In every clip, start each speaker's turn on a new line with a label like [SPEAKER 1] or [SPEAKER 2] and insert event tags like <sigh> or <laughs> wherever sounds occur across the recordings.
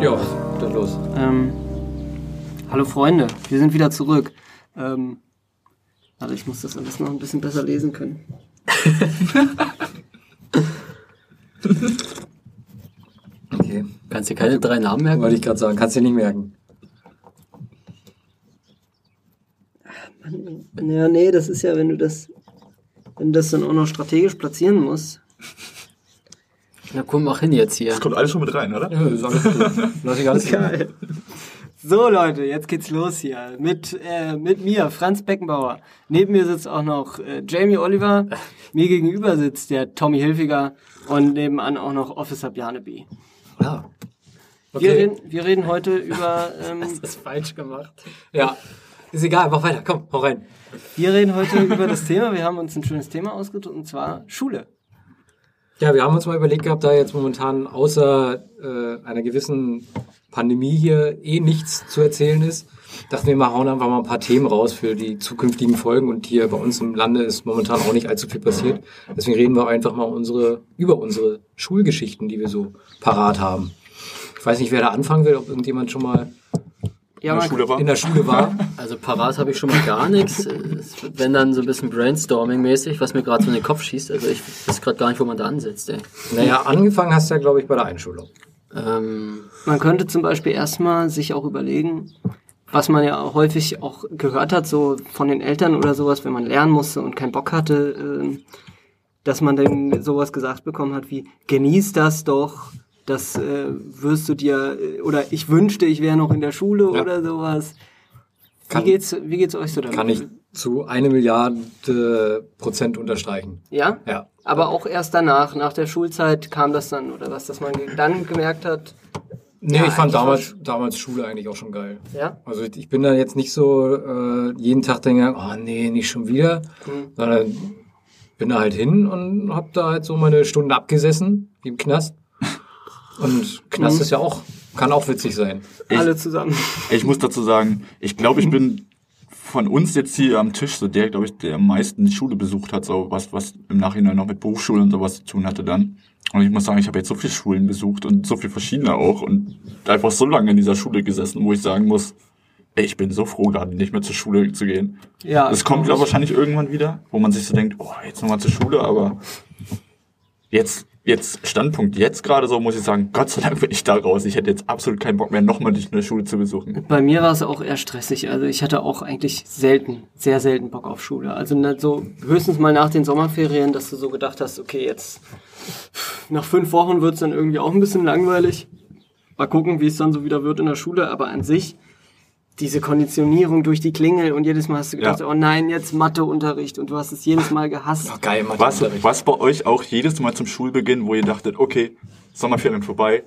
[SPEAKER 1] Ja, dann los.
[SPEAKER 2] äh, Ähm, hallo Freunde, wir sind wieder zurück. Ähm, warte, ich muss das alles noch ein bisschen besser lesen können.
[SPEAKER 1] Okay.
[SPEAKER 3] Kannst dir keine drei Namen merken?
[SPEAKER 1] Wollte ich gerade sagen, kannst du dir nicht merken.
[SPEAKER 2] Ja, nee, das ist ja, wenn du das, wenn du das dann auch noch strategisch platzieren musst.
[SPEAKER 3] Na komm, mach hin jetzt hier.
[SPEAKER 4] Das kommt alles schon mit rein, oder?
[SPEAKER 1] Ja, sag ich dir. <laughs> Lass ich alles
[SPEAKER 2] Geil. So Leute, jetzt geht's los hier mit, äh, mit mir, Franz Beckenbauer. Neben mir sitzt auch noch äh, Jamie Oliver, mir gegenüber sitzt der Tommy Hilfiger und nebenan auch noch Officer Bjarneby.
[SPEAKER 3] Ja.
[SPEAKER 2] Wir, reden, wir reden heute über ähm,
[SPEAKER 3] Das ist falsch gemacht. Ja. Ist egal, mach weiter. Komm, hau rein.
[SPEAKER 2] wir reden heute <laughs> über das Thema. Wir haben uns ein schönes Thema ausgedrückt und zwar Schule.
[SPEAKER 3] Ja, wir haben uns mal überlegt gehabt, da jetzt momentan außer äh, einer gewissen Pandemie hier eh nichts zu erzählen ist, dachten wir mal, hauen einfach mal ein paar Themen raus für die zukünftigen Folgen und hier bei uns im Lande ist momentan auch nicht allzu viel passiert. Deswegen reden wir einfach mal unsere, über unsere Schulgeschichten, die wir so parat haben. Ich weiß nicht, wer da anfangen will, ob irgendjemand schon mal
[SPEAKER 2] Ja, man,
[SPEAKER 4] Schule war.
[SPEAKER 3] in der Schule war.
[SPEAKER 5] Also parat habe ich schon mal gar nichts. Es wird, Wenn dann so ein bisschen Brainstorming-mäßig, was mir gerade so in den Kopf schießt. Also ich weiß gerade gar nicht, wo man da ansetzt, ey.
[SPEAKER 3] Naja, angefangen hast du ja, glaube ich, bei der Einschulung.
[SPEAKER 5] Ähm,
[SPEAKER 2] man könnte zum Beispiel erstmal sich auch überlegen, was man ja häufig auch gehört hat, so von den Eltern oder sowas, wenn man lernen musste und keinen Bock hatte, ähm, dass man dann sowas gesagt bekommen hat wie, genieß das doch, das äh, wirst du dir, äh, oder ich wünschte, ich wäre noch in der Schule oder sowas.
[SPEAKER 3] Kann-
[SPEAKER 2] wie, geht's, wie geht's euch so damit?
[SPEAKER 3] Kann ich zu eine Milliarde Prozent unterstreichen.
[SPEAKER 2] Ja?
[SPEAKER 3] Ja.
[SPEAKER 2] Aber auch erst danach, nach der Schulzeit kam das dann, oder was, dass man ge- dann gemerkt hat,
[SPEAKER 3] Nee,
[SPEAKER 2] Ja,
[SPEAKER 3] ich fand
[SPEAKER 2] eigentlich
[SPEAKER 3] damals, damals Schule eigentlich auch schon geil.
[SPEAKER 2] ja,
[SPEAKER 3] Also ich ich bin da jetzt nicht so äh, jeden Tag denke, oh nee, nicht schon wieder,
[SPEAKER 2] Mhm.
[SPEAKER 3] sondern bin da halt hin und hab da halt so meine Stunden abgesessen, wie im Knast. Und
[SPEAKER 2] Mhm.
[SPEAKER 3] Knast ist ja auch, kann auch witzig sein.
[SPEAKER 4] Ich-
[SPEAKER 2] alle zusammen.
[SPEAKER 4] Ich muss dazu sagen, ich glaube, ich bin von uns jetzt hier am Tisch so der, glaube ich, der am meisten die Schule besucht hat, so was, was im Nachhinein noch mit Berufsschule und sowas zu tun hatte dann. Und ich muss sagen, ich habe jetzt so viele Schulen besucht und so viele verschiedene auch und einfach so lange in dieser Schule gesessen, wo ich sagen muss, ey, ich bin so froh, gerade nicht mehr zur Schule zu gehen.
[SPEAKER 2] <laughs> Ja,
[SPEAKER 4] Das kommt ja wahrscheinlich irgendwann wieder, wo man sich so denkt, oh, jetzt nochmal zur Schule, aber jetzt, jetzt, Standpunkt jetzt gerade so, muss ich sagen, Gott sei Dank bin ich da raus. Ich hätte jetzt absolut keinen Bock mehr, nochmal die neue Schule zu besuchen.
[SPEAKER 2] Bei mir war es auch eher stressig. Also ich hatte auch eigentlich selten, sehr selten Bock auf Schule. Also nicht so höchstens mal nach den Sommerferien, dass du so gedacht hast, okay, jetzt nach fünf Wochen wird's dann irgendwie auch ein bisschen langweilig. Mal gucken, wie es dann so wieder wird in der Schule. Aber an sich diese Konditionierung durch die Klingel und jedes Mal hast du gedacht,
[SPEAKER 4] Ja.
[SPEAKER 2] oh nein, jetzt Matheunterricht und du hast es jedes Mal gehasst.
[SPEAKER 3] Oh, geil,
[SPEAKER 4] Was,
[SPEAKER 3] Matheunterricht.
[SPEAKER 4] was bei euch auch jedes Mal zum Schulbeginn, wo ihr dachtet, okay, Sommerferien vorbei,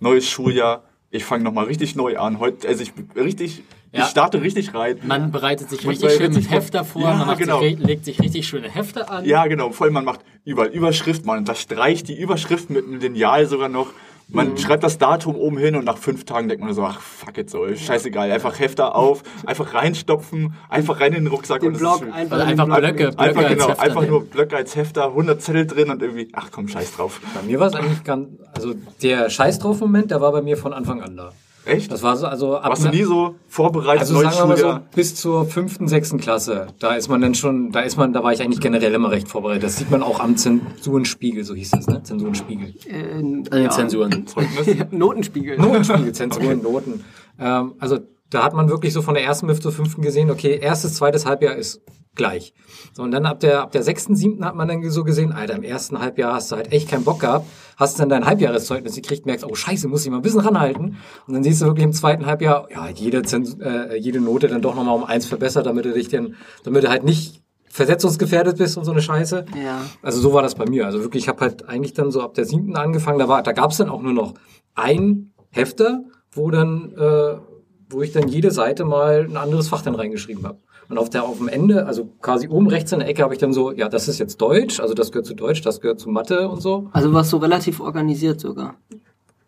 [SPEAKER 4] neues Schuljahr, ich fange nochmal richtig neu an. Heute, also ich bin richtig,
[SPEAKER 5] Ja.
[SPEAKER 4] ich starte richtig rein.
[SPEAKER 5] man bereitet sich
[SPEAKER 4] Man
[SPEAKER 5] richtig schön
[SPEAKER 4] bereitet sich
[SPEAKER 5] mit
[SPEAKER 4] vor-
[SPEAKER 5] Hefter vor,
[SPEAKER 4] Ja,
[SPEAKER 5] man macht
[SPEAKER 4] genau.
[SPEAKER 5] sich, re- legt sich richtig schöne Hefte an.
[SPEAKER 4] Ja, genau. Vor allem, man macht überall Überschrift, man unterstreicht die Überschrift mit einem Lineal sogar noch. Man
[SPEAKER 2] Mhm.
[SPEAKER 4] schreibt das Datum oben hin und nach fünf Tagen denkt man so, ach fuck it so, scheißegal. Einfach Hefter auf, einfach reinstopfen, einfach rein in den Rucksack
[SPEAKER 2] Den
[SPEAKER 4] und
[SPEAKER 2] Blog
[SPEAKER 4] schön.
[SPEAKER 2] einfach,
[SPEAKER 5] Also
[SPEAKER 2] in den
[SPEAKER 5] einfach
[SPEAKER 2] Blog
[SPEAKER 5] Blöcke,
[SPEAKER 2] legen.
[SPEAKER 4] Einfach,
[SPEAKER 5] als
[SPEAKER 4] genau,
[SPEAKER 5] Hefter
[SPEAKER 4] einfach
[SPEAKER 5] nehmen.
[SPEAKER 4] nur Blöcke als Hefter, 100 Zettel drin und irgendwie, ach komm, scheiß drauf.
[SPEAKER 3] Bei mir war es eigentlich ganz, also der Scheiß drauf Moment, der war bei mir von Anfang an da.
[SPEAKER 4] Echt?
[SPEAKER 3] Das war so, also ab
[SPEAKER 4] Warst du nie so vorbereitet,
[SPEAKER 3] Also
[SPEAKER 4] neues
[SPEAKER 3] sagen wir mal so,
[SPEAKER 4] Schuljahr?
[SPEAKER 3] bis zur fünften, sechsten Klasse, da ist man dann schon, da ist man, da war ich eigentlich generell immer recht vorbereitet. Das sieht man auch am Zensurenspiegel, so hieß das, ne? Zensurenspiegel.
[SPEAKER 2] Äh,
[SPEAKER 5] An den Zensuren.
[SPEAKER 4] Zeugnis?
[SPEAKER 2] <laughs>
[SPEAKER 3] <laughs>
[SPEAKER 2] Notenspiegel.
[SPEAKER 3] Notenspiegel, Zensuren, Noten. Ähm, also da hat man wirklich so von der ersten bis zur fünften gesehen, okay, erstes, zweites Halbjahr ist gleich. So, und dann ab der, ab der sechsten, siebten hat man dann so gesehen, Alter, im ersten Halbjahr hast du halt echt keinen Bock gehabt, hast dann dein Halbjahreszeugnis gekriegt, merkst, oh scheiße, muss ich mal ein bisschen ranhalten. Und dann siehst du wirklich im zweiten Halbjahr, ja, jede, Zens äh, jede Note dann doch nochmal um eins verbessert, damit du dich denn, damit du halt nicht versetzungsgefährdet bist und so eine Scheiße.
[SPEAKER 2] Ja.
[SPEAKER 3] Also so war das bei mir. Also wirklich, ich habe halt eigentlich dann so ab der siebten angefangen. Da war, da gab es dann auch nur noch ein Hefter, wo dann, äh, wo ich dann jede Seite mal ein anderes Fach dann reingeschrieben habe. Und auf der, auf dem Ende, also quasi oben rechts in der Ecke, habe ich dann so, ja, das ist jetzt Deutsch, also das gehört zu Deutsch, das gehört zu Mathe und so.
[SPEAKER 2] Also warst du relativ organisiert sogar.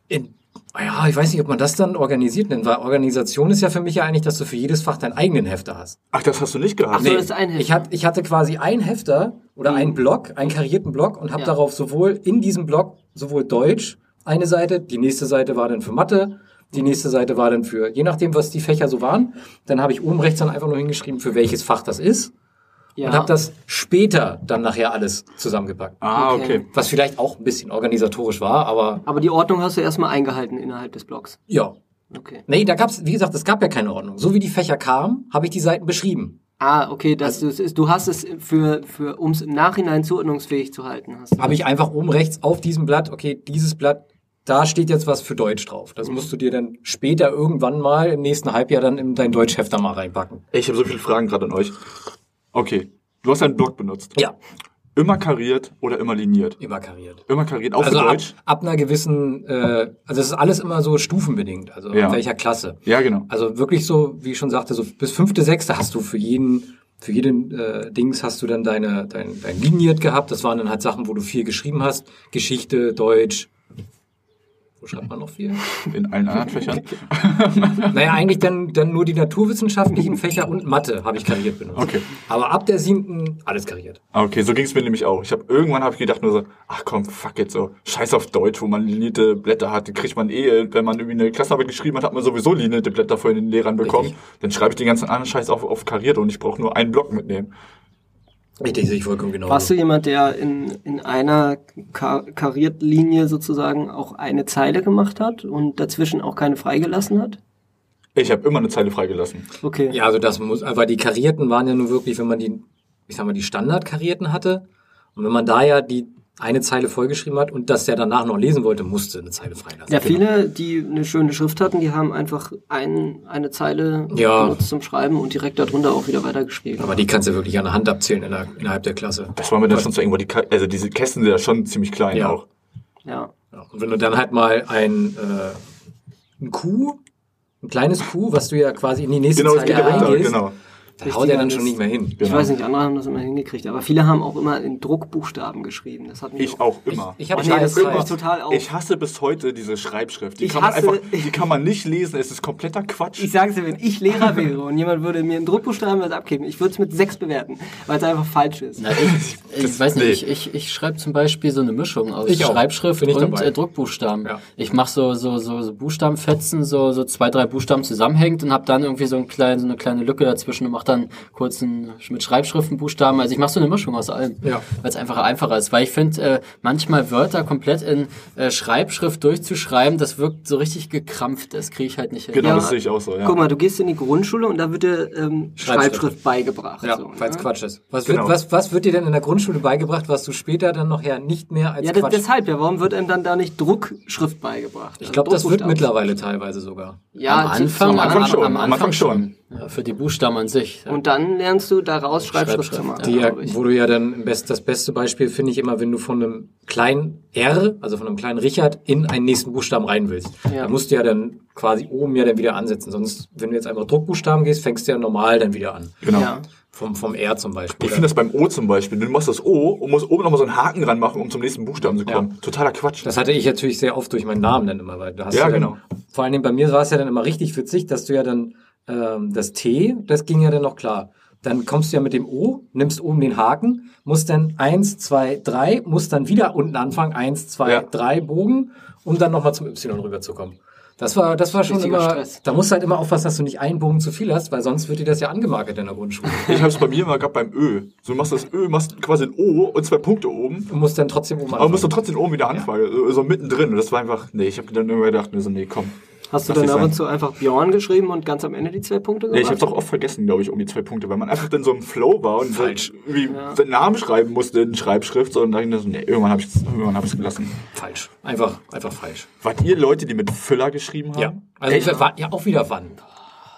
[SPEAKER 3] In, ah ja, ich weiß nicht, ob man das dann organisiert nennt, weil Organisation ist ja für mich ja eigentlich, dass du für jedes Fach deinen eigenen Hefter hast.
[SPEAKER 4] Ach, das hast du nicht gehabt.
[SPEAKER 2] Ach so, das ist ein Hefter.
[SPEAKER 3] Ich, hat, ich hatte quasi einen Hefter oder einen Block, einen karierten Block und habe
[SPEAKER 2] Ja.
[SPEAKER 3] darauf sowohl in diesem Block sowohl Deutsch eine Seite, die nächste Seite war dann für Mathe, Die nächste Seite war dann für, je nachdem, was die Fächer so waren, dann habe ich oben rechts dann einfach nur hingeschrieben, für welches Fach das ist
[SPEAKER 2] Ja.
[SPEAKER 3] und habe das später dann nachher alles zusammengepackt.
[SPEAKER 4] Ah,
[SPEAKER 2] Okay.
[SPEAKER 4] okay.
[SPEAKER 3] Was vielleicht auch ein bisschen organisatorisch war, aber
[SPEAKER 2] Aber die Ordnung hast du erstmal eingehalten innerhalb des Blogs.
[SPEAKER 3] ja.
[SPEAKER 2] Okay.
[SPEAKER 3] Nee, da gab's, wie gesagt, es gab ja keine Ordnung. So wie die Fächer kamen, habe ich die Seiten beschrieben.
[SPEAKER 2] Ah, okay, das, das ist, du hast es für, für um es im Nachhinein zuordnungsfähig zu halten. Hast du.
[SPEAKER 3] Habe Mhm. ich einfach oben rechts auf diesem Blatt, okay, dieses Blatt, da steht jetzt was für Deutsch drauf. Das musst du dir dann später irgendwann mal im nächsten Halbjahr dann in dein Deutschhefter mal reinpacken.
[SPEAKER 4] Ey, Ich habe so viele Fragen gerade an euch. Okay. Du hast einen Block benutzt.
[SPEAKER 3] Ja,
[SPEAKER 4] Immer kariert oder immer liniert?
[SPEAKER 3] immer kariert.
[SPEAKER 4] Immer kariert, auch
[SPEAKER 3] Also
[SPEAKER 4] für
[SPEAKER 3] ab,
[SPEAKER 4] Deutsch?
[SPEAKER 3] ab einer gewissen, äh, also es ist alles immer so stufenbedingt, also
[SPEAKER 4] Ja.
[SPEAKER 3] in welcher Klasse.
[SPEAKER 4] Ja, genau.
[SPEAKER 3] Also wirklich so, wie ich schon sagte, so bis fünfte, sechste hast du für jeden, für jeden äh, Dings hast du dann deine, dein, dein Liniert gehabt. Das waren dann halt Sachen, wo du viel geschrieben hast. Geschichte, Deutsch. Wo schreibt man noch viel?
[SPEAKER 4] In allen
[SPEAKER 3] <laughs>
[SPEAKER 4] anderen Fächern?
[SPEAKER 3] Naja, eigentlich dann, dann nur die naturwissenschaftlichen Fächer und Mathe habe ich kariert benutzt.
[SPEAKER 4] Okay.
[SPEAKER 3] Aber ab der siebten alles kariert.
[SPEAKER 4] Ah, Okay, so ging es mir nämlich auch. Ich habe irgendwann habe ich gedacht nur so, ach komm, fuck it so, scheiß auf Deutsch, wo man linierte Blätter hat, die kriegt man eh, wenn man irgendwie eine Klassenarbeit geschrieben hat, hat man sowieso linierte Blätter von den Lehrern bekommen. Dann schreibe ich den ganzen anderen Scheiß auf, auf kariert und ich brauche nur einen Block mitnehmen.
[SPEAKER 3] Richtig, sehe ich vollkommen genau.
[SPEAKER 2] Warst du jemand, der in, in einer Ka Kariertlinie sozusagen auch eine Zeile gemacht hat und dazwischen auch keine freigelassen hat?
[SPEAKER 4] Ich habe immer eine Zeile freigelassen.
[SPEAKER 2] Okay.
[SPEAKER 3] Ja, also das muss, aber die Karierten waren ja nur wirklich, wenn man die, ich sag mal, die Standardkarierten hatte. Und wenn man da ja die eine Zeile vollgeschrieben hat und das der danach noch lesen wollte, musste eine Zeile freilassen.
[SPEAKER 2] Ja, viele, die eine schöne Schrift hatten, die haben einfach ein, eine Zeile
[SPEAKER 3] Ja.
[SPEAKER 2] benutzt zum Schreiben und direkt darunter auch wieder weitergeschrieben.
[SPEAKER 3] Genau. Aber die kannst du wirklich an der Hand abzählen in der, innerhalb der Klasse.
[SPEAKER 4] Das war mir dann schon zu eng, weil die, Ka- also diese Kästen sind ja schon ziemlich klein
[SPEAKER 3] Ja.
[SPEAKER 4] auch.
[SPEAKER 2] ja.
[SPEAKER 3] Ja. Und wenn du dann halt mal ein, äh, ein Kuh, ein kleines Kuh, was du ja quasi in die nächste
[SPEAKER 4] Genau, es
[SPEAKER 3] Zeile
[SPEAKER 4] geht ja runter,
[SPEAKER 3] reingehst,
[SPEAKER 4] genau.
[SPEAKER 3] dann haut er dann schon nicht mehr hin.
[SPEAKER 2] Ich weiß nicht, andere haben das immer hingekriegt, aber viele haben auch immer in Druckbuchstaben geschrieben. Das hat mich Oh
[SPEAKER 4] Ich auch immer.
[SPEAKER 3] Ich habe
[SPEAKER 2] nee, das regt mich
[SPEAKER 3] nee,
[SPEAKER 2] total auf.
[SPEAKER 4] Ich hasse bis heute diese Schreibschrift. Die
[SPEAKER 2] Ich
[SPEAKER 4] kann man
[SPEAKER 2] hasse-
[SPEAKER 4] einfach, die kann man nicht lesen. Es ist kompletter Quatsch.
[SPEAKER 2] Ich sag's dir, wenn ich Lehrer wäre und jemand würde mir einen Druckbuchstaben was abgeben, ich würde es mit sechs bewerten, weil es einfach falsch ist.
[SPEAKER 5] Na, ich, ich
[SPEAKER 4] Das-
[SPEAKER 5] weiß nicht,
[SPEAKER 4] nee.
[SPEAKER 5] ich, ich, ich schreibe zum Beispiel so eine Mischung aus
[SPEAKER 3] Ich auch.
[SPEAKER 5] Schreibschrift
[SPEAKER 3] Bin ich
[SPEAKER 5] und
[SPEAKER 3] dabei.
[SPEAKER 5] äh, Druckbuchstaben.
[SPEAKER 3] Ja.
[SPEAKER 5] Ich mache so, so, so, so Buchstabenfetzen, so, so zwei, drei Buchstaben zusammenhängt und habe dann irgendwie so, einen kleinen, so eine kleine Lücke dazwischen und mache dann kurz einen, mit Schreibschriften Buchstaben. Also ich mache so eine Mischung aus allem,
[SPEAKER 3] Ja.
[SPEAKER 5] weil es einfach einfacher ist. Weil ich finde, äh, manchmal Wörter komplett in äh, Schreibschrift durchzuschreiben, das wirkt so richtig gekrampft. Das kriege ich halt nicht hin.
[SPEAKER 4] Genau,
[SPEAKER 2] Ja.
[SPEAKER 4] das sehe ich auch so. Ja.
[SPEAKER 2] Guck mal, du gehst in die Grundschule und da wird dir ähm, Schreibschrift.
[SPEAKER 3] Schreibschrift.
[SPEAKER 2] beigebracht.
[SPEAKER 3] Ja,
[SPEAKER 2] so,
[SPEAKER 3] weil es
[SPEAKER 2] ne?
[SPEAKER 3] Also, Quatsch ist. Was,
[SPEAKER 4] Genau.
[SPEAKER 3] wird, was, was wird dir denn in der Grundschule beigebracht, was du später dann noch ja nicht mehr als
[SPEAKER 2] Ja, das,
[SPEAKER 3] Quatsch...
[SPEAKER 2] deshalb, ja, warum wird einem dann da nicht Druckschrift beigebracht? Also
[SPEAKER 3] ich glaube, das wird mittlerweile teilweile sogar.
[SPEAKER 2] Ja,
[SPEAKER 5] am Anfang,
[SPEAKER 2] zum
[SPEAKER 4] Anfang
[SPEAKER 2] Anfang.
[SPEAKER 4] schon. am Anfang schon.
[SPEAKER 5] Ja, für die Buchstaben an sich. Ja.
[SPEAKER 2] Und dann lernst du daraus Schreibschrift, zu machen.
[SPEAKER 5] Schreibschrift,
[SPEAKER 3] Die ja,
[SPEAKER 2] glaub ich.
[SPEAKER 3] wo du ja dann im Best, das beste Beispiel finde ich immer, wenn du von einem kleinen R, also von einem kleinen Richard, in einen nächsten Buchstaben rein willst.
[SPEAKER 2] Ja.
[SPEAKER 3] Da musst du ja dann quasi oben ja dann wieder ansetzen. Sonst, wenn du jetzt einfach Druckbuchstaben gehst, fängst du ja normal dann wieder an.
[SPEAKER 4] Genau.
[SPEAKER 2] ja.
[SPEAKER 3] Vom, vom R zum Beispiel.
[SPEAKER 4] Ich finde das beim O zum Beispiel. Du machst das O und musst oben nochmal so einen Haken dran machen, um zum nächsten Buchstaben zu kommen. Totaler Quatsch.
[SPEAKER 3] Das hatte ich natürlich sehr oft durch meinen Namen dann immer, weil du hast
[SPEAKER 4] Ja,
[SPEAKER 3] dann,
[SPEAKER 4] genau.
[SPEAKER 3] Vor allen Dingen bei mir war es ja dann immer richtig witzig, dass du ja dann ähm, das T, das ging ja dann noch klar. Dann kommst du ja mit dem O, nimmst oben den Haken, musst dann eins, zwei, drei, musst dann wieder unten anfangen, eins, zwei,
[SPEAKER 4] Ja.
[SPEAKER 3] drei Bogen, um dann nochmal zum Y rüberzukommen. Das war, das war schon
[SPEAKER 2] Richtiger
[SPEAKER 3] immer,
[SPEAKER 2] Stress.
[SPEAKER 3] da musst du halt immer aufpassen, dass du nicht einen Bogen zu viel hast, weil sonst wird dir das ja angemarkert in der Grundschule.
[SPEAKER 4] Ich habe es bei mir immer gehabt beim Ö. So, du machst das Ö, machst quasi ein O und zwei Punkte oben.
[SPEAKER 3] Du musst dann trotzdem oben
[SPEAKER 4] Aber musst du
[SPEAKER 3] anfangen.
[SPEAKER 4] trotzdem oben wieder anfangen. So, so mittendrin. Und das war einfach, nee, ich habe dann immer gedacht, nee, so, nee, komm.
[SPEAKER 2] Hast du
[SPEAKER 4] Lass
[SPEAKER 2] dann
[SPEAKER 4] ich
[SPEAKER 2] ab
[SPEAKER 4] sein.
[SPEAKER 2] und zu einfach Björn geschrieben und ganz am Ende die zwei Punkte
[SPEAKER 4] Ja,
[SPEAKER 2] gemacht?
[SPEAKER 4] ich hab's auch oft vergessen, glaube ich, um die zwei Punkte, weil man einfach dann so im Flow war und
[SPEAKER 3] Falsch.
[SPEAKER 4] So, wie seinen Namen schreiben musste in Schreibschrift. So, und dann dachte ich, nee, irgendwann habe ich irgendwann hab ich's gelassen.
[SPEAKER 3] Falsch. Einfach, einfach falsch.
[SPEAKER 4] Wart ihr Leute, die mit Füller geschrieben haben?
[SPEAKER 3] Ja. Also, ich, war, ja, auch wieder wann.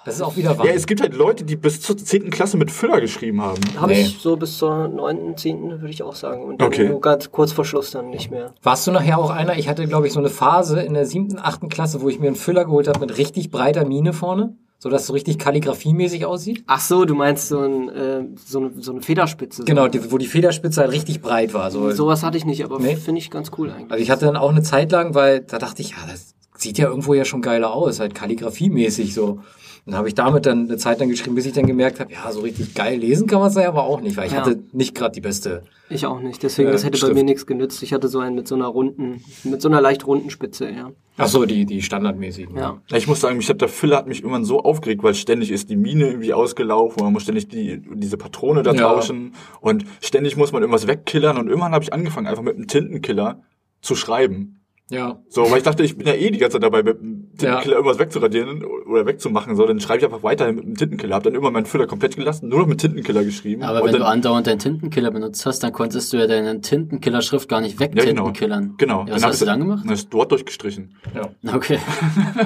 [SPEAKER 3] Das ist auch wieder wann.
[SPEAKER 4] Ja, es gibt halt Leute, die bis zur 10. Klasse mit Füller geschrieben haben.
[SPEAKER 2] Habe
[SPEAKER 3] Nee.
[SPEAKER 2] ich so bis zur 9., 10. würde ich auch sagen. Und dann
[SPEAKER 4] Okay.
[SPEAKER 2] nur ganz kurz vor Schluss dann nicht mehr.
[SPEAKER 3] Warst du nachher auch einer? Ich hatte, glaube ich, so eine Phase in der siebten, achten Klasse, wo ich mir einen Füller geholt habe mit richtig breiter Mine vorne, sodass es so richtig kalligrafiemäßig aussieht.
[SPEAKER 2] Ach so, du meinst so, ein, äh, so, eine, so eine Federspitze. so.
[SPEAKER 3] Genau, die, wo die Federspitze halt richtig breit war. So.
[SPEAKER 2] Sowas hatte ich nicht, aber
[SPEAKER 3] Nee.
[SPEAKER 2] finde ich ganz cool eigentlich.
[SPEAKER 3] Also ich hatte dann auch eine Zeit lang, weil da dachte ich, ja, das sieht ja irgendwo ja schon geiler aus, halt kalligrafiemäßig so. Und Dann habe ich damit dann eine Zeit lang geschrieben, bis ich dann gemerkt habe, ja, so richtig geil lesen kann man es ja aber auch nicht, weil ich
[SPEAKER 2] Ja.
[SPEAKER 3] hatte nicht gerade die beste.
[SPEAKER 2] Ich auch nicht. Deswegen,
[SPEAKER 3] Äh,
[SPEAKER 2] das hätte bei
[SPEAKER 3] Stift.
[SPEAKER 2] mir nichts genützt. Ich hatte so einen mit so einer runden, mit so einer leicht runden Spitze, ja.
[SPEAKER 3] Ach so, die, die standardmäßigen.
[SPEAKER 2] Ja.
[SPEAKER 4] Ich muss sagen, mich hat der Filler hat mich irgendwann so aufgeregt, weil ständig ist die Mine irgendwie ausgelaufen, man muss ständig die, diese Patrone da
[SPEAKER 3] Ja.
[SPEAKER 4] tauschen und ständig muss man irgendwas wegkillern und irgendwann habe ich angefangen, einfach mit einem Tintenkiller zu schreiben.
[SPEAKER 3] Ja.
[SPEAKER 4] So, weil ich dachte, ich bin ja eh die ganze Zeit dabei, mit dem Tintenkiller
[SPEAKER 3] Ja.
[SPEAKER 4] irgendwas wegzuradieren oder wegzumachen, so, dann schreibe ich einfach weiter mit dem Tintenkiller, hab dann irgendwann meinen Filler komplett gelassen, nur noch mit Tintenkiller geschrieben.
[SPEAKER 5] Aber
[SPEAKER 4] Und
[SPEAKER 5] wenn
[SPEAKER 4] dann-
[SPEAKER 5] du andauernd deinen Tintenkiller benutzt hast, dann konntest du ja deine Tintenkiller-Schrift gar nicht
[SPEAKER 4] ja, genau.
[SPEAKER 5] wegtintenkillern.
[SPEAKER 4] Genau.
[SPEAKER 5] Ja, was
[SPEAKER 4] hab
[SPEAKER 5] hast
[SPEAKER 4] ich
[SPEAKER 5] du dann gemacht?
[SPEAKER 4] Dann ist dort durchgestrichen. <laughs>
[SPEAKER 5] Okay.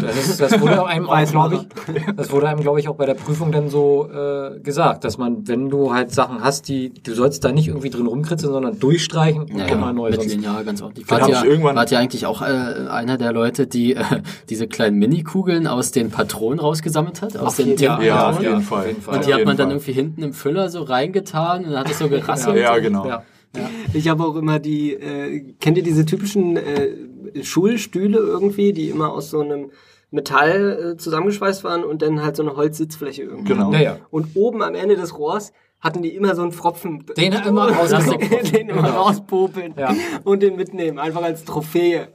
[SPEAKER 3] Das, ist, das wurde einem auch,
[SPEAKER 2] Weiß
[SPEAKER 3] glaube
[SPEAKER 2] man.
[SPEAKER 3] ich, <laughs> das wurde einem, glaube ich, auch bei der Prüfung dann so äh, gesagt, dass man, wenn du halt Sachen hast, die, du sollst da nicht irgendwie drin rumkritzeln, sondern durchstreichen und
[SPEAKER 5] Ja,
[SPEAKER 3] immer neu.
[SPEAKER 5] mit
[SPEAKER 3] sonst-
[SPEAKER 5] Lineal ganz ordentlich.
[SPEAKER 4] Dann
[SPEAKER 5] Wart
[SPEAKER 4] hab
[SPEAKER 5] ihr,
[SPEAKER 4] ich irgendwann-
[SPEAKER 5] wart ihr eigentlich auch äh, einer der Leute, die äh, diese kleinen Minikugeln aus den Patronen rausgesammelt hat? Aus den
[SPEAKER 2] jeden
[SPEAKER 5] Tinten-
[SPEAKER 4] Ja,
[SPEAKER 3] Ja,
[SPEAKER 4] auf jeden Fall.
[SPEAKER 5] Und
[SPEAKER 4] Auf
[SPEAKER 5] die hat
[SPEAKER 4] jeden
[SPEAKER 5] man dann
[SPEAKER 4] Fall.
[SPEAKER 5] irgendwie hinten im Füller so reingetan und dann hat
[SPEAKER 4] <laughs>
[SPEAKER 5] es so gerasselt.
[SPEAKER 4] Ja, genau.
[SPEAKER 3] Ja.
[SPEAKER 2] Ich habe auch immer die, äh, kennt ihr diese typischen äh, Schulstühle irgendwie, die immer aus so einem Metall äh, zusammengeschweißt waren und dann halt so eine Holzsitzfläche irgendwie.
[SPEAKER 4] Genau.
[SPEAKER 3] Ja, ja.
[SPEAKER 2] Und oben am Ende des Rohrs hatten die immer so einen Pfropfen.
[SPEAKER 3] Den
[SPEAKER 2] <laughs>
[SPEAKER 3] immer rausgenommen.
[SPEAKER 2] den immer rauspopeln
[SPEAKER 3] Ja.
[SPEAKER 2] und den mitnehmen, einfach als Trophäe.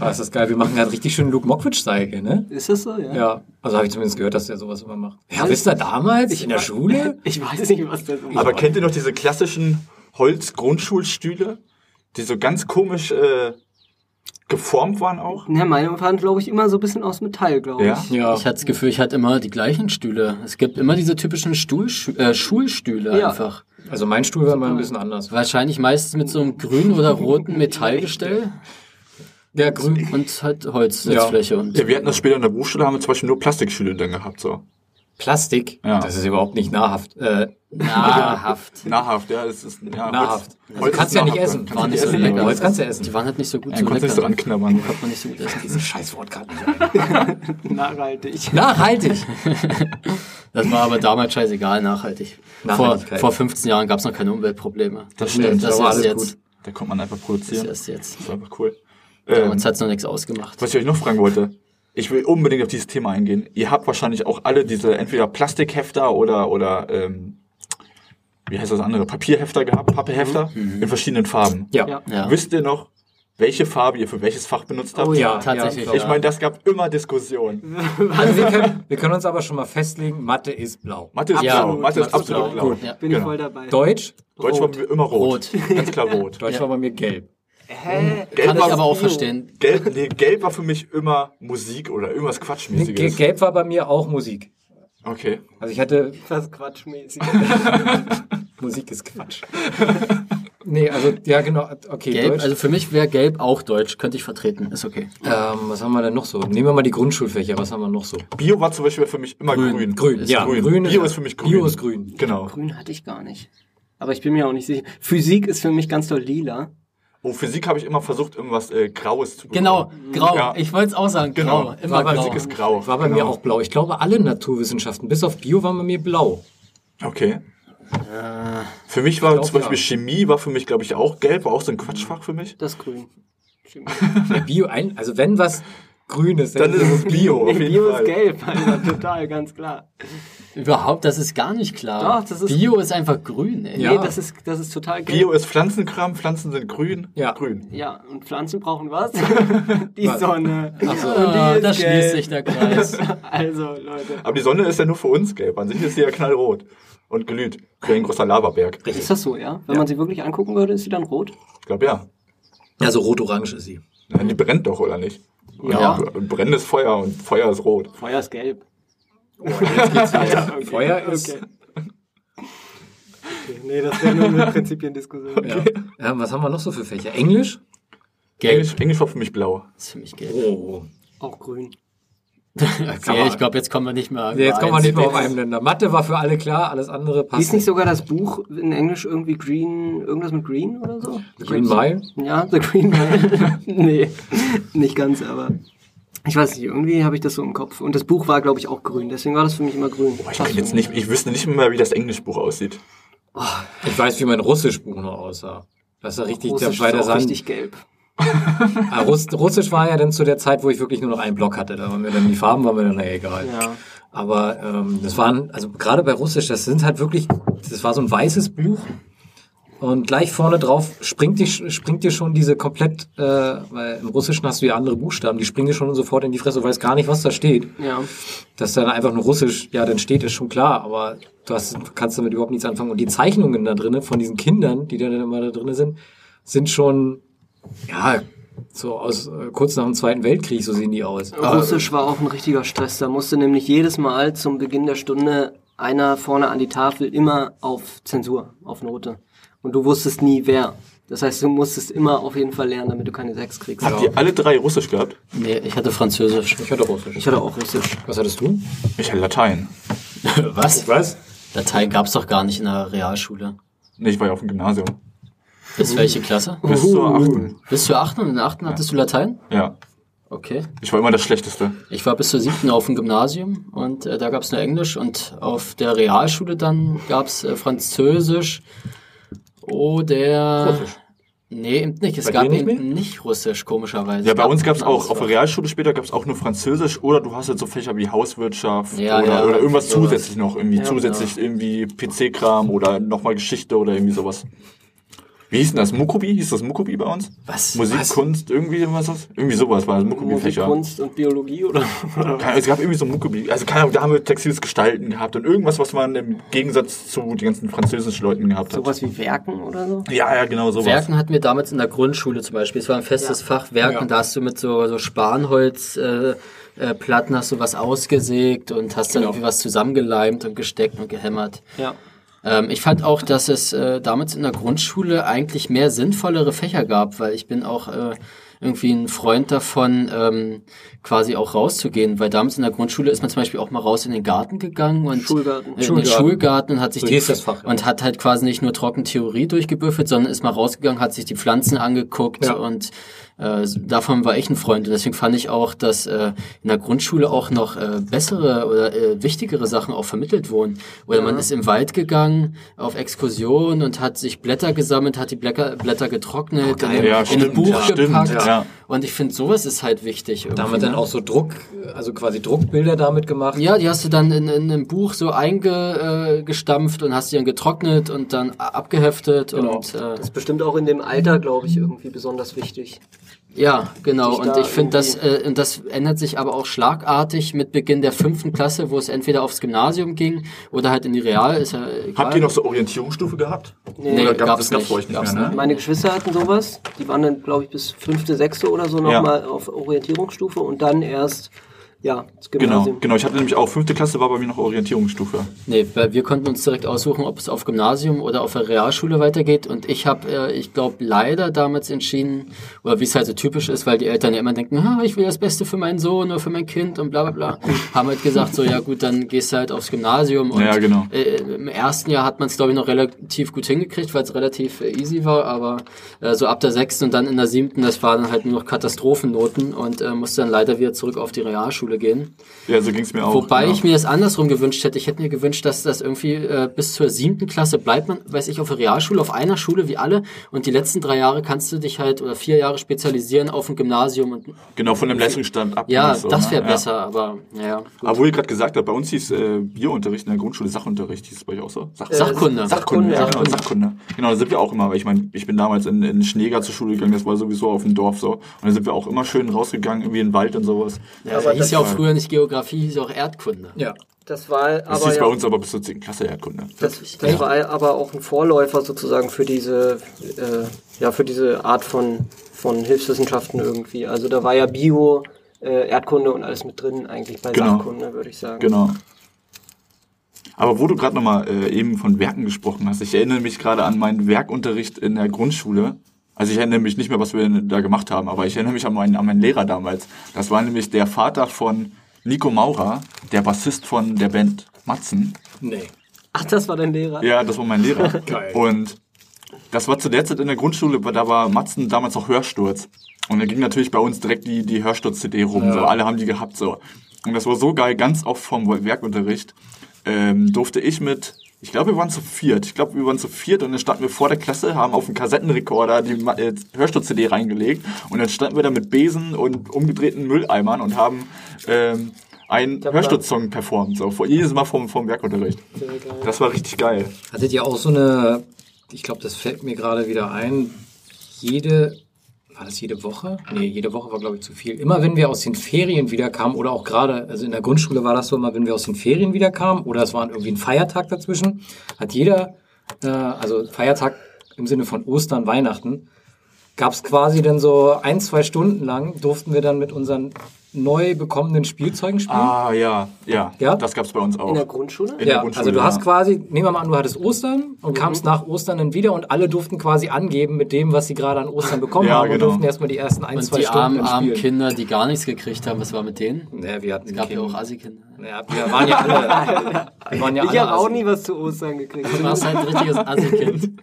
[SPEAKER 3] Ah, ist das geil. Wir machen gerade richtig schön Luke Mockridge-Style, ne?
[SPEAKER 2] Ist das so? Ja.
[SPEAKER 3] Ja. Also habe ich zumindest gehört, dass der sowas immer macht. Ja, wisst ihr damals? in der Schule?
[SPEAKER 2] Ich weiß nicht, was das ist.
[SPEAKER 4] Aber kennt ihr noch diese klassischen Holz-Grundschulstühle, die so ganz komisch äh, geformt waren auch?
[SPEAKER 2] Ja, Ne, meine waren, glaube ich, immer so ein bisschen aus Metall, glaube ich.
[SPEAKER 4] Ja.
[SPEAKER 3] Ja.
[SPEAKER 5] Ich hatte das Gefühl, ich hatte immer die gleichen Stühle. Es gibt immer diese typischen Stuhl, äh, Schulstühle
[SPEAKER 2] Ja.
[SPEAKER 5] einfach.
[SPEAKER 3] Also mein Stuhl war mal ein bisschen anders.
[SPEAKER 5] Wahrscheinlich meistens mit so einem grünen oder roten Metallgestell
[SPEAKER 3] Ja, grün.
[SPEAKER 5] und halt Holzsitzfläche. Und
[SPEAKER 4] Ja, wir hatten das später in der Berufsschule, haben wir zum Beispiel nur Plastikstühle dann gehabt, so.
[SPEAKER 3] Plastik.
[SPEAKER 4] Ja.
[SPEAKER 3] Das ist überhaupt nicht nahrhaft. Äh,
[SPEAKER 5] nahrhaft.
[SPEAKER 4] Nahrhaft, ja, es ist ja,
[SPEAKER 3] nahrhaft.
[SPEAKER 4] Holz-
[SPEAKER 3] Also
[SPEAKER 4] Holz
[SPEAKER 3] kannst
[SPEAKER 4] ist
[SPEAKER 3] du ja nicht
[SPEAKER 4] nahrhaft,
[SPEAKER 3] essen.
[SPEAKER 4] Kannst du nicht
[SPEAKER 5] War
[SPEAKER 4] essen.
[SPEAKER 5] nicht so lecker.
[SPEAKER 3] Holz kannst du essen.
[SPEAKER 5] Die waren halt nicht so gut
[SPEAKER 4] Ja,
[SPEAKER 5] zu
[SPEAKER 4] du konntest nicht so
[SPEAKER 5] leckern.
[SPEAKER 4] anknabbern.
[SPEAKER 5] Konnte man nicht so gut essen.
[SPEAKER 3] <laughs> Dieses Scheißwort gerade.
[SPEAKER 2] Nachhaltig.
[SPEAKER 3] Nachhaltig.
[SPEAKER 5] Das war aber damals scheißegal, nachhaltig. Vor,
[SPEAKER 3] Nachhaltigkeit.
[SPEAKER 5] vor 15 Jahren gab es noch keine Umweltprobleme.
[SPEAKER 4] Das
[SPEAKER 5] Das
[SPEAKER 4] stimmt,
[SPEAKER 3] da
[SPEAKER 5] ist
[SPEAKER 3] war
[SPEAKER 5] erst
[SPEAKER 3] alles
[SPEAKER 5] jetzt.
[SPEAKER 3] gut.
[SPEAKER 4] Da konnte man einfach
[SPEAKER 5] Das ist
[SPEAKER 4] produzieren.
[SPEAKER 5] erst jetzt.
[SPEAKER 4] Das ist einfach cool. Ähm,
[SPEAKER 5] Damals hat es noch nichts ausgemacht.
[SPEAKER 4] Was ich euch noch fragen wollte, ich will unbedingt auf dieses Thema eingehen. Ihr habt wahrscheinlich auch alle diese entweder Plastikhefter oder, oder ähm, wie heißt das andere, Papierhefter gehabt, Pappehefter in verschiedenen Farben.
[SPEAKER 3] Ja.
[SPEAKER 2] Ja.
[SPEAKER 5] Ja.
[SPEAKER 4] Wisst ihr noch, welche Farbe ihr für welches Fach benutzt habt?
[SPEAKER 2] Oh ja.
[SPEAKER 5] Tatsächlich.
[SPEAKER 3] ja,
[SPEAKER 4] Ich meine, das gab immer Diskussionen.
[SPEAKER 3] Also wir, können, wir können uns aber schon mal festlegen, Mathe ist blau.
[SPEAKER 4] Mathe ist
[SPEAKER 5] Ja,
[SPEAKER 4] blau, Mathe ist
[SPEAKER 2] Mathe ist
[SPEAKER 4] absolut
[SPEAKER 2] blau.
[SPEAKER 4] blau.
[SPEAKER 3] Gut.
[SPEAKER 5] Ja.
[SPEAKER 2] Bin
[SPEAKER 4] Genau.
[SPEAKER 2] ich voll dabei.
[SPEAKER 3] Deutsch?
[SPEAKER 4] Deutsch war immer rot. <laughs> Ganz klar rot.
[SPEAKER 3] Deutsch
[SPEAKER 5] Ja.
[SPEAKER 3] war bei mir gelb.
[SPEAKER 2] Hä?
[SPEAKER 5] Kann ich
[SPEAKER 4] war-
[SPEAKER 5] aber auch verstehen.
[SPEAKER 4] Gelb, nee, gelb war für mich immer Musik oder irgendwas
[SPEAKER 3] Ge-
[SPEAKER 4] Quatschmäßiges.
[SPEAKER 3] Gelb war bei mir auch Musik.
[SPEAKER 4] Okay.
[SPEAKER 3] Also ich hatte
[SPEAKER 2] Das quatschmäßig.
[SPEAKER 3] Musik ist
[SPEAKER 4] <laughs>
[SPEAKER 3] Quatsch. nee, also ja genau, okay,
[SPEAKER 5] Gelb,
[SPEAKER 3] Deutsch.
[SPEAKER 5] also für mich wäre gelb auch deutsch, könnte ich vertreten, ist okay.
[SPEAKER 3] ähm, was haben wir denn noch so? Nehmen wir mal die Grundschulfächer, was haben wir noch so?
[SPEAKER 4] Bio war zum Beispiel für mich immer grün.
[SPEAKER 3] Grün,
[SPEAKER 4] Ist
[SPEAKER 3] ja.
[SPEAKER 4] grün.
[SPEAKER 3] Grün
[SPEAKER 4] Bio ist für mich grün.
[SPEAKER 3] Bio ist grün.
[SPEAKER 4] Genau.
[SPEAKER 2] Grün hatte ich gar nicht. Aber ich bin mir auch nicht sicher. Physik ist für mich ganz doll lila.
[SPEAKER 4] Oh, Physik habe ich immer versucht, irgendwas äh, Graues zu bekommen.
[SPEAKER 5] Genau, grau.
[SPEAKER 4] Ja.
[SPEAKER 5] Ich wollte es auch sagen, grau.
[SPEAKER 4] Genau.
[SPEAKER 5] Immer
[SPEAKER 3] Aber
[SPEAKER 5] grau.
[SPEAKER 4] Physik ist grau.
[SPEAKER 3] War bei
[SPEAKER 4] genau.
[SPEAKER 3] mir auch blau. Ich glaube, alle Naturwissenschaften, bis auf Bio, waren bei mir blau.
[SPEAKER 4] Okay. Für mich war
[SPEAKER 3] Äh, glaub,
[SPEAKER 4] zum Beispiel
[SPEAKER 3] ja.
[SPEAKER 4] Chemie, war für mich, glaube ich, auch gelb, war auch so ein Quatschfach für mich.
[SPEAKER 2] Das Grün.
[SPEAKER 3] Bei Bio ein, also wenn was grün ist,
[SPEAKER 4] Dann ist
[SPEAKER 3] <laughs>
[SPEAKER 4] es Bio, auf jeden
[SPEAKER 2] Bio
[SPEAKER 4] Fall.
[SPEAKER 2] ist gelb, Alter, <laughs> total, ganz klar.
[SPEAKER 5] Überhaupt, das ist gar nicht klar.
[SPEAKER 2] Doch, das ist-
[SPEAKER 5] Bio ist einfach grün, ey.
[SPEAKER 3] Ja.
[SPEAKER 2] Nee, das ist, das ist total gelb.
[SPEAKER 4] Bio ist Pflanzenkram, Pflanzen sind grün.
[SPEAKER 3] Ja.
[SPEAKER 4] Grün.
[SPEAKER 2] Ja, und Pflanzen brauchen was? die
[SPEAKER 3] Was?
[SPEAKER 2] Sonne. Ach
[SPEAKER 5] So, da Ah, schließt sich der Kreis.
[SPEAKER 2] <laughs> Also, Leute.
[SPEAKER 4] Aber die Sonne ist ja nur für uns gelb. An sich ist sie ja knallrot. Und glüht. Wie ein großer Lavaberg.
[SPEAKER 2] Ist das so, ja? Wenn man sie wirklich angucken würde, ist sie dann rot?
[SPEAKER 4] Ich glaube, ja.
[SPEAKER 3] Also rot-orange ist sie.
[SPEAKER 4] ja. Die brennt doch, oder nicht?
[SPEAKER 5] Ja.
[SPEAKER 4] Und brennendes Feuer und Feuer ist rot.
[SPEAKER 2] Feuer ist gelb.
[SPEAKER 4] <laughs>
[SPEAKER 3] Feuer ist.
[SPEAKER 2] Okay. okay. Nee, das wäre nur eine
[SPEAKER 3] <laughs>
[SPEAKER 2] Prinzipiendiskussion. <laughs>
[SPEAKER 3] Ja. Ähm, was haben wir noch so für Fächer? Englisch?
[SPEAKER 5] Gelb
[SPEAKER 4] Englisch, Englisch war für mich blau.
[SPEAKER 5] ist für mich gelb.
[SPEAKER 3] Oh.
[SPEAKER 2] Auch grün.
[SPEAKER 5] Okay, ich glaube, jetzt kommen wir nicht mehr.
[SPEAKER 3] Nee, jetzt kommen wir nicht mehr auf
[SPEAKER 5] überein.
[SPEAKER 3] einem Länder. Mathe war für alle klar, alles andere
[SPEAKER 2] Ist
[SPEAKER 3] passt.
[SPEAKER 2] nicht sogar das Buch in Englisch irgendwie green, irgendwas mit green oder so?
[SPEAKER 3] Green Mile?
[SPEAKER 2] Ja, The Green
[SPEAKER 4] <laughs>
[SPEAKER 2] Mile. nee, nicht ganz, aber ich weiß nicht, irgendwie habe ich das so im Kopf. Und das Buch war, glaube ich, auch grün, deswegen war das für mich immer grün.
[SPEAKER 4] Boah, Oh, ich, kann jetzt nicht, ich wüsste nicht mehr, wie das Englischbuch aussieht.
[SPEAKER 3] Ich weiß, wie mein Russischbuch noch aussah. Das war richtig,
[SPEAKER 2] Russisch
[SPEAKER 3] der, bei
[SPEAKER 2] ist
[SPEAKER 3] der
[SPEAKER 2] auch
[SPEAKER 3] Sand.
[SPEAKER 2] richtig gelb.
[SPEAKER 3] Ah, Russ, Russisch war ja dann zu der Zeit, wo ich wirklich nur noch einen Block hatte. Da waren mir dann die Farben, waren mir dann naja, egal.
[SPEAKER 2] Ja.
[SPEAKER 3] Aber ähm, das waren, also gerade bei Russisch, das sind halt wirklich, das war so ein weißes Buch. Und gleich vorne drauf springt dir, springt dir schon diese komplett, äh, weil im Russischen hast du ja andere Buchstaben, die springen dir schon sofort in die Fresse, du weißt gar nicht, was da steht.
[SPEAKER 2] Ja.
[SPEAKER 3] Dass da einfach nur Russisch, ja, dann steht, ist schon klar, aber du hast, kannst damit überhaupt nichts anfangen. Und die Zeichnungen da drinnen von diesen Kindern, die da dann immer da drinnen sind, sind schon, ja, so aus äh, kurz nach dem Zweiten Weltkrieg, so sehen die aus.
[SPEAKER 4] Ah.
[SPEAKER 2] Russisch war auch ein richtiger Stress. Da musste nämlich jedes Mal zum Beginn der Stunde einer vorne an die Tafel immer auf Zensur, auf Note. Und du wusstest nie wer. Das heißt, du musstest immer auf jeden Fall lernen, damit du keine Sechs kriegst.
[SPEAKER 4] Habt ihr alle drei Russisch gehabt?
[SPEAKER 5] Nee, ich hatte Französisch.
[SPEAKER 3] Ich hatte Russisch.
[SPEAKER 2] Ich hatte auch Russisch.
[SPEAKER 3] Was hattest du?
[SPEAKER 4] Ich hatte Latein.
[SPEAKER 5] Was?
[SPEAKER 3] Was?
[SPEAKER 5] Latein gab's doch gar nicht in der Realschule.
[SPEAKER 4] Nee, ich war ja auf dem Gymnasium.
[SPEAKER 5] Bis welche Klasse?
[SPEAKER 4] Bis zur achten.
[SPEAKER 5] Bis zur achten und in der achten hattest du Latein?
[SPEAKER 4] Ja.
[SPEAKER 5] Okay.
[SPEAKER 4] Ich war immer das Schlechteste.
[SPEAKER 5] Ich war bis zur siebten auf dem Gymnasium und äh, da gab's nur Englisch und auf der Realschule dann gab's äh, Französisch oder...
[SPEAKER 3] Russisch.
[SPEAKER 5] Nee, eben nicht. Es
[SPEAKER 3] Bei dir
[SPEAKER 5] gab
[SPEAKER 3] nicht mehr?
[SPEAKER 5] eben nicht Russisch, komischerweise.
[SPEAKER 4] Ja, bei uns gab's
[SPEAKER 5] ein
[SPEAKER 4] auch, auf der
[SPEAKER 5] anderes
[SPEAKER 4] Realschule später gab's auch nur Französisch oder du hast halt so Fächer wie Hauswirtschaft
[SPEAKER 5] Ja,
[SPEAKER 4] oder,
[SPEAKER 5] ja,
[SPEAKER 4] oder irgendwas
[SPEAKER 5] sowas.
[SPEAKER 4] zusätzlich noch, irgendwie zusätzlich irgendwie PC-Kram oder nochmal Geschichte oder irgendwie sowas. Wie hieß denn das? Mukubi? Hieß das Mukubi bei uns?
[SPEAKER 5] Was?
[SPEAKER 4] Musik,
[SPEAKER 5] Was?
[SPEAKER 4] Kunst, irgendwie was? was? Irgendwie sowas war das
[SPEAKER 2] Musik,
[SPEAKER 4] Mukubi-Fächer.
[SPEAKER 2] Kunst und Biologie
[SPEAKER 4] <laughs>
[SPEAKER 2] oder?
[SPEAKER 4] Keine- Es gab irgendwie so Mukubi. Also keine Ahnung, da haben wir textiles Gestalten gehabt und irgendwas, was man im Gegensatz zu den ganzen französischen Leuten gehabt hat.
[SPEAKER 2] Sowas wie Werken oder so?
[SPEAKER 4] Ja, ja, genau sowas.
[SPEAKER 5] Werken hatten wir damals in der Grundschule zum Beispiel. Es war ein festes Fach Werken. Da hast du mit so, so Spanholzplatten äh, äh, Platten hast du was ausgesägt und hast
[SPEAKER 3] Genau.
[SPEAKER 5] dann irgendwie was zusammengeleimt und gesteckt und gehämmert.
[SPEAKER 2] Ja.
[SPEAKER 5] Ähm, ich fand auch, dass es äh, damals in der Grundschule eigentlich mehr sinnvollere Fächer gab, weil ich bin auch äh, irgendwie ein Freund davon, ähm, quasi auch rauszugehen, weil damals in der Grundschule ist man zum Beispiel auch mal raus in den Garten gegangen und
[SPEAKER 2] Schulgarten.
[SPEAKER 5] in den Schulgarten und hat sich
[SPEAKER 3] So
[SPEAKER 5] die
[SPEAKER 3] hieß das Fach, ja.
[SPEAKER 5] und hat halt quasi nicht nur trocken Theorie durchgebüffelt, sondern ist mal rausgegangen, hat sich die Pflanzen angeguckt
[SPEAKER 3] Ja.
[SPEAKER 5] und äh, davon war ich ein Freund und deswegen fand ich auch, dass äh, in der Grundschule auch noch äh, bessere oder äh, wichtigere Sachen auch vermittelt wurden. Oder man ist im Wald gegangen auf Exkursion und hat sich Blätter gesammelt, hat die Blätter, Blätter getrocknet, in,
[SPEAKER 4] Ja,
[SPEAKER 5] in ein
[SPEAKER 4] stimmt,
[SPEAKER 5] Buch
[SPEAKER 4] ja, stimmt,
[SPEAKER 5] gepackt.
[SPEAKER 4] ja.
[SPEAKER 5] Und ich finde, sowas ist halt wichtig. irgendwie,
[SPEAKER 3] Damit dann
[SPEAKER 5] ne?
[SPEAKER 3] auch so Druck, also quasi Druckbilder damit gemacht.
[SPEAKER 5] Ja, die hast du dann in, in einem Buch so eingestampft äh, gestampft und hast die dann getrocknet und dann a- abgeheftet
[SPEAKER 4] Genau.
[SPEAKER 5] und äh,
[SPEAKER 2] Das ist bestimmt auch in dem Alter, glaube ich, irgendwie besonders wichtig.
[SPEAKER 5] ja, genau.
[SPEAKER 2] Sich
[SPEAKER 5] Und
[SPEAKER 2] da
[SPEAKER 5] ich finde das äh, und das ändert sich aber auch schlagartig mit Beginn der fünften Klasse, wo es entweder aufs Gymnasium ging oder halt in die Real. Ist ja egal.
[SPEAKER 4] Habt ihr noch so Orientierungsstufe gehabt?
[SPEAKER 5] Nee,
[SPEAKER 4] Oder
[SPEAKER 5] Äh,
[SPEAKER 4] gab-
[SPEAKER 5] gab's
[SPEAKER 4] das gab's
[SPEAKER 5] nicht,
[SPEAKER 4] bei euch nicht
[SPEAKER 5] gab's
[SPEAKER 4] mehr, ne?
[SPEAKER 5] nicht.
[SPEAKER 2] Meine Geschwister hatten sowas. Die waren dann, glaube ich, bis fünfte, sechste oder so
[SPEAKER 4] Ja.
[SPEAKER 2] nochmal auf Orientierungsstufe und dann erst, ja, das
[SPEAKER 4] Genau,
[SPEAKER 5] Also-
[SPEAKER 2] Gymnasium.
[SPEAKER 4] genau. Ich hatte nämlich auch fünfte Klasse war bei mir noch Orientierungsstufe.
[SPEAKER 5] Nee, weil wir konnten uns direkt aussuchen, ob es auf Gymnasium oder auf der Realschule weitergeht. Und ich habe, äh, ich glaube, leider damals entschieden, oder wie es halt so typisch ist, weil die Eltern ja immer denken, "Ah, ich will das Beste für meinen Sohn oder für mein Kind und bla bla
[SPEAKER 4] <laughs>
[SPEAKER 5] bla. Haben halt gesagt, so ja gut, dann gehst du halt aufs Gymnasium. Und
[SPEAKER 4] Ja, genau.
[SPEAKER 5] äh, Im ersten Jahr hat man es, glaube ich, noch relativ gut hingekriegt, weil es relativ äh, easy war. Aber äh, so ab der sechsten und dann in der siebten, das waren dann halt nur noch Katastrophennoten und äh, musste dann leider wieder zurück auf die Realschule gehen.
[SPEAKER 4] Ja, so ging's mir auch. genau.
[SPEAKER 5] Wobei
[SPEAKER 4] ja.
[SPEAKER 5] ich mir das andersrum gewünscht hätte. Ich hätte mir gewünscht, dass das irgendwie äh, bis zur siebten Klasse bleibt man, weiß ich, auf der Realschule, auf einer Schule wie alle. Und die letzten drei Jahre kannst du dich halt oder vier Jahre spezialisieren auf ein Gymnasium. Und,
[SPEAKER 4] genau von dem Leistungsstand ab.
[SPEAKER 5] ja,
[SPEAKER 4] so,
[SPEAKER 5] das
[SPEAKER 4] ne?
[SPEAKER 5] wäre
[SPEAKER 4] Ja.
[SPEAKER 5] besser, aber naja. gut.
[SPEAKER 4] Aber wo ihr gerade gesagt habt, bei uns hieß äh, Bierunterricht in der Grundschule Sachunterricht, hieß es bei euch auch so?
[SPEAKER 2] Äh,
[SPEAKER 4] Sach
[SPEAKER 5] Sachkunde.
[SPEAKER 4] Sachkunde, ja, genau,
[SPEAKER 5] Sachkunde.
[SPEAKER 4] Sachkunde. Genau, da sind wir auch immer, weil ich meine, ich bin damals in, in Schneeger zur Schule gegangen, das war sowieso auf dem Dorf so. Und da sind wir auch immer schön rausgegangen, irgendwie in den Wald und sowas.
[SPEAKER 5] Ja, aber Also hieß ja auch früher nicht Geografie, hieß auch Erdkunde.
[SPEAKER 3] Ja.
[SPEAKER 2] Das war
[SPEAKER 4] Das
[SPEAKER 2] aber
[SPEAKER 4] hieß
[SPEAKER 2] ja,
[SPEAKER 4] bei uns aber bis zur 10. Klasse Erdkunde.
[SPEAKER 2] das, das war aber auch ein Vorläufer sozusagen für diese, äh, ja, für diese Art von, von Hilfswissenschaften irgendwie. Also da war ja Bio, äh, Erdkunde und alles mit drin eigentlich bei
[SPEAKER 4] Genau.
[SPEAKER 2] Sachkunde, würde ich sagen.
[SPEAKER 4] Genau. Aber wo du gerade nochmal äh, eben von Werken gesprochen hast, ich erinnere mich gerade an meinen Werkunterricht in der Grundschule. Also ich erinnere mich nicht mehr, was wir da gemacht haben, aber ich erinnere mich an meinen, an meinen Lehrer damals. Das war nämlich der Vater von Nico Maurer, der Bassist von der Band Matzen.
[SPEAKER 3] Nee.
[SPEAKER 2] Ach, das war dein Lehrer?
[SPEAKER 4] Ja, das war mein Lehrer.
[SPEAKER 3] Geil.
[SPEAKER 4] Und das war zu der Zeit in der Grundschule, da war Matzen damals noch Hörsturz. Und dann ging natürlich bei uns direkt die, die Hörsturz-CD rum. So, alle haben die gehabt. so. Und das war so geil, ganz oft vom Werkunterricht ähm, durfte ich mit Ich glaube, wir waren zu viert. Ich glaube, wir waren zu viert und dann standen wir vor der Klasse, haben auf den Kassettenrekorder die Ma- äh, Hörstuhl-CD reingelegt und dann standen wir da mit Besen und umgedrehten Mülleimern und haben ähm, einen
[SPEAKER 2] hab
[SPEAKER 4] Hörstuhl-Song performt. So, vor, jedes Mal vom, vom Werkunterricht.
[SPEAKER 2] Sehr geil.
[SPEAKER 4] Das war richtig geil.
[SPEAKER 3] Hattet ihr auch so eine, ich glaube, das fällt mir gerade wieder ein, jede, war das jede Woche? Nee, jede Woche war, glaube ich, zu viel. Immer wenn wir aus den Ferien wiederkamen oder auch gerade, also in der Grundschule war das so, immer wenn wir aus den Ferien wiederkamen oder es war irgendwie ein Feiertag dazwischen, hat jeder, äh, also Feiertag im Sinne von Ostern, Weihnachten, gab es quasi dann so ein, zwei Stunden lang, durften wir dann mit unseren neu bekommenen Spielzeugen spielen.
[SPEAKER 4] Ah, ja, ja.
[SPEAKER 3] Ja?
[SPEAKER 4] Das gab's bei uns auch.
[SPEAKER 2] In der Grundschule?
[SPEAKER 4] In der
[SPEAKER 3] Ja, Mhm.
[SPEAKER 4] Grundschule,
[SPEAKER 3] also du
[SPEAKER 4] ja.
[SPEAKER 3] hast quasi, nehmen wir mal an, du hattest Ostern und kamst nach Ostern dann wieder und alle durften quasi angeben mit dem, was sie gerade an Ostern <laughs> bekommen
[SPEAKER 4] Ja,
[SPEAKER 3] haben und
[SPEAKER 4] genau.
[SPEAKER 3] durften erstmal die ersten ein,
[SPEAKER 5] Und
[SPEAKER 3] zwei
[SPEAKER 5] die
[SPEAKER 3] Stunden
[SPEAKER 5] armen,
[SPEAKER 3] dann
[SPEAKER 5] armen
[SPEAKER 3] spielen.
[SPEAKER 5] Kinder, die gar nichts gekriegt haben, was war mit denen?
[SPEAKER 3] Nee, wir hatten
[SPEAKER 5] Gab ja
[SPEAKER 3] Kinder.
[SPEAKER 5] auch Assi-Kinder.
[SPEAKER 3] Ja, wir waren ja alle. Wir waren ja
[SPEAKER 2] Ich
[SPEAKER 3] alle
[SPEAKER 2] habe auch
[SPEAKER 3] Assi.
[SPEAKER 2] nie was zu Ostern gekriegt.
[SPEAKER 5] Du warst halt ein richtiges Assi-Kind.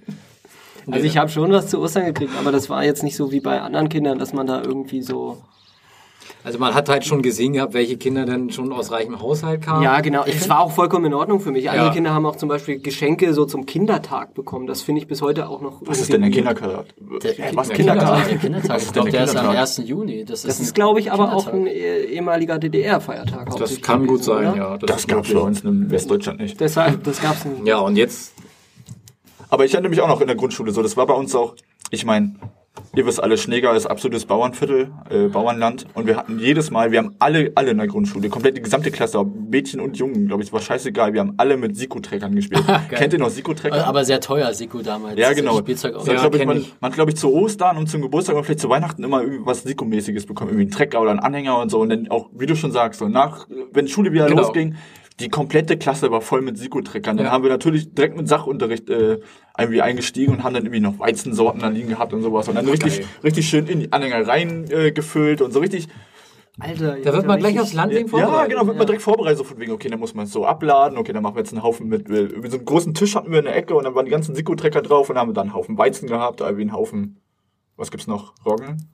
[SPEAKER 2] Also ich habe schon was zu Ostern gekriegt, aber das war jetzt nicht so wie bei anderen Kindern, dass man da irgendwie so.
[SPEAKER 3] Also man hat halt schon gesehen gehabt, welche Kinder dann schon aus reichem Haushalt kamen.
[SPEAKER 2] Ja, genau. Es war auch vollkommen in Ordnung für mich. Andere
[SPEAKER 3] Ja.
[SPEAKER 2] Kinder haben auch zum Beispiel Geschenke so zum Kindertag bekommen. Das finde ich bis heute auch noch.
[SPEAKER 4] Was ist
[SPEAKER 2] irgendwie
[SPEAKER 4] denn der
[SPEAKER 2] weird.
[SPEAKER 4] Kinderkader?
[SPEAKER 5] Der
[SPEAKER 4] Was-
[SPEAKER 5] Kindertag. Der Kindertag. Ich glaube,
[SPEAKER 4] der
[SPEAKER 5] der ist am
[SPEAKER 4] Kindertag?
[SPEAKER 5] 1. Juni. Das ist,
[SPEAKER 2] Das
[SPEAKER 5] ein
[SPEAKER 2] ist, glaube ich, aber auch ein
[SPEAKER 5] Kindertag.
[SPEAKER 2] eh- ehemaliger DDR-Feiertag.
[SPEAKER 3] Das kann gut sein, ja.
[SPEAKER 4] Das gab's bei uns in Westdeutschland nicht.
[SPEAKER 2] ne? Deshalb, das gab's nicht.
[SPEAKER 3] Ja, und jetzt
[SPEAKER 4] Aber ich erinnere mich auch noch in der Grundschule so. Das war bei uns auch, ich meine, ihr wisst alle, Schneeger ist absolutes Bauernviertel, äh, Bauernland. Und wir hatten jedes Mal, wir haben alle, alle in der Grundschule, komplett die gesamte Klasse, ob Mädchen und Jungen, glaube ich, war scheißegal. Wir haben alle mit Siko-Treckern gespielt.
[SPEAKER 3] <laughs>
[SPEAKER 4] Kennt ihr noch Siko-Trecker?
[SPEAKER 5] Äh, Also, Aber sehr teuer, Siku damals.
[SPEAKER 4] ja, genau.
[SPEAKER 5] Das Spielzeug auch.
[SPEAKER 4] So,
[SPEAKER 3] Ja,
[SPEAKER 4] glaub ich,
[SPEAKER 3] kenn
[SPEAKER 4] man
[SPEAKER 3] ich.
[SPEAKER 4] man hat, glaube ich, zu Ostern und zum Geburtstag und vielleicht zu Weihnachten immer irgendwie was Siko-mäßiges bekommen. Irgendwie einen Trecker oder einen Anhänger und so. Und dann auch, wie du schon sagst, so nach, wenn Schule wieder
[SPEAKER 3] Genau.
[SPEAKER 4] losging, die komplette Klasse war voll mit Siko-Treckern. Dann haben wir natürlich direkt mit Sachunterricht äh, irgendwie eingestiegen und haben dann irgendwie noch Weizensorten da liegen gehabt und sowas. Und dann richtig,
[SPEAKER 3] geil.
[SPEAKER 4] richtig schön in die Anhänger rein äh, gefüllt und so richtig.
[SPEAKER 2] Alter,
[SPEAKER 3] da wird man gleich aufs Land nehmen
[SPEAKER 4] Ja, genau, wird man direkt vorbereitet, so von wegen, okay, dann muss man es so abladen, okay, dann machen wir jetzt einen Haufen mit, äh, mit so einem großen Tisch hatten wir in der Ecke und dann waren die ganzen Siko-Trecker drauf und dann haben wir dann einen Haufen Weizen gehabt, irgendwie einen Haufen, was gibt's noch,
[SPEAKER 5] <laughs>
[SPEAKER 4] Roggen?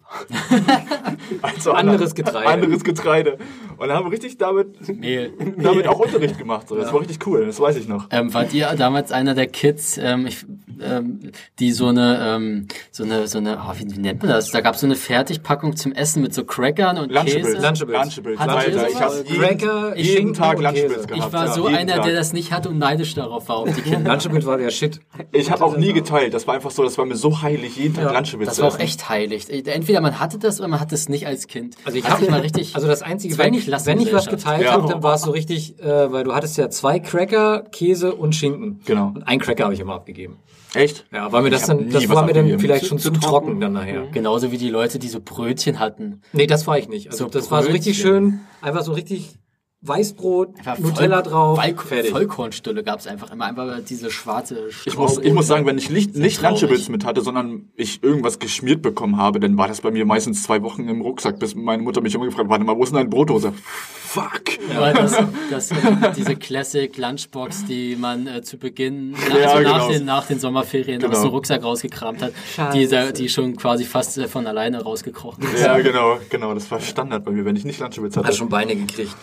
[SPEAKER 4] also
[SPEAKER 3] Anderes Getreide.
[SPEAKER 4] Anderes Getreide. Und dann haben wir richtig damit,
[SPEAKER 5] Mehl.
[SPEAKER 4] damit auch Unterricht gemacht, so. das war richtig cool, das weiß ich noch.
[SPEAKER 5] Ähm, wart ihr damals einer der Kids, ähm, ich, ähm, die so eine, ähm, so eine, so eine, oh, wie, wie nennt man das? Da gab es so eine Fertigpackung zum Essen mit so Crackern und
[SPEAKER 4] Lunchables.
[SPEAKER 5] Käse.
[SPEAKER 3] Lunchables.
[SPEAKER 4] Lunchables.
[SPEAKER 5] Hattet ihr
[SPEAKER 4] Alter, ich
[SPEAKER 5] sowas?
[SPEAKER 4] hab
[SPEAKER 3] Cracker,
[SPEAKER 4] jeden,
[SPEAKER 3] Schinken
[SPEAKER 4] jeden Tag
[SPEAKER 3] und
[SPEAKER 4] Lunchables
[SPEAKER 3] Käse.
[SPEAKER 4] gehabt.
[SPEAKER 5] Ich war
[SPEAKER 4] ja,
[SPEAKER 5] so
[SPEAKER 4] jeden
[SPEAKER 5] einer,
[SPEAKER 4] Tag.
[SPEAKER 5] der das nicht hatte und neidisch darauf war, auf die Kinder.
[SPEAKER 3] Lunchable war der Shit.
[SPEAKER 4] Ich habe auch nie geteilt, das war einfach so, das war mir so heilig, jeden Tag Lunchables
[SPEAKER 5] Das
[SPEAKER 4] zu
[SPEAKER 5] war auch
[SPEAKER 4] essen.
[SPEAKER 5] echt heilig. Entweder man hatte das oder man hatte es nicht als Kind.
[SPEAKER 3] Also ich
[SPEAKER 5] Hat sich
[SPEAKER 3] habe
[SPEAKER 5] mal richtig.
[SPEAKER 3] Also das einzige, wenn ich, wenn ich was geteilt
[SPEAKER 4] Ja.
[SPEAKER 3] habe, dann war es so richtig, äh, weil du hattest ja zwei Cracker, Käse und Schinken.
[SPEAKER 4] Genau.
[SPEAKER 3] Und einen Cracker habe ich immer abgegeben.
[SPEAKER 4] Echt?
[SPEAKER 3] Ja, weil mir das
[SPEAKER 4] hab
[SPEAKER 3] dann,
[SPEAKER 4] nie
[SPEAKER 3] das
[SPEAKER 4] was
[SPEAKER 3] war mir dann
[SPEAKER 4] abgegeben.
[SPEAKER 3] vielleicht schon zu trocken dann nachher.
[SPEAKER 5] Genauso wie die Leute, die so Brötchen hatten.
[SPEAKER 3] Nee, das war ich nicht. Also
[SPEAKER 5] So
[SPEAKER 3] das war so richtig schön,
[SPEAKER 5] Brötchen.
[SPEAKER 3] einfach so richtig Weißbrot,
[SPEAKER 5] Einfach
[SPEAKER 3] Nutella drauf,
[SPEAKER 5] Vollk
[SPEAKER 3] fertig.
[SPEAKER 5] Vollkornstulle gab es einfach immer. Einfach diese schwarze
[SPEAKER 4] Ich muss, ich muss sagen, wenn ich nicht, nicht
[SPEAKER 5] traurig.
[SPEAKER 4] Lunchables mit hatte, sondern ich irgendwas geschmiert bekommen habe, dann war das bei mir meistens zwei Wochen im Rucksack, bis meine Mutter mich immer gefragt hat, warte mal, wo ist denn deine Brotdose? Fuck.
[SPEAKER 5] Aber das, das, diese Classic Lunchbox, die man äh, zu Beginn, nach,
[SPEAKER 4] Ja,
[SPEAKER 5] also nach,
[SPEAKER 4] genau.
[SPEAKER 5] den, nach den Sommerferien aus
[SPEAKER 4] Genau.
[SPEAKER 5] dem Rucksack rausgekramt hat, die, da, die schon quasi fast äh, von alleine rausgekrochen ist.
[SPEAKER 4] Ja, genau, genau. Das war Standard bei mir, wenn ich nicht Lunchables hatte.
[SPEAKER 3] Hat schon Beine gekriegt.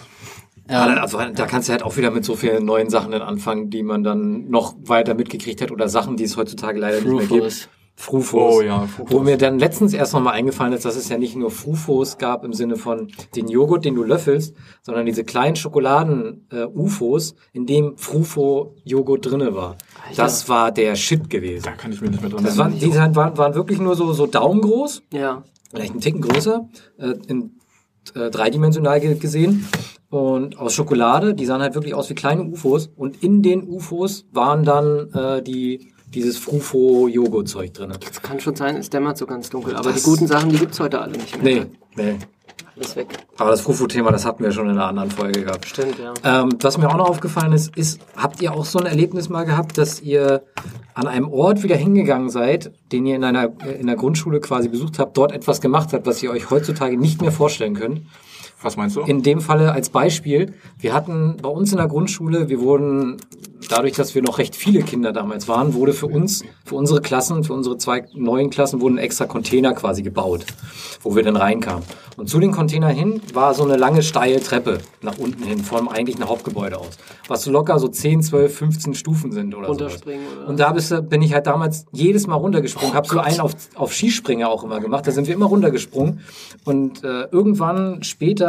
[SPEAKER 3] Ja, da, also, da kannst du halt auch wieder mit so vielen neuen Sachen dann anfangen, die man dann noch weiter mitgekriegt hat oder Sachen, die es heutzutage leider nicht mehr
[SPEAKER 5] Frufos.
[SPEAKER 3] gibt. Frufos.
[SPEAKER 4] Oh ja, Frufos.
[SPEAKER 3] Wo mir dann letztens erst nochmal eingefallen ist, dass es ja nicht nur Frufos gab im Sinne von den Joghurt, den du löffelst, sondern diese kleinen Schokoladen-UFos, in dem Frufo-Joghurt drinne war. Das war der Shit gewesen.
[SPEAKER 4] da kann ich mir nicht mehr dran
[SPEAKER 3] Das waren, die waren, waren wirklich nur so, so daumengroß
[SPEAKER 2] Ja.
[SPEAKER 3] vielleicht einen Ticken größer, äh, in, äh, dreidimensional ge gesehen. Und aus Schokolade, die sahen halt wirklich aus wie kleine UFOs. Und in den UFOs waren dann äh, die, dieses Frufo-Joghurt-Zeug drin.
[SPEAKER 2] Das kann schon sein, es dämmert so ganz dunkel. Aber die guten Sachen, die gibt's heute alle nicht mehr.
[SPEAKER 3] Nee, nee.
[SPEAKER 2] Alles weg.
[SPEAKER 3] Aber das Frufo-Thema, das hatten wir schon in einer anderen Folge gehabt.
[SPEAKER 2] Stimmt, ja.
[SPEAKER 3] Ähm, was mir auch noch aufgefallen ist, ist, habt ihr auch so ein Erlebnis mal gehabt, dass ihr an einem Ort wieder hingegangen seid, den ihr in einer äh, in der Grundschule quasi besucht habt, dort etwas gemacht habt, was ihr euch heutzutage nicht mehr vorstellen könnt?
[SPEAKER 4] Was meinst du?
[SPEAKER 3] In dem Falle als Beispiel, wir hatten bei uns in der Grundschule, wir wurden dadurch, dass wir noch recht viele Kinder damals waren, wurde für uns, für unsere Klassen, für unsere zwei neuen Klassen, wurden extra Container quasi gebaut, wo wir dann reinkamen. Und zu den Containern hin war so eine lange steile Treppe nach unten hin, vom eigentlichen Hauptgebäude aus, was so locker so 10, 12, 15 Stufen sind oder so.
[SPEAKER 2] Runterspringen oder-
[SPEAKER 3] Und da bist, du- bin ich halt damals jedes Mal runtergesprungen,
[SPEAKER 2] Oh
[SPEAKER 3] habe so einen auf, auf Skispringer auch immer gemacht, da sind wir immer runtergesprungen. Und äh, irgendwann später,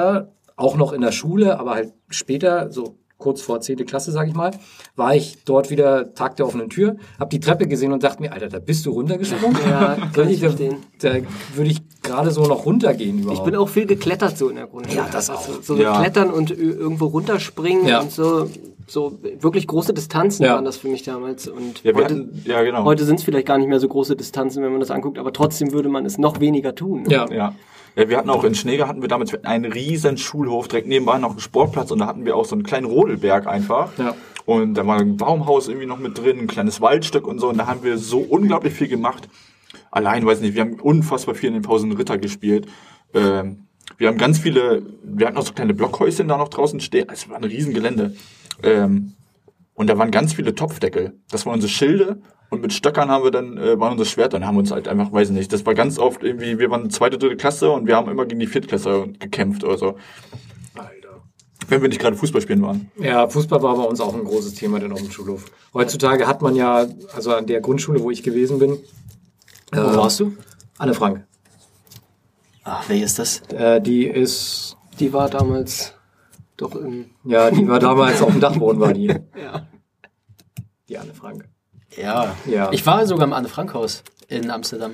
[SPEAKER 3] auch noch in der Schule, aber halt später, so kurz vor 10. Klasse, sage ich mal, war ich dort wieder Tag der offenen Tür, habe die Treppe gesehen und dachte mir, Alter, da bist du runtergesprungen?
[SPEAKER 2] Ja, kann
[SPEAKER 3] Soll <laughs>
[SPEAKER 2] ich
[SPEAKER 3] da,
[SPEAKER 2] verstehen.
[SPEAKER 3] da würde ich gerade so noch runtergehen überhaupt.
[SPEAKER 2] Ich bin auch viel geklettert so in der Grundschule. Ja,
[SPEAKER 3] das auch.
[SPEAKER 2] So, so
[SPEAKER 4] Ja.
[SPEAKER 2] klettern und ir- irgendwo runterspringen
[SPEAKER 3] Ja.
[SPEAKER 2] und so, so wirklich große Distanzen
[SPEAKER 3] Ja.
[SPEAKER 2] waren das für mich damals. Und
[SPEAKER 4] Ja, wir
[SPEAKER 2] heute,
[SPEAKER 4] hatten, ja genau.
[SPEAKER 2] heute sind es vielleicht gar nicht mehr so große Distanzen, wenn man das anguckt, aber trotzdem würde man es noch weniger tun.
[SPEAKER 3] ja.
[SPEAKER 4] Ja. ja. Wir hatten auch in Schneger hatten wir damals einen riesen Schulhof, direkt nebenbei noch einen Sportplatz und da hatten wir auch so einen kleinen Rodelberg einfach.
[SPEAKER 3] Ja.
[SPEAKER 4] Und da war ein Baumhaus irgendwie noch mit drin, ein kleines Waldstück und so. Und da haben wir so unglaublich viel gemacht. Allein, weiß nicht, wir haben unfassbar viel in den Pausen Ritter gespielt. Ähm, wir haben ganz viele, wir hatten auch so kleine Blockhäuschen da noch draußen stehen. Es war ein Riesengelände. Ähm, und da waren ganz viele Topfdeckel. Das waren unsere Schilde. Und mit Stöckern haben wir dann, äh, waren unsere Schwerter und haben uns halt einfach, weiß ich nicht, das war ganz oft irgendwie, wir waren zweite, dritte Klasse und wir haben immer gegen die Viertklässler gekämpft oder so. Wenn wir nicht gerade Fußball spielen waren.
[SPEAKER 3] Ja, Fußball war bei uns auch ein großes Thema dann auf dem Schulhof. Heutzutage hat man ja, also an der Grundschule, wo ich gewesen bin,
[SPEAKER 5] Wo warst du?
[SPEAKER 3] Anne Frank.
[SPEAKER 5] Ähm, Ach, wer ist das?
[SPEAKER 3] Äh, die ist,
[SPEAKER 2] Die war damals doch im.
[SPEAKER 3] ja, die war damals auf dem Dachboden, war die.
[SPEAKER 2] Ja.
[SPEAKER 3] Die Anne Frank.
[SPEAKER 5] Ja.
[SPEAKER 3] Ja.
[SPEAKER 5] Ich war sogar im Anne-Frank-Haus in Amsterdam.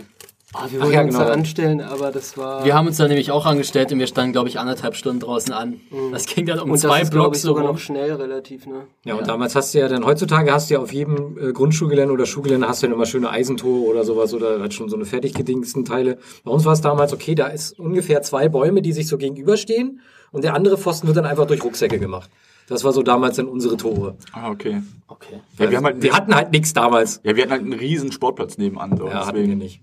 [SPEAKER 2] Ah, wir
[SPEAKER 3] Ach
[SPEAKER 2] wollten
[SPEAKER 3] ja,
[SPEAKER 2] uns
[SPEAKER 3] genau.
[SPEAKER 2] da anstellen, aber das war.
[SPEAKER 5] Wir haben uns da nämlich auch angestellt und wir standen, glaube ich, anderthalb Stunden draußen an. Das ging dann um
[SPEAKER 2] und
[SPEAKER 5] zwei
[SPEAKER 2] das ist, glaube
[SPEAKER 5] Blocks
[SPEAKER 2] ich,
[SPEAKER 5] so
[SPEAKER 2] sogar
[SPEAKER 5] rum.
[SPEAKER 2] noch schnell relativ, ne?
[SPEAKER 3] Ja, und damals hast du ja dann, heutzutage hast du ja auf jedem äh, Grundschulgelände oder Schulgelände hast du ja immer schöne Eisentore oder sowas oder halt schon so eine fertig gedingsten Teile. Bei uns war es damals, okay, da ist ungefähr zwei Bäume, die sich so gegenüberstehen und der andere Pfosten wird dann einfach durch Rucksäcke gemacht. Das war so damals dann unsere Tore.
[SPEAKER 4] Ah, okay.
[SPEAKER 5] Okay.
[SPEAKER 4] Ja, wir, haben halt,
[SPEAKER 3] wir hatten halt nichts damals.
[SPEAKER 4] ja, wir hatten halt einen riesen Sportplatz nebenan. So.
[SPEAKER 3] Ja, hatten wir
[SPEAKER 4] deswegen-
[SPEAKER 3] nicht.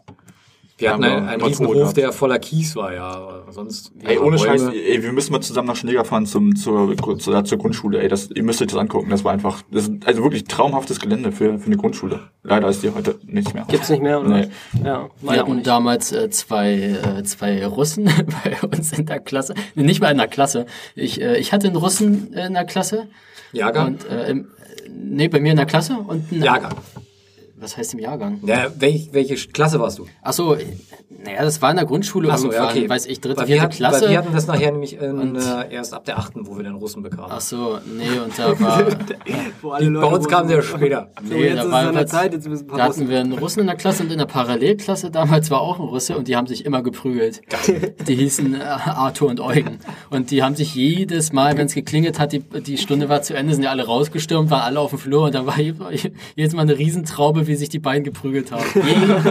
[SPEAKER 3] Wir hatten
[SPEAKER 4] Ja,
[SPEAKER 3] einen,
[SPEAKER 4] aber
[SPEAKER 3] einen
[SPEAKER 4] immer
[SPEAKER 3] riesen
[SPEAKER 4] Tod
[SPEAKER 3] Hof,
[SPEAKER 4] gehabt.
[SPEAKER 3] der voller Kies war, ja. aber Sonst.
[SPEAKER 4] Ey,
[SPEAKER 3] ja,
[SPEAKER 4] ohne
[SPEAKER 3] Bäume.
[SPEAKER 4] Scheiß, ey, wir müssen mal zusammen nach Schneger fahren zum, zur, zur, zur Grundschule. Ey, das, ihr müsst euch das angucken. Das war einfach, das ist also wirklich traumhaftes Gelände für, für eine Grundschule. Leider ist die heute nicht mehr.
[SPEAKER 2] Gibt's nicht mehr, oder?
[SPEAKER 4] Nee.
[SPEAKER 2] Ja,
[SPEAKER 5] Wir
[SPEAKER 2] meine auch
[SPEAKER 5] hatten
[SPEAKER 2] nicht.
[SPEAKER 5] damals äh, zwei, äh, zwei Russen <laughs> bei uns in der Klasse. Nee, Nicht mal in der Klasse. Ich, äh, ich hatte einen Russen äh, in der Klasse.
[SPEAKER 3] Jahrgang?
[SPEAKER 5] Und, äh, im, nee, bei mir in der Klasse und ein,
[SPEAKER 3] Jahrgang.
[SPEAKER 5] Was heißt im Jahrgang?
[SPEAKER 3] Ja, welch, welche Klasse warst du?
[SPEAKER 5] Achso, naja, das war in der Grundschule
[SPEAKER 3] Ach so,
[SPEAKER 5] irgendwann, weiß ich, dritte,
[SPEAKER 3] Weil wir
[SPEAKER 5] vierte
[SPEAKER 3] hatten-
[SPEAKER 5] Klasse.
[SPEAKER 3] Weil wir hatten das nachher nämlich in, äh, erst ab der achten, wo wir den Russen bekamen.
[SPEAKER 5] Achso, nee, und da war,
[SPEAKER 3] <laughs>
[SPEAKER 2] Wo alle
[SPEAKER 3] Bei uns kam der später.
[SPEAKER 2] So,
[SPEAKER 5] nee,
[SPEAKER 2] jetzt
[SPEAKER 5] da
[SPEAKER 2] ist es
[SPEAKER 5] war
[SPEAKER 2] an der
[SPEAKER 5] jetzt-
[SPEAKER 2] Zeit, jetzt müssen ein
[SPEAKER 5] da
[SPEAKER 2] paar
[SPEAKER 5] hatten wir einen Russen in der Klasse und in der Parallelklasse damals war auch ein Russe und die haben sich immer geprügelt. Die hießen äh, Arthur und Eugen. Und die haben sich jedes Mal, wenn es geklingelt hat, die, die Stunde war zu Ende, sind ja alle rausgestürmt, waren alle auf dem Flur und da war je- jedes Mal eine Riesentraube, wie sich die beiden geprügelt haben.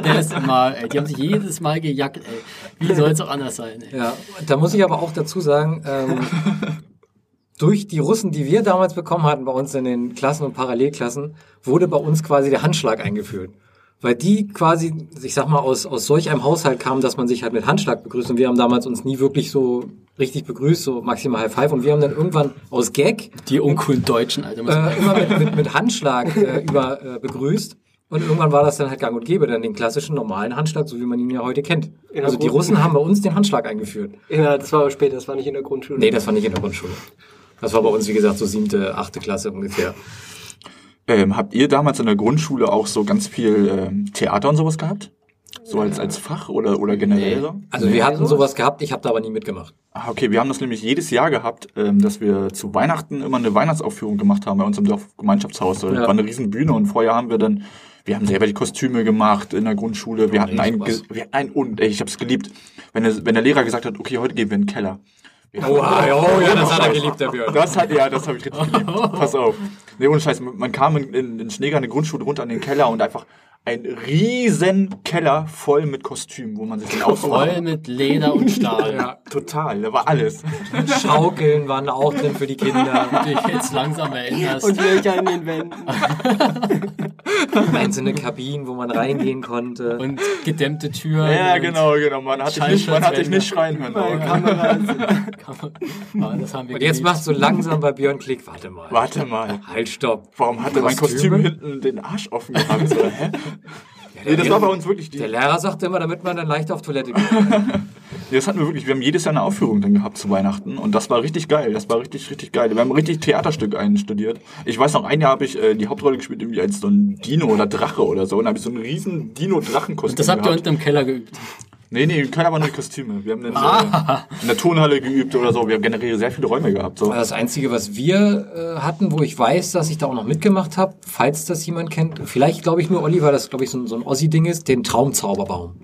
[SPEAKER 5] Jedes Mal, ey. Die haben sich jedes Mal gejagt, ey. Wie soll es auch anders sein, ey?
[SPEAKER 3] Ja, da muss ich aber auch dazu sagen,
[SPEAKER 5] <laughs>
[SPEAKER 3] ähm, durch die Russen, die wir damals bekommen hatten bei uns in den Klassen und Parallelklassen, wurde bei uns quasi der Handschlag eingeführt. Weil die quasi, ich sag mal, aus, aus solch einem Haushalt kamen, dass man sich halt mit Handschlag begrüßt und wir haben damals uns nie wirklich so richtig begrüßt, so maximal High Five und wir haben dann irgendwann aus Gag
[SPEAKER 5] Die uncoolen Deutschen, Alter. muss man
[SPEAKER 3] äh, immer mit, mit, mit Handschlag äh, über, äh, begrüßt. Und irgendwann war das dann halt gang und gäbe, dann den klassischen normalen Handschlag, so wie man ihn ja heute kennt.
[SPEAKER 2] Ja,
[SPEAKER 3] also die
[SPEAKER 2] gut.
[SPEAKER 3] Russen haben bei uns den Handschlag eingeführt.
[SPEAKER 2] Ja, das war aber später, das war nicht in der Grundschule. <laughs>
[SPEAKER 3] Nee, das war nicht in der Grundschule. Das war bei uns, wie gesagt, so siebte, achte Klasse ungefähr.
[SPEAKER 4] Ähm, habt ihr damals in der Grundschule auch so ganz viel ähm, Theater und sowas gehabt? So als, als Fach oder, oder generell? so?
[SPEAKER 3] Also wir hatten sowas gehabt, ich habe da aber nie mitgemacht.
[SPEAKER 4] Ah, Okay, wir haben das nämlich jedes Jahr gehabt, ähm, dass wir zu Weihnachten immer eine Weihnachtsaufführung gemacht haben bei uns im Dorfgemeinschaftshaus. Da
[SPEAKER 3] Ja.
[SPEAKER 4] war eine riesen Bühne und vorher haben wir dann, wir haben selber die Kostüme gemacht in der Grundschule. Wir hatten
[SPEAKER 3] Oh, nee,
[SPEAKER 4] einen,
[SPEAKER 3] sowas.
[SPEAKER 4] Ge- wir hatten einen und ey, ich hab's geliebt, wenn der, wenn der Lehrer gesagt hat, okay, heute gehen wir in den Keller. Wir haben-
[SPEAKER 3] oh ja, das hat er geliebt,
[SPEAKER 4] <laughs>
[SPEAKER 3] der Björn.
[SPEAKER 4] das hat, ja, das habe ich richtig geliebt. Pass auf. Nee, ohne Scheiß. Man kam in, in, in Schneeger eine Grundschule runter in den Keller und einfach ein riesen Keller voll mit Kostümen, wo man sich den aussuchen
[SPEAKER 5] Voll mit Leder
[SPEAKER 2] <laughs>
[SPEAKER 5] und Stahl.
[SPEAKER 4] Ja, total. Da war alles.
[SPEAKER 3] Schaukeln waren auch drin für die Kinder.
[SPEAKER 5] Dich jetzt langsam erinnerst.
[SPEAKER 2] Und Löcher in den Wänden.
[SPEAKER 1] Einzelne Kabinen, wo man reingehen konnte.
[SPEAKER 5] Und gedämmte Türen.
[SPEAKER 4] Ja,
[SPEAKER 5] und
[SPEAKER 4] genau, genau. Man hat dich nicht, man hat dich nicht schreien hören. aber-
[SPEAKER 5] Kamera- Aber das haben wir
[SPEAKER 3] Und jetzt
[SPEAKER 5] geliebt.
[SPEAKER 3] macht so langsam bei Björn Klick. Warte mal.
[SPEAKER 4] Warte mal.
[SPEAKER 3] Halt, stopp.
[SPEAKER 4] Warum hatte mein Kostüm hinten den Arsch offen gehabt? So, hä? nee, das war bei uns wirklich die.
[SPEAKER 3] Der Lehrer sagt immer, damit man dann leicht auf Toilette geht.
[SPEAKER 4] Nee, Das hatten wir wirklich. Wir haben jedes Jahr eine Aufführung dann gehabt zu Weihnachten und das war richtig geil. Das war richtig, richtig geil. Wir haben richtig Theaterstück einstudiert. Ich weiß noch, ein Jahr habe ich äh, die Hauptrolle gespielt, irgendwie als so ein Dino oder Drache oder so. Und da habe ich so einen riesen Dino-Drachenkostüm.
[SPEAKER 5] das habt ihr
[SPEAKER 4] gehabt.
[SPEAKER 5] unten im Keller geübt.
[SPEAKER 4] Nee, nee, wir können aber nur Kostüme. Wir haben dann
[SPEAKER 5] Ah.
[SPEAKER 4] so in der Turnhalle geübt oder so. Wir haben generell sehr viele Räume gehabt. So.
[SPEAKER 3] Das Einzige, was wir äh, hatten, wo ich weiß, dass ich da auch noch mitgemacht habe, falls das jemand kennt, vielleicht glaube ich nur Olli, weil das glaube ich so ein, so ein Ossi-Ding ist, den Traumzauberbaum.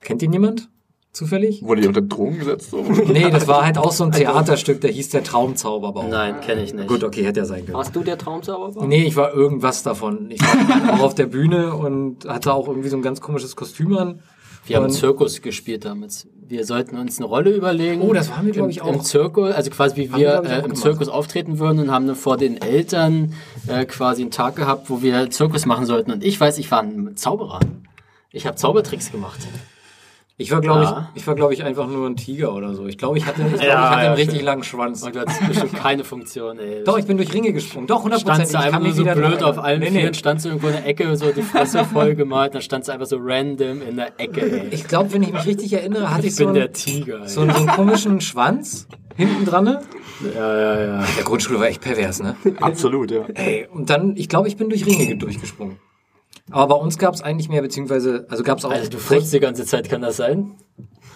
[SPEAKER 3] Kennt ihn jemand? Zufällig?
[SPEAKER 4] Wurde ihr unter Drogen gesetzt? So.
[SPEAKER 3] Nee, das war halt auch so ein
[SPEAKER 5] Also-
[SPEAKER 3] Theaterstück, der hieß der Traumzauberbaum.
[SPEAKER 5] Nein, kenne ich nicht.
[SPEAKER 3] Gut, okay, hätte ja sein können.
[SPEAKER 2] Warst du der Traumsauber?
[SPEAKER 3] Nee, ich war irgendwas davon. Ich war auch auf der Bühne und hatte auch irgendwie so ein ganz komisches Kostüm an.
[SPEAKER 5] Wir haben
[SPEAKER 3] Und-
[SPEAKER 5] Zirkus gespielt damals. Wir sollten uns eine Rolle überlegen.
[SPEAKER 3] Oh, das haben wir, glaub ich,
[SPEAKER 5] Im, im
[SPEAKER 3] auch.
[SPEAKER 5] Zirkus, also quasi wie
[SPEAKER 3] Haben wir,
[SPEAKER 5] wir
[SPEAKER 3] glaub ich, auch
[SPEAKER 5] äh, im
[SPEAKER 3] gemacht.
[SPEAKER 5] Zirkus auftreten würden und haben dann vor den Eltern äh, quasi einen Tag gehabt, wo wir Zirkus machen sollten. Und ich weiß, ich war ein Zauberer. Ich habe Zaubertricks gemacht.
[SPEAKER 3] Ich war, glaube
[SPEAKER 5] Ja.
[SPEAKER 3] ich, ich war, glaube ich, einfach nur ein Tiger oder so. Ich glaube, ich hatte, ich glaub, ich
[SPEAKER 5] Ja,
[SPEAKER 3] hatte
[SPEAKER 5] ja,
[SPEAKER 3] einen richtig
[SPEAKER 5] stimmt.
[SPEAKER 3] langen Schwanz.
[SPEAKER 5] Und du
[SPEAKER 3] <laughs>
[SPEAKER 5] hattest bestimmt keine Funktion, ey.
[SPEAKER 3] Doch, ich bin durch Ringe gesprungen. Doch, 100 Prozent.
[SPEAKER 5] standst du einfach nur so blöd auf allen
[SPEAKER 3] nee, nee.
[SPEAKER 5] Vieren, standst du irgendwo in der Ecke, so
[SPEAKER 3] <laughs>
[SPEAKER 5] die Fresse voll gemalt, dann standst du einfach so random in der Ecke, ey.
[SPEAKER 3] Ich glaube, wenn ich mich richtig erinnere, hatte ich,
[SPEAKER 5] Ich
[SPEAKER 3] so,
[SPEAKER 5] bin der
[SPEAKER 3] einen,
[SPEAKER 5] Tiger, ey.
[SPEAKER 3] so, einen, so einen komischen Schwanz hinten dran. ne?
[SPEAKER 5] ja, ja, ja.
[SPEAKER 3] Der Grundschule war echt pervers, ne?
[SPEAKER 4] Absolut, ja.
[SPEAKER 3] Ey, und dann, ich glaube, ich bin durch Ringe durchgesprungen. Aber bei uns gab es eigentlich mehr, beziehungsweise, also gab es auch.
[SPEAKER 5] Also du furzt die ganze Zeit, kann das sein?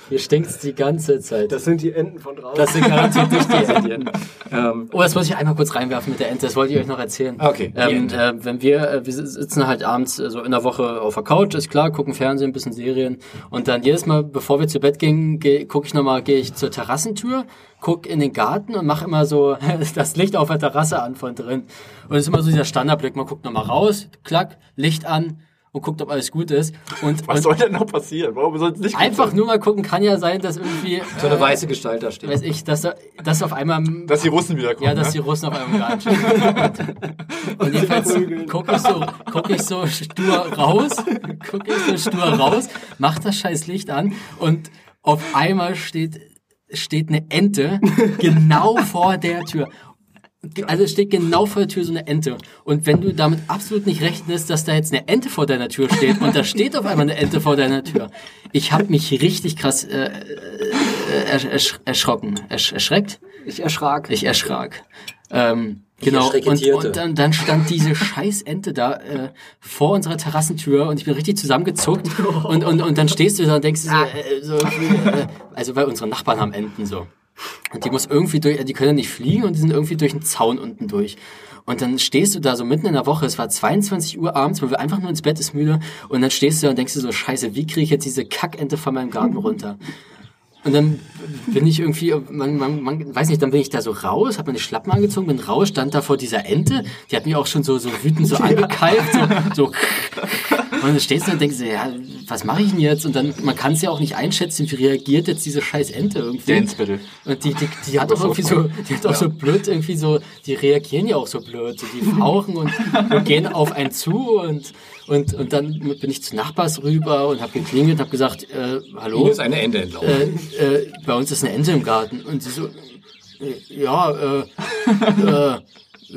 [SPEAKER 5] Hier stinkst die ganze Zeit. Das,
[SPEAKER 2] Das sind die Enten von draußen.
[SPEAKER 5] sind garantiert nicht die Enten.
[SPEAKER 3] ähm,
[SPEAKER 5] <laughs> Oh, das muss ich einmal kurz reinwerfen mit der Ente, das wollte ich euch noch erzählen.
[SPEAKER 3] Okay, die
[SPEAKER 5] Ähm,
[SPEAKER 3] Ente.
[SPEAKER 5] äh, wenn wir, äh, wir sitzen halt abends äh, so in der Woche auf der Couch, ist klar, gucken Fernsehen, bisschen Serien und dann jedes Mal, bevor wir zu Bett gingen, geh, gucke ich nochmal, gehe ich zur Terrassentür, guck in den Garten und mache immer so <laughs> das Licht auf der Terrasse an von drin. Und es ist immer so dieser Standardblick, man guckt nochmal raus, klack, Licht an und guckt, ob alles gut ist. Und,
[SPEAKER 4] Was
[SPEAKER 5] und
[SPEAKER 4] soll denn noch passieren? Warum soll es nicht gut
[SPEAKER 5] Einfach
[SPEAKER 4] sein?
[SPEAKER 5] nur mal gucken, kann ja sein, dass irgendwie,
[SPEAKER 3] Also-
[SPEAKER 5] äh,
[SPEAKER 3] so eine weiße Gestalt da steht.
[SPEAKER 5] weiß ich, dass, da- dass auf einmal,
[SPEAKER 4] Dass die Russen wieder kommen.
[SPEAKER 5] ja, dass die
[SPEAKER 4] ne?
[SPEAKER 5] Russen auf einmal gar nicht stehen. Und jedenfalls gucke ich, so, guck ich so stur raus, gucke ich so stur raus, mach das scheiß Licht an und auf einmal steht, steht eine Ente genau vor der Tür. Ge- Also es steht genau vor der Tür so eine Ente. Und wenn du damit absolut nicht rechnest, dass da jetzt eine Ente vor deiner Tür steht und da steht auf einmal eine Ente vor deiner Tür. Ich habe mich richtig krass äh, äh, ersch ersch erschrocken. Ersch erschreckt?
[SPEAKER 2] Ich erschrak.
[SPEAKER 5] Ich erschrak. Ähm, genau. Und,
[SPEAKER 1] erschrecketierte.
[SPEAKER 5] und dann, dann stand diese scheiß Ente da äh, vor unserer Terrassentür und ich bin richtig zusammengezuckt. Und, und, und dann stehst du da und denkst dir so, äh, so äh, also weil unsere Nachbarn haben Enten so. Und die muss irgendwie durch, die können ja nicht fliegen und die sind irgendwie durch den Zaun unten durch. Und dann stehst du da so mitten in der Woche, es war 22 Uhr abends, man will einfach nur ins Bett, ist müde. Und dann stehst du da und denkst dir so, scheiße, wie kriege ich jetzt diese Kackente von meinem Garten runter? Und dann bin ich irgendwie, man, man, man, weiß nicht, dann bin ich da so raus, hab meine Schlappen angezogen, bin raus, stand da vor dieser Ente, die hat mich auch schon so, so wütend so angekeift, so, so. Und dann stehst du und denkst, dir, ja, was mache ich denn jetzt? Und dann, man kann es ja auch nicht einschätzen, wie reagiert jetzt diese scheiß Ente irgendwie.
[SPEAKER 4] Dance Battle.
[SPEAKER 5] Und die, die, die hat auch irgendwie so, die hat auch so blöd irgendwie so, die reagieren ja auch so blöd, so, die fauchen und, und gehen auf einen zu und, und, und dann bin ich zu Nachbars rüber und hab geklingelt und hab gesagt, äh, hallo?
[SPEAKER 3] Hier ist eine Ente <laughs> entlaufen.
[SPEAKER 5] äh, äh, bei uns ist eine Ente im Garten. Und sie so, äh, ja, äh, äh,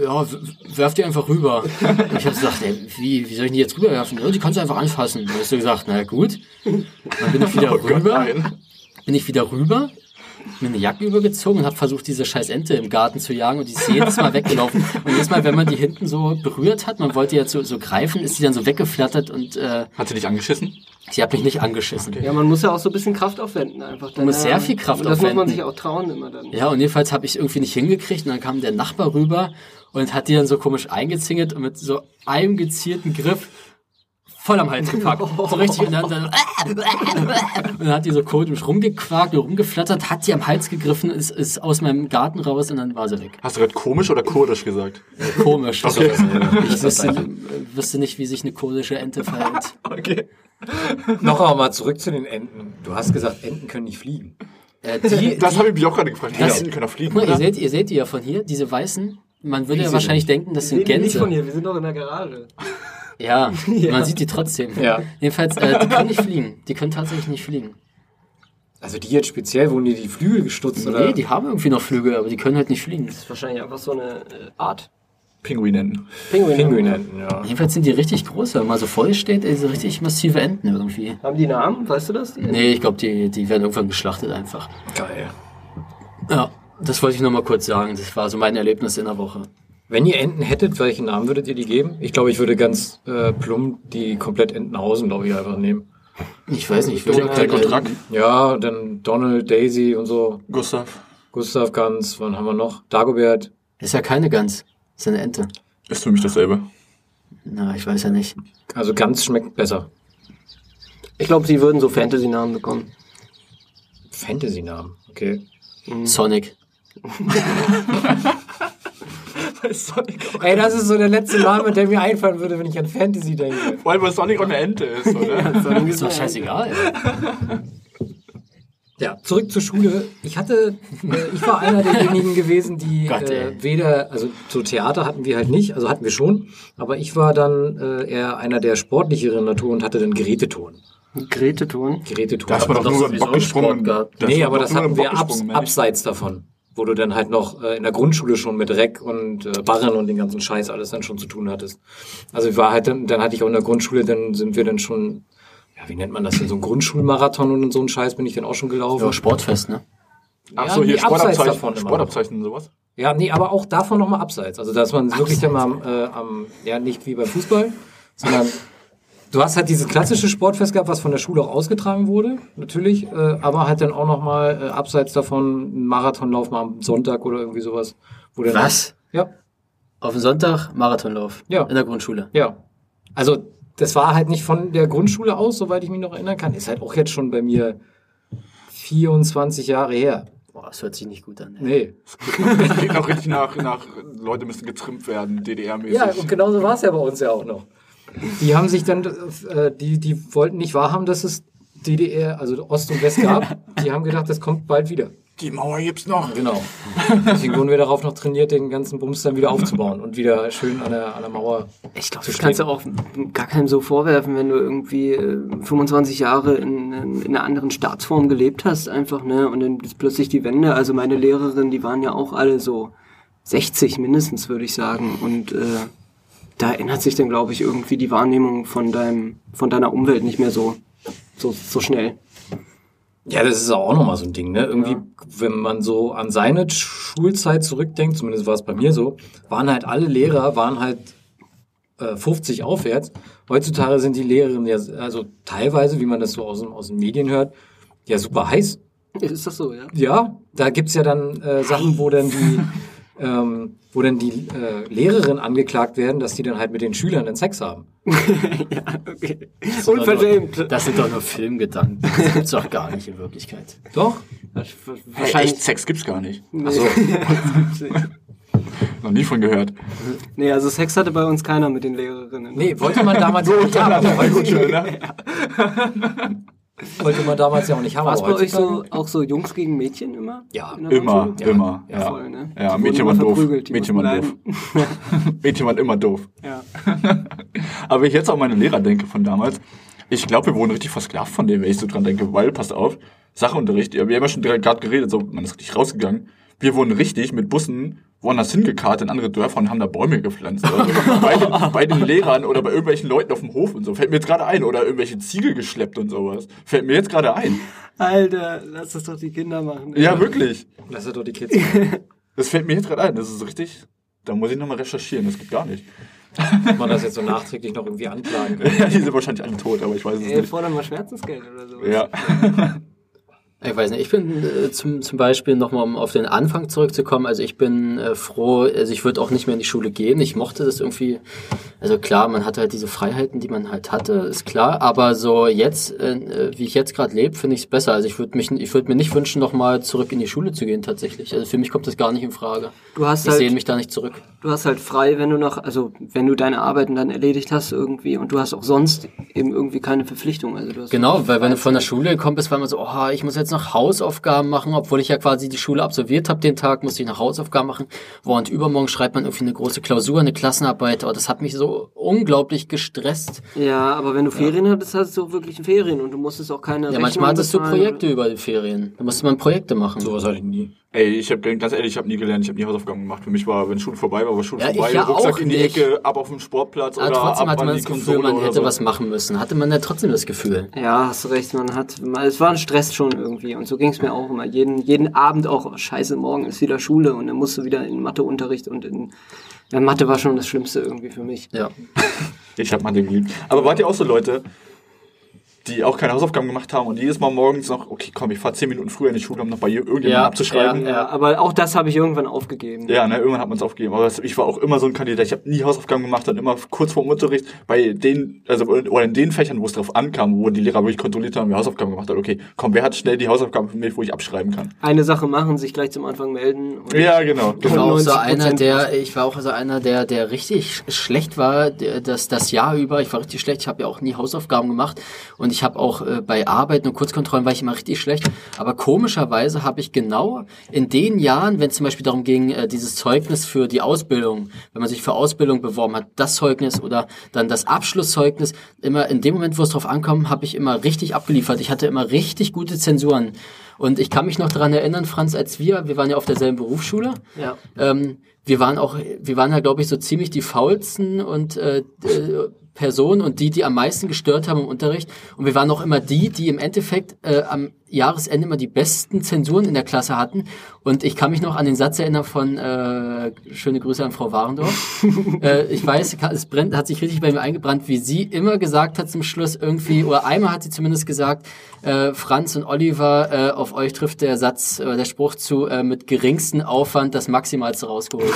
[SPEAKER 5] ja, w- werf die einfach rüber. Und ich habe gesagt, ey, wie, wie soll ich die jetzt rüberwerfen? Ja, die kannst du einfach anfassen. Und hast du gesagt, na gut. Dann bin ich wieder rüber,
[SPEAKER 4] nein.
[SPEAKER 5] bin ich wieder rüber, mir eine Jacke übergezogen und habe versucht, diese scheiß Ente im Garten zu jagen und die ist jedes Mal weggelaufen. Und jedes Mal, wenn man die hinten so berührt hat, man wollte die jetzt so, so greifen, ist die dann so weggeflattert und äh,
[SPEAKER 4] Hat sie dich angeschissen?
[SPEAKER 5] sie hat mich nicht angeschissen.
[SPEAKER 2] Ja, man muss ja auch so ein bisschen Kraft aufwenden einfach. Man
[SPEAKER 5] musst sehr viel Kraft
[SPEAKER 2] Das muss man
[SPEAKER 5] aufwenden.
[SPEAKER 2] sich auch trauen immer dann.
[SPEAKER 5] Ja, und jedenfalls habe ich irgendwie nicht hingekriegt und dann kam der Nachbar rüber und hat die dann so komisch eingezingelt und mit so einem gezielten Griff voll am Hals gepackt. So richtig und dann, dann, und dann hat die so komisch rumgequakt, rumgeflattert, hat die am Hals gegriffen, ist, ist aus meinem Garten raus und dann war sie weg.
[SPEAKER 4] Hast du gerade komisch oder kurdisch gesagt?
[SPEAKER 5] Komisch. Also, Ich wüsste, äh, wüsste nicht, wie sich eine kurdische Ente verhält.
[SPEAKER 4] Okay.
[SPEAKER 3] Noch einmal zurück zu den Enten. Du hast gesagt, Enten können nicht fliegen.
[SPEAKER 5] Äh, die,
[SPEAKER 4] Das habe ich mich auch gerade gefragt. Genau, Die
[SPEAKER 5] Das-
[SPEAKER 4] Enten können doch fliegen,
[SPEAKER 5] guck mal, ihr
[SPEAKER 4] oder?
[SPEAKER 5] seht, ihr seht die ja von hier, diese weißen. Man würde ja wahrscheinlich denken, das sind
[SPEAKER 2] Reden wir
[SPEAKER 5] Gänse.
[SPEAKER 2] nicht von hier, wir sind doch in der Garage.
[SPEAKER 3] <laughs>
[SPEAKER 5] Ja, man sieht die trotzdem.
[SPEAKER 3] Ja.
[SPEAKER 5] Jedenfalls, äh, die können nicht fliegen. Die können tatsächlich nicht fliegen.
[SPEAKER 3] Also die jetzt speziell, wurden die die Flügel gestutzt, oder?
[SPEAKER 5] Nee, die haben irgendwie noch Flügel, aber die können halt nicht fliegen.
[SPEAKER 2] Das ist wahrscheinlich einfach so eine äh, Art.
[SPEAKER 4] Pinguinenten.
[SPEAKER 2] Pinguine.
[SPEAKER 3] Pinguinenten, ja.
[SPEAKER 5] Jedenfalls sind die richtig groß, wenn man so voll steht, ey, so richtig massive Enten irgendwie.
[SPEAKER 2] Haben die Namen? Weißt du das? Die?
[SPEAKER 5] Nee, ich glaube, die, die werden irgendwann geschlachtet einfach.
[SPEAKER 3] Geil.
[SPEAKER 5] Ja, das wollte ich nochmal kurz sagen. Das war so mein Erlebnis in der Woche.
[SPEAKER 3] Wenn ihr Enten hättet, welchen Namen würdet ihr die geben? Ich glaube, ich würde ganz äh, plump die komplett Entenhausen, glaube ich, einfach nehmen.
[SPEAKER 5] Ich weiß nicht, ich würde
[SPEAKER 4] Dirk, Dirk und Drack.
[SPEAKER 3] Ja, dann Donald, Daisy und so.
[SPEAKER 4] Gustav.
[SPEAKER 3] Gustav Ganz, wann haben wir noch? Dagobert.
[SPEAKER 5] Ist ja keine Gans. Ist eine Ente.
[SPEAKER 4] Ist für mich dasselbe.
[SPEAKER 5] Na, ich weiß ja nicht.
[SPEAKER 3] Also Ganz schmeckt besser.
[SPEAKER 2] Ich glaube, sie würden so Fantasy-Namen bekommen.
[SPEAKER 3] Fantasy-Namen, okay. Mhm.
[SPEAKER 5] Sonic.
[SPEAKER 3] Ey, das ist so der letzte Name, der mir einfallen würde, wenn ich an Fantasy denke.
[SPEAKER 4] Vor allem, weil Sonic auch eine Ente
[SPEAKER 3] <laughs>
[SPEAKER 4] ist, oder?
[SPEAKER 3] Mhm.
[SPEAKER 5] Ist doch scheißegal.
[SPEAKER 3] Ja, zurück zur Schule. Ich hatte, äh, ich war einer derjenigen gewesen, die
[SPEAKER 5] <laughs> Gott,
[SPEAKER 3] äh,
[SPEAKER 5] ey.
[SPEAKER 3] weder, also so Theater hatten wir halt nicht, also hatten wir schon, aber ich war dann äh, eher einer der sportlicheren Natur und hatte dann Geräteton.
[SPEAKER 2] Greteton.
[SPEAKER 3] Geräteton.
[SPEAKER 4] Da ist man
[SPEAKER 3] Aber
[SPEAKER 4] doch nur über den Bock gesprungen. Da ist
[SPEAKER 3] nee,
[SPEAKER 4] man
[SPEAKER 3] aber
[SPEAKER 4] doch
[SPEAKER 3] das
[SPEAKER 4] nur über
[SPEAKER 3] hatten
[SPEAKER 4] den
[SPEAKER 3] wir
[SPEAKER 4] Bock
[SPEAKER 3] abs
[SPEAKER 4] gesprungen, Mensch.
[SPEAKER 3] abseits davon, wo du dann halt noch äh, in der Grundschule schon mit Reck und äh, Barren und den ganzen Scheiß alles dann schon zu tun hattest. Also ich war halt dann, dann hatte ich auch in der Grundschule, dann sind wir dann schon, ja, wie nennt man das denn, so ein Grundschulmarathon und so ein Scheiß bin ich dann auch schon gelaufen.
[SPEAKER 5] Ja, Sportfest, ne?
[SPEAKER 4] Ach so,
[SPEAKER 3] Ja,
[SPEAKER 4] hier
[SPEAKER 3] nee, abseits davon
[SPEAKER 4] Sportabzeichen.
[SPEAKER 3] immer.
[SPEAKER 4] Sportabzeichen und sowas. <laughs>
[SPEAKER 3] Ja, nee, aber auch davon nochmal abseits. Also, dass man wirklich dann mal am, äh, am, ja, nicht wie beim Fußball, sondern du hast halt dieses klassische Sportfest gehabt, was von der Schule auch ausgetragen wurde, natürlich, äh, aber halt dann auch nochmal äh, abseits davon einen Marathonlauf mal am Sonntag oder irgendwie sowas. Wo dann-
[SPEAKER 5] Was?
[SPEAKER 3] Ja,
[SPEAKER 5] Auf den Sonntag Marathonlauf.
[SPEAKER 3] Ja.
[SPEAKER 5] In der Grundschule.
[SPEAKER 3] ja. Also, das war halt nicht von der Grundschule aus, soweit ich mich noch erinnern kann. Ist halt auch jetzt schon bei mir 24 Jahre her.
[SPEAKER 5] Boah, das hört sich nicht gut an. Ey.
[SPEAKER 3] Nee.
[SPEAKER 4] Das klingt auch richtig nach, nach Leute müssen getrimmt werden, DDR-mäßig.
[SPEAKER 3] Ja, und genauso war es ja bei uns ja auch noch. Die haben sich dann, äh, die, die wollten nicht wahrhaben, dass es DDR, also Ost und West gab. Die haben gedacht, das kommt bald wieder.
[SPEAKER 4] Die Mauer gibt's noch.
[SPEAKER 3] Genau. Deswegen wurden wir darauf noch trainiert, den ganzen Bums dann wieder aufzubauen und wieder schön an der, an der Mauer.
[SPEAKER 2] Ich glaube,
[SPEAKER 3] Zu
[SPEAKER 2] das kannst du
[SPEAKER 3] stehen.
[SPEAKER 2] auch gar keinem so vorwerfen, wenn du irgendwie äh, 25 Jahre in, in einer anderen Staatsform gelebt hast, einfach, ne? Und dann ist plötzlich die Wende. Also meine Lehrerinnen, die waren ja auch alle so 60 mindestens, würde ich sagen. Und äh, da ändert sich dann, glaube ich, irgendwie die Wahrnehmung von deinem, von deiner Umwelt nicht mehr so, so, so schnell.
[SPEAKER 3] Ja, das ist auch nochmal so ein Ding, ne? Irgendwie, wenn man so an seine Schulzeit zurückdenkt, zumindest war es bei mir so, waren halt alle Lehrer, waren halt äh, 50 aufwärts. Heutzutage sind die Lehrerinnen ja, also teilweise, wie man das so aus, den- aus den Medien hört, ja super heiß.
[SPEAKER 2] Ist das so, ja?
[SPEAKER 3] Ja, da gibt's ja dann äh, Sachen, wo dann
[SPEAKER 2] <laughs>
[SPEAKER 3] die, ähm, wo dann die äh, Lehrerin angeklagt werden, dass die dann halt mit den Schülern dann Sex haben.
[SPEAKER 2] Okay.
[SPEAKER 5] sind doch nur-
[SPEAKER 2] Unverschämt.
[SPEAKER 5] Das sind doch nur Filmgedanken. Das gibt's doch gar nicht in Wirklichkeit.
[SPEAKER 3] Doch?
[SPEAKER 4] Hey, echt, Sex gibt's gar nicht.
[SPEAKER 2] Ach so. <laughs>
[SPEAKER 4] Noch nie von gehört.
[SPEAKER 2] Nee, also Sex hatte bei uns keiner mit den Lehrerinnen.
[SPEAKER 3] Nee, wollte man
[SPEAKER 2] <laughs>
[SPEAKER 3] damals ja nicht haben. Wollte man damals ja auch nicht haben.
[SPEAKER 2] War es bei
[SPEAKER 3] aber
[SPEAKER 2] euch so,
[SPEAKER 3] heutzutage-
[SPEAKER 2] auch so Jungs gegen Mädchen immer?
[SPEAKER 3] Ja,
[SPEAKER 2] In der
[SPEAKER 4] Immer,
[SPEAKER 2] Grundschule?
[SPEAKER 4] immer.
[SPEAKER 2] Ja,
[SPEAKER 4] Ja,
[SPEAKER 2] voll, ne? Die
[SPEAKER 4] ja
[SPEAKER 2] wurden
[SPEAKER 4] Mädchen
[SPEAKER 2] immer
[SPEAKER 4] waren doof.
[SPEAKER 2] verprügelt, die
[SPEAKER 4] Mädchen
[SPEAKER 2] mussten
[SPEAKER 4] waren doof. Mädchen waren immer doof.
[SPEAKER 2] <laughs> Ja.
[SPEAKER 4] Aber wenn ich jetzt an meine Lehrer denke von damals, ich glaube, wir wurden richtig versklavt von denen, wenn ich so dran denke, weil, passt auf, Sachunterricht, wir haben ja schon gerade geredet, so, man ist richtig rausgegangen. Wir wurden richtig mit Bussen woanders hingekarrt in andere Dörfer und haben da Bäume gepflanzt. Also <laughs> bei, den, bei den Lehrern oder bei irgendwelchen Leuten auf dem Hof und so. Fällt mir jetzt gerade ein. Oder irgendwelche Ziegel geschleppt und sowas. Fällt mir jetzt gerade ein.
[SPEAKER 2] Alter, lass das doch die Kinder machen.
[SPEAKER 4] Ja, wirklich.
[SPEAKER 3] Lass doch die Kids.
[SPEAKER 4] Das fällt mir jetzt gerade ein. Das ist richtig. Da muss ich nochmal recherchieren. Das gibt gar nicht. <laughs>
[SPEAKER 3] ob man das jetzt so nachträglich noch irgendwie anklagen kann.
[SPEAKER 4] Ja, die sind wahrscheinlich alle tot, aber ich weiß es
[SPEAKER 2] Ey,
[SPEAKER 4] nicht.
[SPEAKER 2] fordern mal Schmerzensgeld oder so.
[SPEAKER 4] Ja.
[SPEAKER 5] Ich weiß nicht, ich bin äh, zum, zum Beispiel nochmal, um auf den Anfang zurückzukommen, also ich bin äh, froh, also ich würde auch nicht mehr in die Schule gehen, ich mochte das irgendwie, also klar, man hatte halt diese Freiheiten, die man halt hatte, ist klar, aber so jetzt, äh, äh, wie ich jetzt gerade lebe, finde ich es besser, also ich würde mich, ich würde mir nicht wünschen, nochmal zurück in die Schule zu gehen tatsächlich, also für mich kommt das gar nicht in Frage.
[SPEAKER 2] Du hast
[SPEAKER 5] Ich
[SPEAKER 2] halt-
[SPEAKER 5] sehe mich da nicht zurück.
[SPEAKER 2] Du hast halt frei, wenn du noch, also wenn du deine Arbeiten dann erledigt hast irgendwie und du hast auch sonst eben irgendwie keine Verpflichtung. Also du hast
[SPEAKER 5] Genau, weil wenn du von der Schule kommst, war man so, oh, ich muss jetzt jetzt noch Hausaufgaben machen, obwohl ich ja quasi die Schule absolviert habe den Tag, musste ich noch Hausaufgaben machen. Boah, und übermorgen schreibt man irgendwie eine große Klausur, eine Klassenarbeit. Oh, das hat mich so unglaublich gestresst.
[SPEAKER 2] Ja, aber wenn du Ferien hattest, hattest du auch wirklich Ferien und du musstest auch keine
[SPEAKER 5] Ja, manchmal hattest du
[SPEAKER 2] bezahlen.
[SPEAKER 5] Projekte über die Ferien. Da musste man Projekte machen.
[SPEAKER 3] Sowas hatte ich nie.
[SPEAKER 4] Ey, ich habe ganz ehrlich, ich habe nie gelernt, ich habe nie Hausaufgaben gemacht. Für mich war, wenn Schule vorbei war, war Schule
[SPEAKER 5] Ja, ich
[SPEAKER 4] vorbei,
[SPEAKER 5] ja
[SPEAKER 4] Rucksack
[SPEAKER 5] auch
[SPEAKER 4] in die
[SPEAKER 5] nicht.
[SPEAKER 4] Ecke, ab auf den Sportplatz
[SPEAKER 5] Aber
[SPEAKER 4] oder
[SPEAKER 5] trotzdem
[SPEAKER 4] ab
[SPEAKER 5] hatte
[SPEAKER 4] an
[SPEAKER 5] man
[SPEAKER 4] die
[SPEAKER 5] das Gefühl,
[SPEAKER 4] Konsole
[SPEAKER 5] man
[SPEAKER 4] oder
[SPEAKER 5] hätte
[SPEAKER 4] so.
[SPEAKER 5] was machen müssen. Hatte man ja trotzdem das Gefühl.
[SPEAKER 2] Ja, hast recht, man hat, es war ein Stress schon irgendwie und so ging es mir auch immer. Jeden, jeden Abend auch, oh, scheiße, morgen ist wieder Schule und dann musst du wieder in Matheunterricht und in, ja, Mathe war schon das Schlimmste irgendwie für mich.
[SPEAKER 5] Ja.
[SPEAKER 4] Ich habe Mathe geliebt. Aber wart ihr auch so Leute, die auch keine Hausaufgaben gemacht haben und jedes Mal morgens noch, okay, komm, ich fahr zehn Minuten früher in die Schule, um noch bei irgendjemandem
[SPEAKER 5] Ja,
[SPEAKER 4] abzuschreiben.
[SPEAKER 5] ja,
[SPEAKER 4] Ja,
[SPEAKER 5] ja.
[SPEAKER 2] Aber auch das habe ich irgendwann aufgegeben.
[SPEAKER 4] ne, irgendwann hat man es aufgegeben. Aber ich war auch immer so ein Kandidat. Ich habe nie Hausaufgaben gemacht und immer kurz vor dem Unterricht bei den, also oder in den Fächern, wo es drauf ankam, wo die Lehrer wirklich kontrolliert haben, wer Hausaufgaben gemacht hat. Okay, komm, wer hat schnell die Hausaufgaben für mich, wo ich abschreiben kann?
[SPEAKER 2] Eine Sache machen, sich gleich zum Anfang melden. Und
[SPEAKER 4] Ja, genau.
[SPEAKER 5] Ich war, auch so
[SPEAKER 2] 90%
[SPEAKER 5] einer, der, ich war auch so einer, der, der richtig sch- schlecht war, der, das, das Jahr über. Ich war richtig schlecht. Ich habe ja auch nie Hausaufgaben gemacht. Und ich habe auch äh, bei Arbeiten und Kurzkontrollen war ich immer richtig schlecht. Aber komischerweise habe ich genau in den Jahren, wenn es zum Beispiel darum ging, äh, dieses Zeugnis für die Ausbildung, wenn man sich für Ausbildung beworben hat, das Zeugnis oder dann das Abschlusszeugnis, immer in dem Moment, wo es drauf ankam, habe ich immer richtig abgeliefert. Ich hatte immer richtig gute Zensuren. Und ich kann mich noch daran erinnern, Franz, als wir, wir waren ja auf derselben Berufsschule,
[SPEAKER 2] Ja.
[SPEAKER 5] ähm, wir waren auch, wir waren ja, glaube ich, so ziemlich die faulsten und äh, äh, Personen und die, die am meisten gestört haben im Unterricht. Und wir waren auch immer die, die im Endeffekt äh, am Jahresende immer die besten Zensuren in der Klasse hatten. Und ich kann mich noch an den Satz erinnern von äh, schöne Grüße an Frau Warendorf. äh, ich weiß, es brennt, hat sich richtig bei mir eingebrannt, wie sie immer gesagt hat zum Schluss irgendwie, oder einmal hat sie zumindest gesagt, äh, Franz und Oliver, äh, auf euch trifft der Satz, äh, der Spruch zu, äh, mit geringstem Aufwand das
[SPEAKER 3] <laughs>
[SPEAKER 5] Maximalste rausgeholt.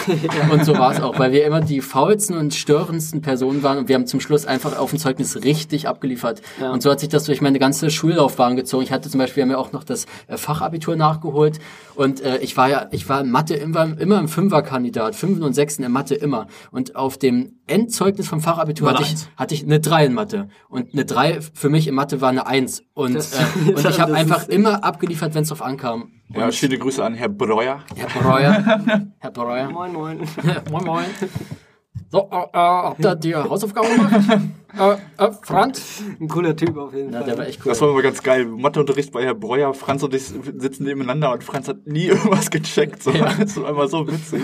[SPEAKER 5] Und so war es auch, weil wir immer die faulsten und störendsten Personen waren und wir haben zum Schluss einfach auf dem Zeugnis richtig abgeliefert.
[SPEAKER 2] Ja.
[SPEAKER 5] Und so hat sich das durch meine ganze Schullaufbahn gezogen. Ich hatte zum Beispiel, wir haben ja auch noch das äh, Fachabitur nachgeholt und äh, ich war ja, ich war in Mathe immer, immer ein Fünferkandidat, Fünfen und Sechsen in Mathe immer. Und auf dem Endzeugnis vom Fachabitur
[SPEAKER 3] War
[SPEAKER 5] hatte
[SPEAKER 3] eine
[SPEAKER 5] ich,
[SPEAKER 3] Eins.
[SPEAKER 5] hatte ich eine 3 in Mathe. Und eine 3 für mich in Mathe war eine 1. Und,
[SPEAKER 2] Das-
[SPEAKER 5] äh, und ich
[SPEAKER 2] das
[SPEAKER 5] habe
[SPEAKER 2] ist-
[SPEAKER 5] einfach immer abgeliefert, wenn es drauf ankam.
[SPEAKER 4] Ja, schöne Grüße an Herr Breuer.
[SPEAKER 5] Herr Breuer. Herr Breuer.
[SPEAKER 2] Moin, moin.
[SPEAKER 5] <laughs>
[SPEAKER 2] <laughs>
[SPEAKER 5] moin, moin. So, äh, äh, habt ihr die Hausaufgaben gemacht? äh, äh, Franz?
[SPEAKER 2] Ein cooler Typ auf jeden
[SPEAKER 5] Na,
[SPEAKER 2] Fall.
[SPEAKER 5] der war echt cool.
[SPEAKER 4] Das war immer ganz geil. Matheunterricht bei Herr Breuer, Franz und ich sitzen nebeneinander und Franz hat nie <laughs> irgendwas gecheckt. So. Das war immer so witzig.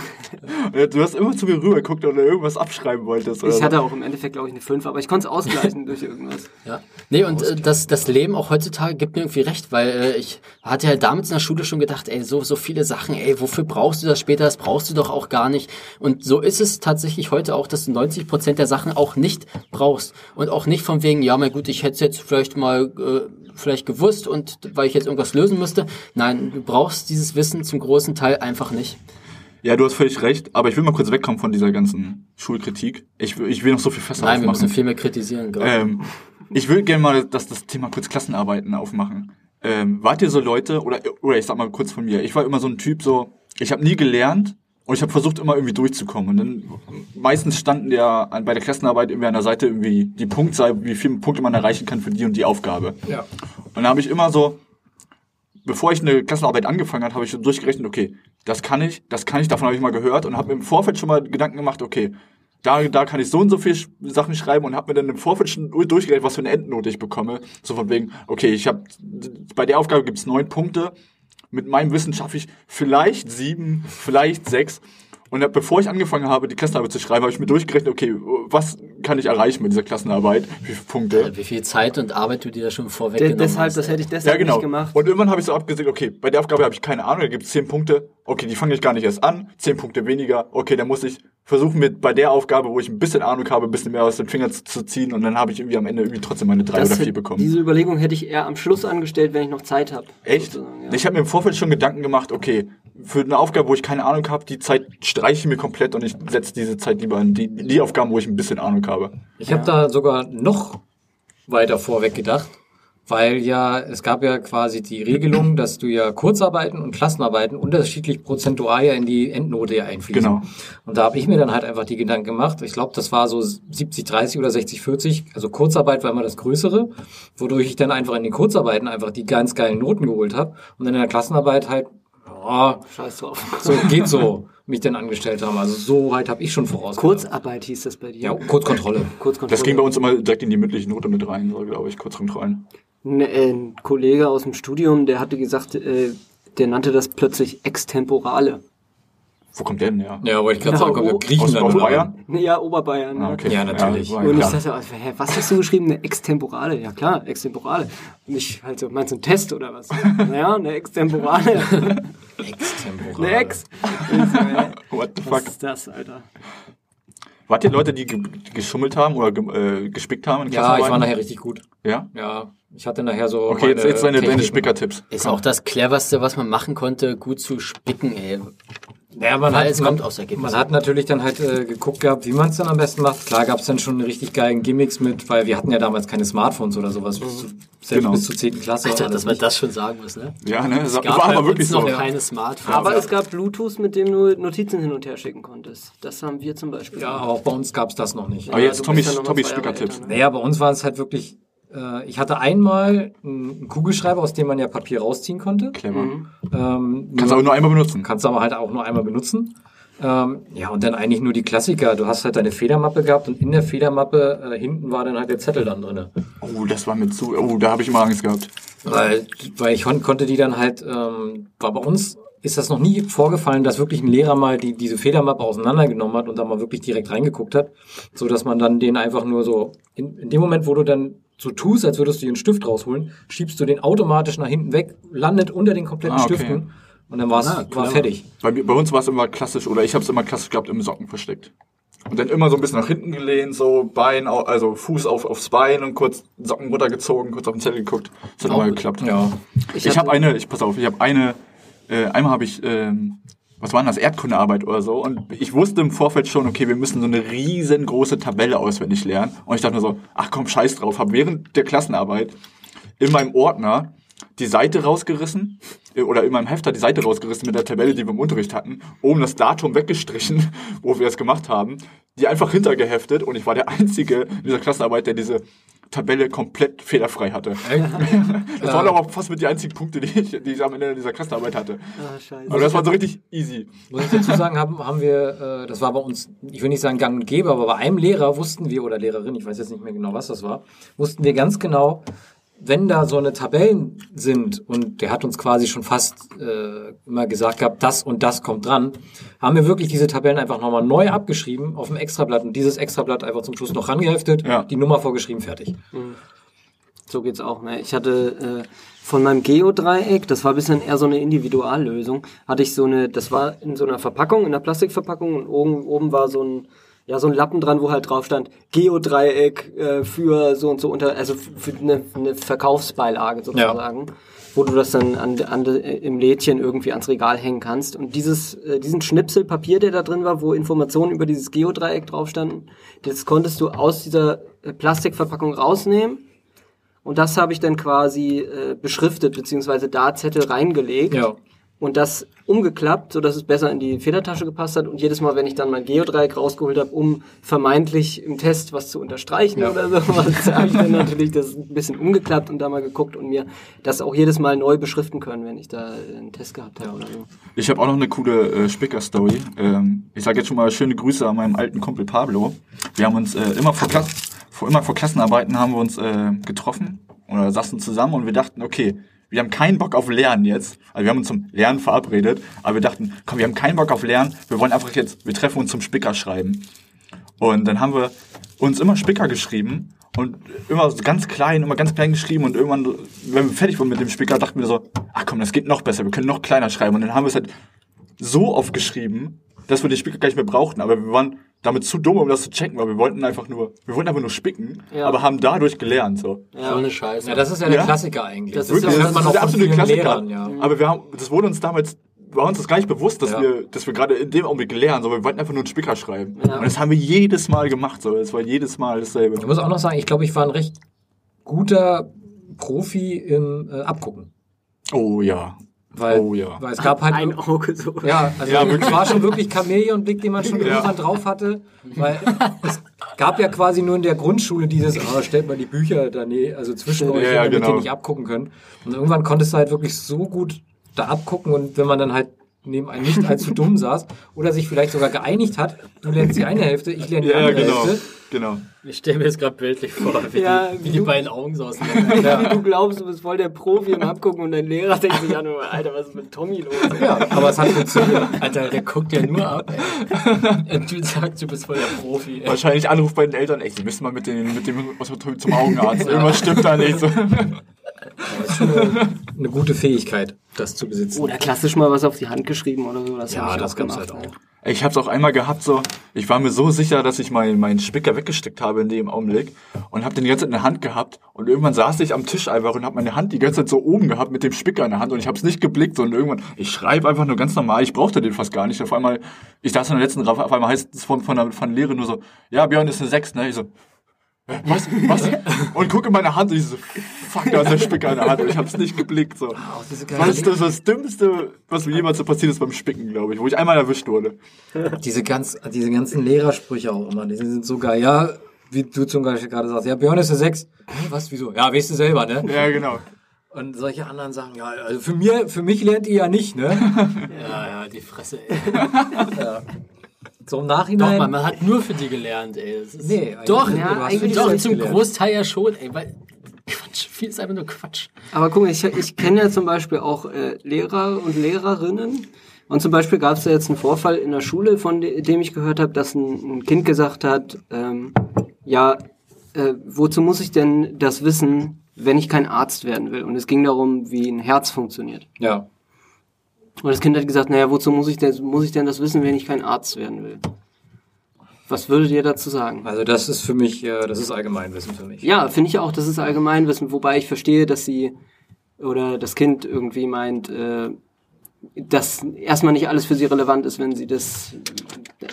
[SPEAKER 4] Und Du hast immer zu mir rübergeguckt oder irgendwas abschreiben wolltest. Oder
[SPEAKER 2] Ich
[SPEAKER 4] so.
[SPEAKER 2] hatte auch im Endeffekt, glaube ich, eine 5, aber ich konnte es ausgleichen durch
[SPEAKER 4] <laughs>
[SPEAKER 2] irgendwas.
[SPEAKER 5] Ja. Nee, und äh, das, das Leben auch heutzutage gibt mir irgendwie recht, weil äh, ich hatte halt damals in der Schule schon gedacht, ey, so, so viele Sachen, ey, wofür brauchst du das später? Das brauchst du doch auch gar nicht. Und so ist es tatsächlich heute auch, dass du 90 Prozent der Sachen auch nicht brauchst. Und auch nicht von wegen, ja, mein gut, ich hätte es jetzt vielleicht mal äh, vielleicht gewusst und weil ich jetzt irgendwas lösen müsste. Nein, du brauchst dieses Wissen zum großen Teil einfach nicht.
[SPEAKER 4] Ja, du hast völlig recht. Aber ich will mal kurz wegkommen von dieser ganzen Schulkritik. Ich, will- ich will noch so viel Fässer
[SPEAKER 5] Nein, wir müssen
[SPEAKER 4] aufmachen.
[SPEAKER 5] viel mehr
[SPEAKER 2] Äh.
[SPEAKER 5] kritisieren, glaube ich.
[SPEAKER 4] Ähm, ich würde gerne mal das, das Thema kurz Klassenarbeiten aufmachen. Ähm, wart ihr so Leute, oder, oder ich sag mal kurz von mir, ich war immer so ein Typ, so, ich habe nie gelernt und ich habe versucht, immer irgendwie durchzukommen. Und dann meistens standen ja an, bei der Klassenarbeit irgendwie an der Seite irgendwie die Punktzahl, wie viele Punkte man erreichen kann für die und die Aufgabe.
[SPEAKER 3] Ja.
[SPEAKER 4] Und dann habe ich immer so, bevor ich eine Klassenarbeit angefangen habe, habe ich schon durchgerechnet, okay, das kann ich, das kann ich, davon habe ich mal gehört und habe mir im Vorfeld schon mal Gedanken gemacht, okay, da, da kann ich so und so viele Sch- Sachen schreiben und habe mir dann im Vorfeld schon durchgerechnet, was für eine Endnote ich bekomme. So von wegen, okay, ich habe bei der Aufgabe gibt's neun Punkte, mit meinem Wissen schaffe ich vielleicht sieben, vielleicht sechs. Und hab- bevor ich angefangen habe, die Klassenarbeit zu schreiben, habe ich mir durchgerechnet, okay, was kann ich erreichen mit dieser Klassenarbeit? Wie viele Punkte?
[SPEAKER 5] Wie viel Zeit und Arbeit du dir da schon vorweggenommen
[SPEAKER 2] De deshalb,
[SPEAKER 5] hast.
[SPEAKER 2] das hätte ich deshalb
[SPEAKER 4] Genau. Ja, genau.
[SPEAKER 2] nicht gemacht.
[SPEAKER 4] Und irgendwann habe ich so abgesehen, okay, bei der Aufgabe habe ich keine Ahnung, da gibt es 10 Punkte. Okay, die fange ich gar nicht erst an, 10 Punkte weniger. Okay, dann muss ich versuchen, mit bei der Aufgabe, wo ich ein bisschen Ahnung habe, ein bisschen mehr aus den Fingern zu, zu ziehen und dann habe ich irgendwie am Ende irgendwie trotzdem meine 3 oder
[SPEAKER 2] hätte-
[SPEAKER 4] 4 bekommen.
[SPEAKER 2] Diese Überlegung hätte ich eher am Schluss angestellt, wenn ich noch Zeit habe.
[SPEAKER 4] Echt?
[SPEAKER 2] sozusagen, Ja.
[SPEAKER 4] Ich habe mir im Vorfeld schon Gedanken gemacht, okay, für eine Aufgabe, wo ich keine Ahnung habe, die Zeit streiche ich mir komplett und ich setze diese Zeit lieber an die, die Aufgaben, wo ich ein bisschen Ahnung habe.
[SPEAKER 3] Ich habe da sogar noch weiter vorweg gedacht, weil ja, es gab ja quasi die Regelung, dass du ja Kurzarbeiten und Klassenarbeiten unterschiedlich prozentual ja in die Endnote ja einfließen.
[SPEAKER 4] Genau.
[SPEAKER 3] Und da habe ich mir dann halt einfach die Gedanken gemacht. Ich glaube, das war so 70-30 oder 60-40. Also Kurzarbeit war immer das Größere, wodurch ich dann einfach in den Kurzarbeiten einfach die ganz geilen Noten geholt habe und dann in der Klassenarbeit halt, ja,
[SPEAKER 2] Scheiß drauf.
[SPEAKER 3] so geht so, mich dann angestellt haben. Also so weit habe ich schon voraus.
[SPEAKER 2] Kurzarbeit hieß das bei dir.
[SPEAKER 3] Ja, Kurzkontrolle.
[SPEAKER 2] Kurzkontrolle.
[SPEAKER 4] Das ging bei uns immer direkt in die mündliche Note mit rein, so, glaube ich, kurz rein.
[SPEAKER 2] Ein, äh, ein Kollege aus dem Studium, der hatte gesagt, äh, der nannte das plötzlich Extemporale.
[SPEAKER 4] Wo kommt der denn her?
[SPEAKER 3] Ja, wollte ich gerade
[SPEAKER 2] Ja,
[SPEAKER 3] sagen, kommt ja
[SPEAKER 2] oh,
[SPEAKER 4] Aus,
[SPEAKER 3] Griechenland
[SPEAKER 4] aus
[SPEAKER 3] oder
[SPEAKER 4] Bayern?
[SPEAKER 2] Ne, Ja, Oberbayern. ne?
[SPEAKER 4] Ah, okay.
[SPEAKER 3] Ja, natürlich.
[SPEAKER 4] war
[SPEAKER 2] Und ich
[SPEAKER 4] klar.
[SPEAKER 2] dachte, also, hä, was hast du geschrieben? Eine Extemporale. Ja klar, Extemporale. Und ich halt so, meinst du einen Test oder
[SPEAKER 4] <laughs>
[SPEAKER 2] was? naja, eine Extemporale.
[SPEAKER 3] Extemporale.
[SPEAKER 2] eine Ex. Und ich so, hä,
[SPEAKER 4] What the fuck?
[SPEAKER 2] was ist das, Alter?
[SPEAKER 4] Wart ihr Leute, die ge geschummelt haben oder ge äh, gespickt haben in
[SPEAKER 3] Ja, ich war
[SPEAKER 4] Klassenarbeiten?
[SPEAKER 3] nachher richtig gut.
[SPEAKER 4] Ja?
[SPEAKER 3] Ja, ich hatte nachher so.
[SPEAKER 4] Okay, jetzt, jetzt deine, deine
[SPEAKER 3] Techniken.
[SPEAKER 4] Spickertipps.
[SPEAKER 5] Ist auch das cleverste, was man machen konnte, gut zu spicken, ey.
[SPEAKER 3] Ja, man
[SPEAKER 5] Weil
[SPEAKER 3] hat,
[SPEAKER 5] es
[SPEAKER 3] man,
[SPEAKER 5] kommt aufs Ergebnis
[SPEAKER 3] man hat natürlich dann halt äh, geguckt gehabt, wie man es dann am besten macht. Klar gab es dann schon richtig geilen Gimmicks mit, weil wir hatten ja damals keine Smartphones oder sowas, bis zu, selbst
[SPEAKER 4] Genau.
[SPEAKER 3] bis zur 10. Klasse.
[SPEAKER 5] Alter,
[SPEAKER 3] war
[SPEAKER 5] dass man das schon sagen muss, ne?
[SPEAKER 4] Ja, ne? Das war
[SPEAKER 5] Gab bei
[SPEAKER 4] aber
[SPEAKER 3] halt-
[SPEAKER 5] uns
[SPEAKER 4] wirklich so.
[SPEAKER 5] noch keine Smartphones.
[SPEAKER 2] Aber es gab Bluetooth, mit dem du Notizen hin und her schicken konntest. Das haben wir zum Beispiel.
[SPEAKER 3] Ja, aber auch bei uns gab es das noch nicht.
[SPEAKER 4] Aber jetzt
[SPEAKER 2] du bist ja
[SPEAKER 4] Tommys-
[SPEAKER 2] noch mal
[SPEAKER 4] Tommys
[SPEAKER 2] zwei Jahre
[SPEAKER 4] Spickertipps.
[SPEAKER 2] älter, ne?
[SPEAKER 3] Naja, bei uns war es halt wirklich. Äh, ich hatte einmal einen Kugelschreiber, aus dem man ja Papier rausziehen konnte.
[SPEAKER 4] Clever.
[SPEAKER 3] Ähm,
[SPEAKER 4] Kannst du aber nur einmal benutzen.
[SPEAKER 3] kannst aber halt auch nur einmal benutzen. Ähm, ja, und dann eigentlich nur die Klassiker. Du hast halt deine Federmappe gehabt und in der Federmappe äh, hinten war dann halt der Zettel dann drinne.
[SPEAKER 4] Oh, das war mir zu. Oh, da habe ich immer Angst gehabt.
[SPEAKER 3] Weil, weil ich hon- konnte die dann halt, ähm, war bei uns ist das noch nie vorgefallen, dass wirklich ein Lehrer mal die, diese Federmappe auseinandergenommen hat und da mal wirklich direkt reingeguckt hat, so dass man dann den einfach nur so, in, in dem Moment, wo du dann so tust, als würdest du den Stift rausholen, schiebst du den automatisch nach hinten weg, landet unter den kompletten
[SPEAKER 4] Ah, okay.
[SPEAKER 3] Stiften und dann war's,
[SPEAKER 5] Ah,
[SPEAKER 3] war
[SPEAKER 5] clever.
[SPEAKER 3] fertig.
[SPEAKER 4] Bei, mir- bei uns war es immer klassisch, oder ich habe es immer klassisch gehabt, im Socken versteckt. Und dann immer so ein bisschen nach hinten gelehnt, so Bein, au- also Fuß auf, aufs Bein und kurz Socken runtergezogen, kurz auf den Zettel geguckt. Das hat immer geklappt.
[SPEAKER 3] Ja.
[SPEAKER 4] Ich, habe eine, ich pass auf, ich habe eine, äh, einmal habe ich, ähm, was war denn das, Erdkundearbeit oder so. Und ich wusste im Vorfeld schon, okay, wir müssen so eine riesengroße Tabelle auswendig lernen. Und ich dachte nur so, ach komm, scheiß drauf, habe während der Klassenarbeit in meinem Ordner die Seite rausgerissen äh, oder in meinem Hefter die Seite rausgerissen mit der Tabelle, die wir im Unterricht hatten, oben das Datum weggestrichen, <laughs> wo wir es gemacht haben, die einfach hintergeheftet und ich war der Einzige in dieser Klassenarbeit, der diese Tabelle komplett fehlerfrei hatte. <laughs> Das waren aber fast mit die einzigen Punkte, die ich, die ich am Ende dieser Klassenarbeit hatte.
[SPEAKER 2] Ah, scheiße.
[SPEAKER 4] Aber das war so richtig easy.
[SPEAKER 3] Muss ich dazu sagen, haben, haben wir, äh, das war bei uns, ich will nicht sagen gang und gäbe, aber bei einem Lehrer wussten wir, oder Lehrerin, ich weiß jetzt nicht mehr genau, was das war, wussten wir ganz genau, wenn da so eine Tabellen sind und der hat uns quasi schon fast äh, immer gesagt gehabt, das und das kommt dran, haben wir wirklich diese Tabellen einfach nochmal neu abgeschrieben auf dem Extrablatt und dieses Extrablatt einfach zum Schluss noch rangeheftet,
[SPEAKER 4] Ja.
[SPEAKER 3] die Nummer vorgeschrieben, fertig.
[SPEAKER 2] So geht's auch, ne? Ich hatte äh, von meinem Geodreieck, das war bisschen eher so eine Individuallösung, hatte ich so eine, das war in so einer Verpackung, in einer Plastikverpackung und oben, oben war so ein, ja, so ein Lappen dran, wo halt drauf stand, Geodreieck äh, für so und so unter, also f- für eine, eine Verkaufsbeilage sozusagen, wo du das dann an, an, äh, im Lädchen irgendwie ans Regal hängen kannst. Und dieses, äh, diesen Schnipsel Papier, der da drin war, wo Informationen über dieses Geodreieck drauf standen, das konntest du aus dieser äh, Plastikverpackung rausnehmen und das habe ich dann quasi äh, beschriftet, beziehungsweise da Zettel reingelegt
[SPEAKER 3] Ja.
[SPEAKER 2] und das umgeklappt, sodass es besser in die Federtasche gepasst hat. Und jedes Mal, wenn ich dann mein Geodreieck rausgeholt habe, um vermeintlich im Test was zu unterstreichen oder <laughs> sowas, habe
[SPEAKER 3] <laughs>
[SPEAKER 2] ich dann natürlich das ein bisschen umgeklappt und da mal geguckt und mir das auch jedes Mal neu beschriften können, wenn ich da äh, einen Test gehabt habe oder so.
[SPEAKER 4] Ich habe auch noch eine coole äh, Spicker-Story. Ähm, ich sage jetzt schon mal schöne Grüße an meinem alten Kumpel Pablo. Wir haben uns äh, immer, vor Kla- vor, immer vor Klassenarbeiten haben wir uns äh, getroffen oder saßen zusammen und wir dachten, okay, wir haben keinen Bock auf Lernen jetzt. Also wir haben uns zum Lernen verabredet, aber wir dachten, komm, wir haben keinen Bock auf Lernen. Wir wollen einfach jetzt, wir treffen uns zum Spicker schreiben. Und dann haben wir uns immer Spicker geschrieben und immer so ganz klein, immer ganz klein geschrieben und irgendwann, wenn wir fertig wurden mit dem Spicker, dachten wir so, ach komm, das geht noch besser, wir können noch kleiner schreiben. Und dann haben wir es halt so oft geschrieben, dass wir den Spicker gar nicht mehr brauchten, aber wir waren damit zu dumm, um das zu checken, weil wir wollten einfach nur, wir wollten einfach nur spicken,
[SPEAKER 2] Ja.
[SPEAKER 4] aber haben dadurch gelernt, so.
[SPEAKER 5] So eine Scheiße.
[SPEAKER 3] Ja, das ist ja der
[SPEAKER 4] Ja.
[SPEAKER 3] Klassiker eigentlich.
[SPEAKER 2] Das ist ja-
[SPEAKER 3] hört
[SPEAKER 2] das
[SPEAKER 3] man
[SPEAKER 2] ist
[SPEAKER 3] auch
[SPEAKER 4] der
[SPEAKER 3] von
[SPEAKER 4] absolute
[SPEAKER 3] vielen
[SPEAKER 4] Klassiker.
[SPEAKER 3] Lehrern, ja.
[SPEAKER 4] Aber wir haben, das wurde uns damals, war uns das gar nicht bewusst, dass
[SPEAKER 3] Ja.
[SPEAKER 4] wir, dass wir gerade in dem Augenblick lernen, sondern wir wollten einfach nur einen Spicker schreiben.
[SPEAKER 2] Ja.
[SPEAKER 4] Und das haben wir jedes Mal gemacht, so. Es war jedes Mal dasselbe.
[SPEAKER 3] Ich muss auch noch sagen, ich glaube, ich war ein recht guter Profi im äh, Abgucken.
[SPEAKER 4] Oh ja.
[SPEAKER 3] Weil,
[SPEAKER 4] Oh ja.
[SPEAKER 3] weil es gab halt.
[SPEAKER 2] Ein Auge so.
[SPEAKER 3] ja, also
[SPEAKER 4] Ja,
[SPEAKER 3] es
[SPEAKER 4] wirklich.
[SPEAKER 3] war schon wirklich Chamäleonblick, den man schon irgendwann drauf hatte. Weil es gab ja quasi nur in der Grundschule dieses, ah, stellt mal die Bücher daneben, also zwischen euch,
[SPEAKER 4] ja,
[SPEAKER 3] damit
[SPEAKER 4] genau.
[SPEAKER 3] ihr nicht abgucken können. Und irgendwann konntest du halt wirklich so gut da abgucken und wenn man dann halt neben einem nicht allzu dumm saß oder sich vielleicht sogar geeinigt hat, du lernst die eine Hälfte, ich lerne die
[SPEAKER 4] Ja,
[SPEAKER 3] andere
[SPEAKER 4] genau.
[SPEAKER 3] Hälfte.
[SPEAKER 4] Genau.
[SPEAKER 5] Ich stelle mir jetzt gerade bildlich vor, wie,
[SPEAKER 2] Ja,
[SPEAKER 5] die, wie
[SPEAKER 2] wie
[SPEAKER 5] die
[SPEAKER 2] du-
[SPEAKER 5] beiden Augen so auseinander. <laughs>
[SPEAKER 2] <laughs> Wie du glaubst, du bist voll der Profi im Abgucken und dein Lehrer denkt sich an, Alter, was ist mit
[SPEAKER 3] <laughs>
[SPEAKER 2] Tommy los?
[SPEAKER 3] Ja, aber es hat funktioniert.
[SPEAKER 5] Alter, der guckt ja nur ab, ey. Der Typ sagt, du bist voll der Profi, ey.
[SPEAKER 4] Wahrscheinlich Anruf bei den Eltern, ey, sie müssen mal mit, den, mit dem aus dem- zum
[SPEAKER 3] <laughs>
[SPEAKER 4] Augenarzt. Irgendwas stimmt da nicht. So.
[SPEAKER 3] Das ist schon eine, eine gute Fähigkeit, das zu besitzen.
[SPEAKER 2] Oder klassisch mal was auf die Hand geschrieben oder so. Das hab
[SPEAKER 3] ja,
[SPEAKER 2] ich
[SPEAKER 3] das
[SPEAKER 2] auch
[SPEAKER 3] gab's halt
[SPEAKER 2] gemacht,
[SPEAKER 3] auch.
[SPEAKER 4] Ich hab's auch einmal gehabt, so, ich war mir so sicher, dass ich meinen meinen Spicker weggesteckt habe in dem Augenblick und hab den die ganze Zeit in der Hand gehabt und irgendwann saß ich am Tisch einfach und hab meine Hand die ganze Zeit so oben gehabt mit dem Spicker in der Hand und ich hab's nicht geblickt, sondern irgendwann, ich schreibe einfach nur ganz normal, ich brauchte den fast gar nicht. Auf einmal, ich saß in der letzten Raffe, auf einmal heißt es von, von, der, von der Lehre nur so, ja, Björn ist eine 6, ne? Ich so, "Hä, was, <laughs> was? Und gucke in meine Hand und ich so, fuck, da ist der Spicker in der Hand und ich hab's nicht geblickt, so.
[SPEAKER 3] Diese
[SPEAKER 4] Das
[SPEAKER 3] ganzen,
[SPEAKER 4] ist das, das Dümmste, was mir jemals so passiert ist beim Spicken, glaube ich, wo ich einmal erwischt wurde.
[SPEAKER 3] diese, ganz, diese ganzen Lehrersprüche auch immer, die sind so geil. Ja, wie du zum Beispiel gerade sagst, ja, Björn ist eine 6. Was, wieso? Ja, weißt du selber, ne?
[SPEAKER 4] Ja, genau.
[SPEAKER 3] Und solche anderen sagen, ja, also für, mir, für mich lernt ihr ja nicht, ne?
[SPEAKER 5] Ja, ja, die Fresse, ey.
[SPEAKER 3] So im
[SPEAKER 5] Doch,
[SPEAKER 3] Nachhinein.
[SPEAKER 5] man, man hat nur für die gelernt, ey. Das ist-
[SPEAKER 3] Nee, eigentlich-
[SPEAKER 5] doch,
[SPEAKER 3] du
[SPEAKER 2] Ja,
[SPEAKER 3] hast
[SPEAKER 2] eigentlich
[SPEAKER 3] nicht
[SPEAKER 5] doch,
[SPEAKER 3] selbst
[SPEAKER 5] zum
[SPEAKER 3] gelernt.
[SPEAKER 5] Großteil ja schon, ey. Weil Quatsch, viel ist einfach nur Quatsch.
[SPEAKER 2] Aber guck mal, ich, ich kenne ja zum Beispiel auch äh, Lehrer und Lehrerinnen. Und zum Beispiel gab es ja jetzt einen Vorfall in der Schule, von de dem ich gehört habe, dass ein, ein Kind gesagt hat, ähm, ja, äh, wozu muss ich denn das wissen, wenn ich kein Arzt werden will? Und es ging darum, wie ein Herz funktioniert.
[SPEAKER 3] Ja.
[SPEAKER 2] Und das Kind hat gesagt, naja, wozu muss ich denn, muss ich denn das wissen, wenn ich kein Arzt werden will? Was würdet ihr dazu sagen?
[SPEAKER 3] Also das ist für mich, äh, das ist Allgemeinwissen für mich.
[SPEAKER 2] Ja, finde ich auch, das ist Allgemeinwissen, wobei ich verstehe, dass sie oder das Kind irgendwie meint, äh, dass erstmal nicht alles für sie relevant ist, wenn sie das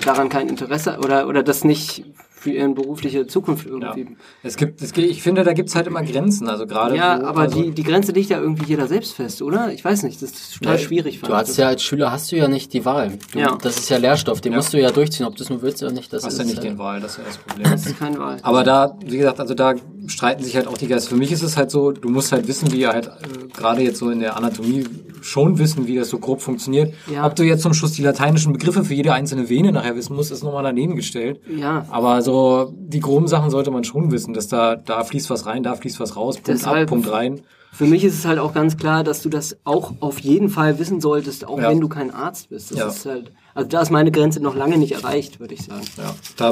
[SPEAKER 2] daran kein Interesse oder oder das nicht für ihre berufliche Zukunft
[SPEAKER 3] Ja.
[SPEAKER 2] irgendwie.
[SPEAKER 3] Es gibt, es gibt, ich finde, da gibt's halt immer Grenzen. Also gerade
[SPEAKER 2] Ja,
[SPEAKER 3] wo-
[SPEAKER 2] aber
[SPEAKER 3] also,
[SPEAKER 2] die die Grenze liegt ja irgendwie jeder selbst fest, oder? Ich weiß nicht, das ist total schwierig.
[SPEAKER 5] Du hast ja als Schüler hast du ja nicht die Wahl. Du,
[SPEAKER 2] Ja.
[SPEAKER 5] Das ist ja Lehrstoff, den musst du ja durchziehen, ob du es nur willst oder nicht. Das
[SPEAKER 3] hast
[SPEAKER 5] ist
[SPEAKER 3] ja nicht
[SPEAKER 5] halt-
[SPEAKER 3] den Wahl, das ist ja das Problem.
[SPEAKER 2] <laughs> das ist keine Wahl.
[SPEAKER 3] Aber da, wie gesagt, also da streiten sich halt auch die Geister. Für mich ist es halt so, du musst halt wissen, wie halt äh, gerade jetzt so in der Anatomie schon wissen, wie das so grob funktioniert.
[SPEAKER 2] Ja.
[SPEAKER 3] Ob du jetzt zum Schluss die lateinischen Begriffe für jede einzelne Vene nachher wissen musst, ist nochmal daneben gestellt.
[SPEAKER 2] Ja.
[SPEAKER 3] Aber so die groben Sachen sollte man schon wissen, dass da, da fließt was rein, da fließt was raus, Punkt ab,
[SPEAKER 2] Deshalb-
[SPEAKER 3] Punkt rein.
[SPEAKER 2] Für mich ist es halt auch ganz klar, dass du das auch auf jeden Fall wissen solltest, auch
[SPEAKER 3] Ja.
[SPEAKER 2] wenn du kein Arzt bist. Das
[SPEAKER 3] Ja.
[SPEAKER 2] ist halt, also da ist meine Grenze noch lange nicht erreicht, würde ich sagen.
[SPEAKER 3] Ja. Da,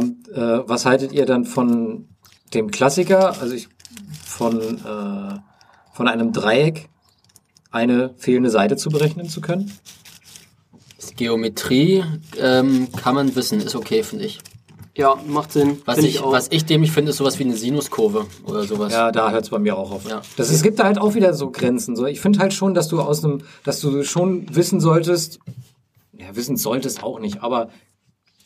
[SPEAKER 3] äh, was haltet ihr dann von dem Klassiker, also ich, von, äh, von einem Dreieck eine fehlende Seite zu berechnen zu können?
[SPEAKER 5] Geometrie ähm, kann man wissen, ist okay, finde ich.
[SPEAKER 2] Ja, macht Sinn.
[SPEAKER 5] Was
[SPEAKER 2] Find
[SPEAKER 5] ich,
[SPEAKER 2] auch.
[SPEAKER 5] was ich dämlich finde, ist sowas wie eine Sinuskurve oder sowas.
[SPEAKER 3] Ja, da hört es bei mir auch auf.
[SPEAKER 5] Ja.
[SPEAKER 3] Das, es gibt da halt auch wieder so Grenzen. So, ich finde halt schon, dass du aus einem, dass du schon wissen solltest, ja, wissen solltest auch nicht, aber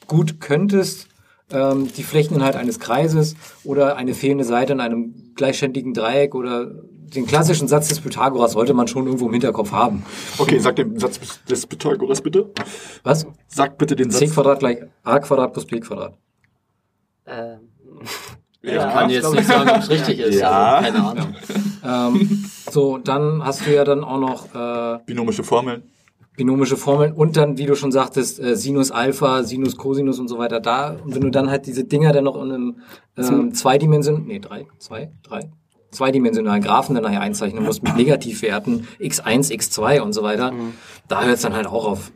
[SPEAKER 3] gut könntest, ähm, die Flächeninhalt eines Kreises oder eine fehlende Seite in einem gleichständigen Dreieck oder den klassischen Satz des Pythagoras sollte man schon irgendwo im Hinterkopf haben.
[SPEAKER 4] Okay, sag den Satz des Pythagoras bitte.
[SPEAKER 3] Was?
[SPEAKER 4] Sag bitte den
[SPEAKER 3] C
[SPEAKER 4] Satz.
[SPEAKER 3] Quadrat gleich A Quadrat plus B Quadrat.
[SPEAKER 2] Ähm,
[SPEAKER 5] Ich kann jetzt nicht sagen, ob es richtig ist.
[SPEAKER 4] Ja.
[SPEAKER 5] Also, keine Ahnung.
[SPEAKER 3] Ähm, so, dann hast du ja dann auch noch äh,
[SPEAKER 4] Binomische Formeln.
[SPEAKER 3] binomische Formeln und dann, wie du schon sagtest, äh, Sinus Alpha, Sinus Cosinus und so weiter da. Und wenn du dann halt diese Dinger dann noch in einem ähm, zweidimensionalen, nee, drei, zwei, drei, zweidimensionalen Graphen dann nachher einzeichnen musst mit Negativwerten, x1, x2 und so weiter, da hört es dann halt auch auf.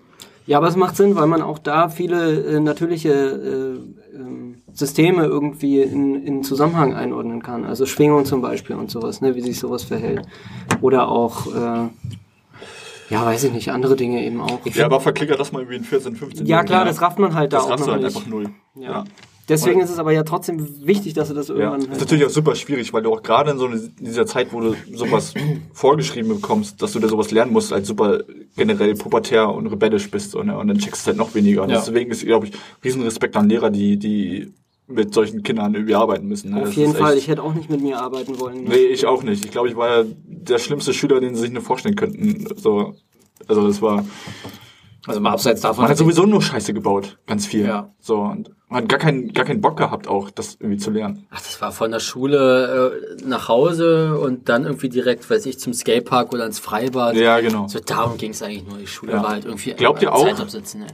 [SPEAKER 2] ja, aber es macht Sinn, weil man auch da viele äh, natürliche äh, ähm, Systeme irgendwie in, in Zusammenhang einordnen kann. Also Schwingung zum Beispiel und sowas, ne, wie sich sowas verhält. Oder auch, äh, ja, weiß ich nicht, andere Dinge eben auch.
[SPEAKER 4] Ja, aber verklickert das mal irgendwie in 14, 15
[SPEAKER 2] Ja, klar, das rafft man halt da
[SPEAKER 4] Das
[SPEAKER 2] auch
[SPEAKER 4] raffst du
[SPEAKER 2] noch
[SPEAKER 4] halt
[SPEAKER 2] nicht.
[SPEAKER 4] einfach null.
[SPEAKER 2] Ja. Deswegen ist es aber ja trotzdem wichtig, dass du das
[SPEAKER 4] Ja.
[SPEAKER 2] irgendwann
[SPEAKER 4] Ist
[SPEAKER 2] halt.
[SPEAKER 4] natürlich auch super schwierig, weil du auch gerade in so eine, in dieser Zeit, wo du
[SPEAKER 2] <clears throat>
[SPEAKER 4] sowas vorgeschrieben bekommst, dass du da sowas lernen musst, als super generell pubertär ne? und rebellisch bist und, und dann checkst du es halt noch weniger. Und
[SPEAKER 3] Ja.
[SPEAKER 4] Deswegen ist, glaube ich, Riesenrespekt an Lehrer, die, die mit solchen Kindern irgendwie arbeiten müssen. Ne?
[SPEAKER 2] Auf
[SPEAKER 4] Das
[SPEAKER 2] jeden
[SPEAKER 4] ist
[SPEAKER 2] Fall,
[SPEAKER 4] echt-
[SPEAKER 2] ich hätte auch nicht mit mir arbeiten wollen. ne?
[SPEAKER 4] Nee, ich auch nicht. Ich glaube, ich war der schlimmste Schüler, den sie sich nur vorstellen könnten. So, also das war.
[SPEAKER 3] Also mal abseits davon.
[SPEAKER 4] Man hat sowieso nur Scheiße gebaut, ganz viel.
[SPEAKER 3] Ja.
[SPEAKER 4] So und man hat gar keinen, gar keinen Bock gehabt, auch das irgendwie zu lernen.
[SPEAKER 5] Ach, das war von der Schule äh, nach Hause und dann irgendwie direkt, weiß ich, zum Skatepark oder ins Freibad.
[SPEAKER 4] Ja, genau.
[SPEAKER 5] So darum ging es eigentlich nur. Die Schule
[SPEAKER 4] Ja.
[SPEAKER 5] war halt irgendwie
[SPEAKER 4] Glaubt ihr
[SPEAKER 5] äh, Zeit
[SPEAKER 4] auch?
[SPEAKER 5] absitzen. Ne?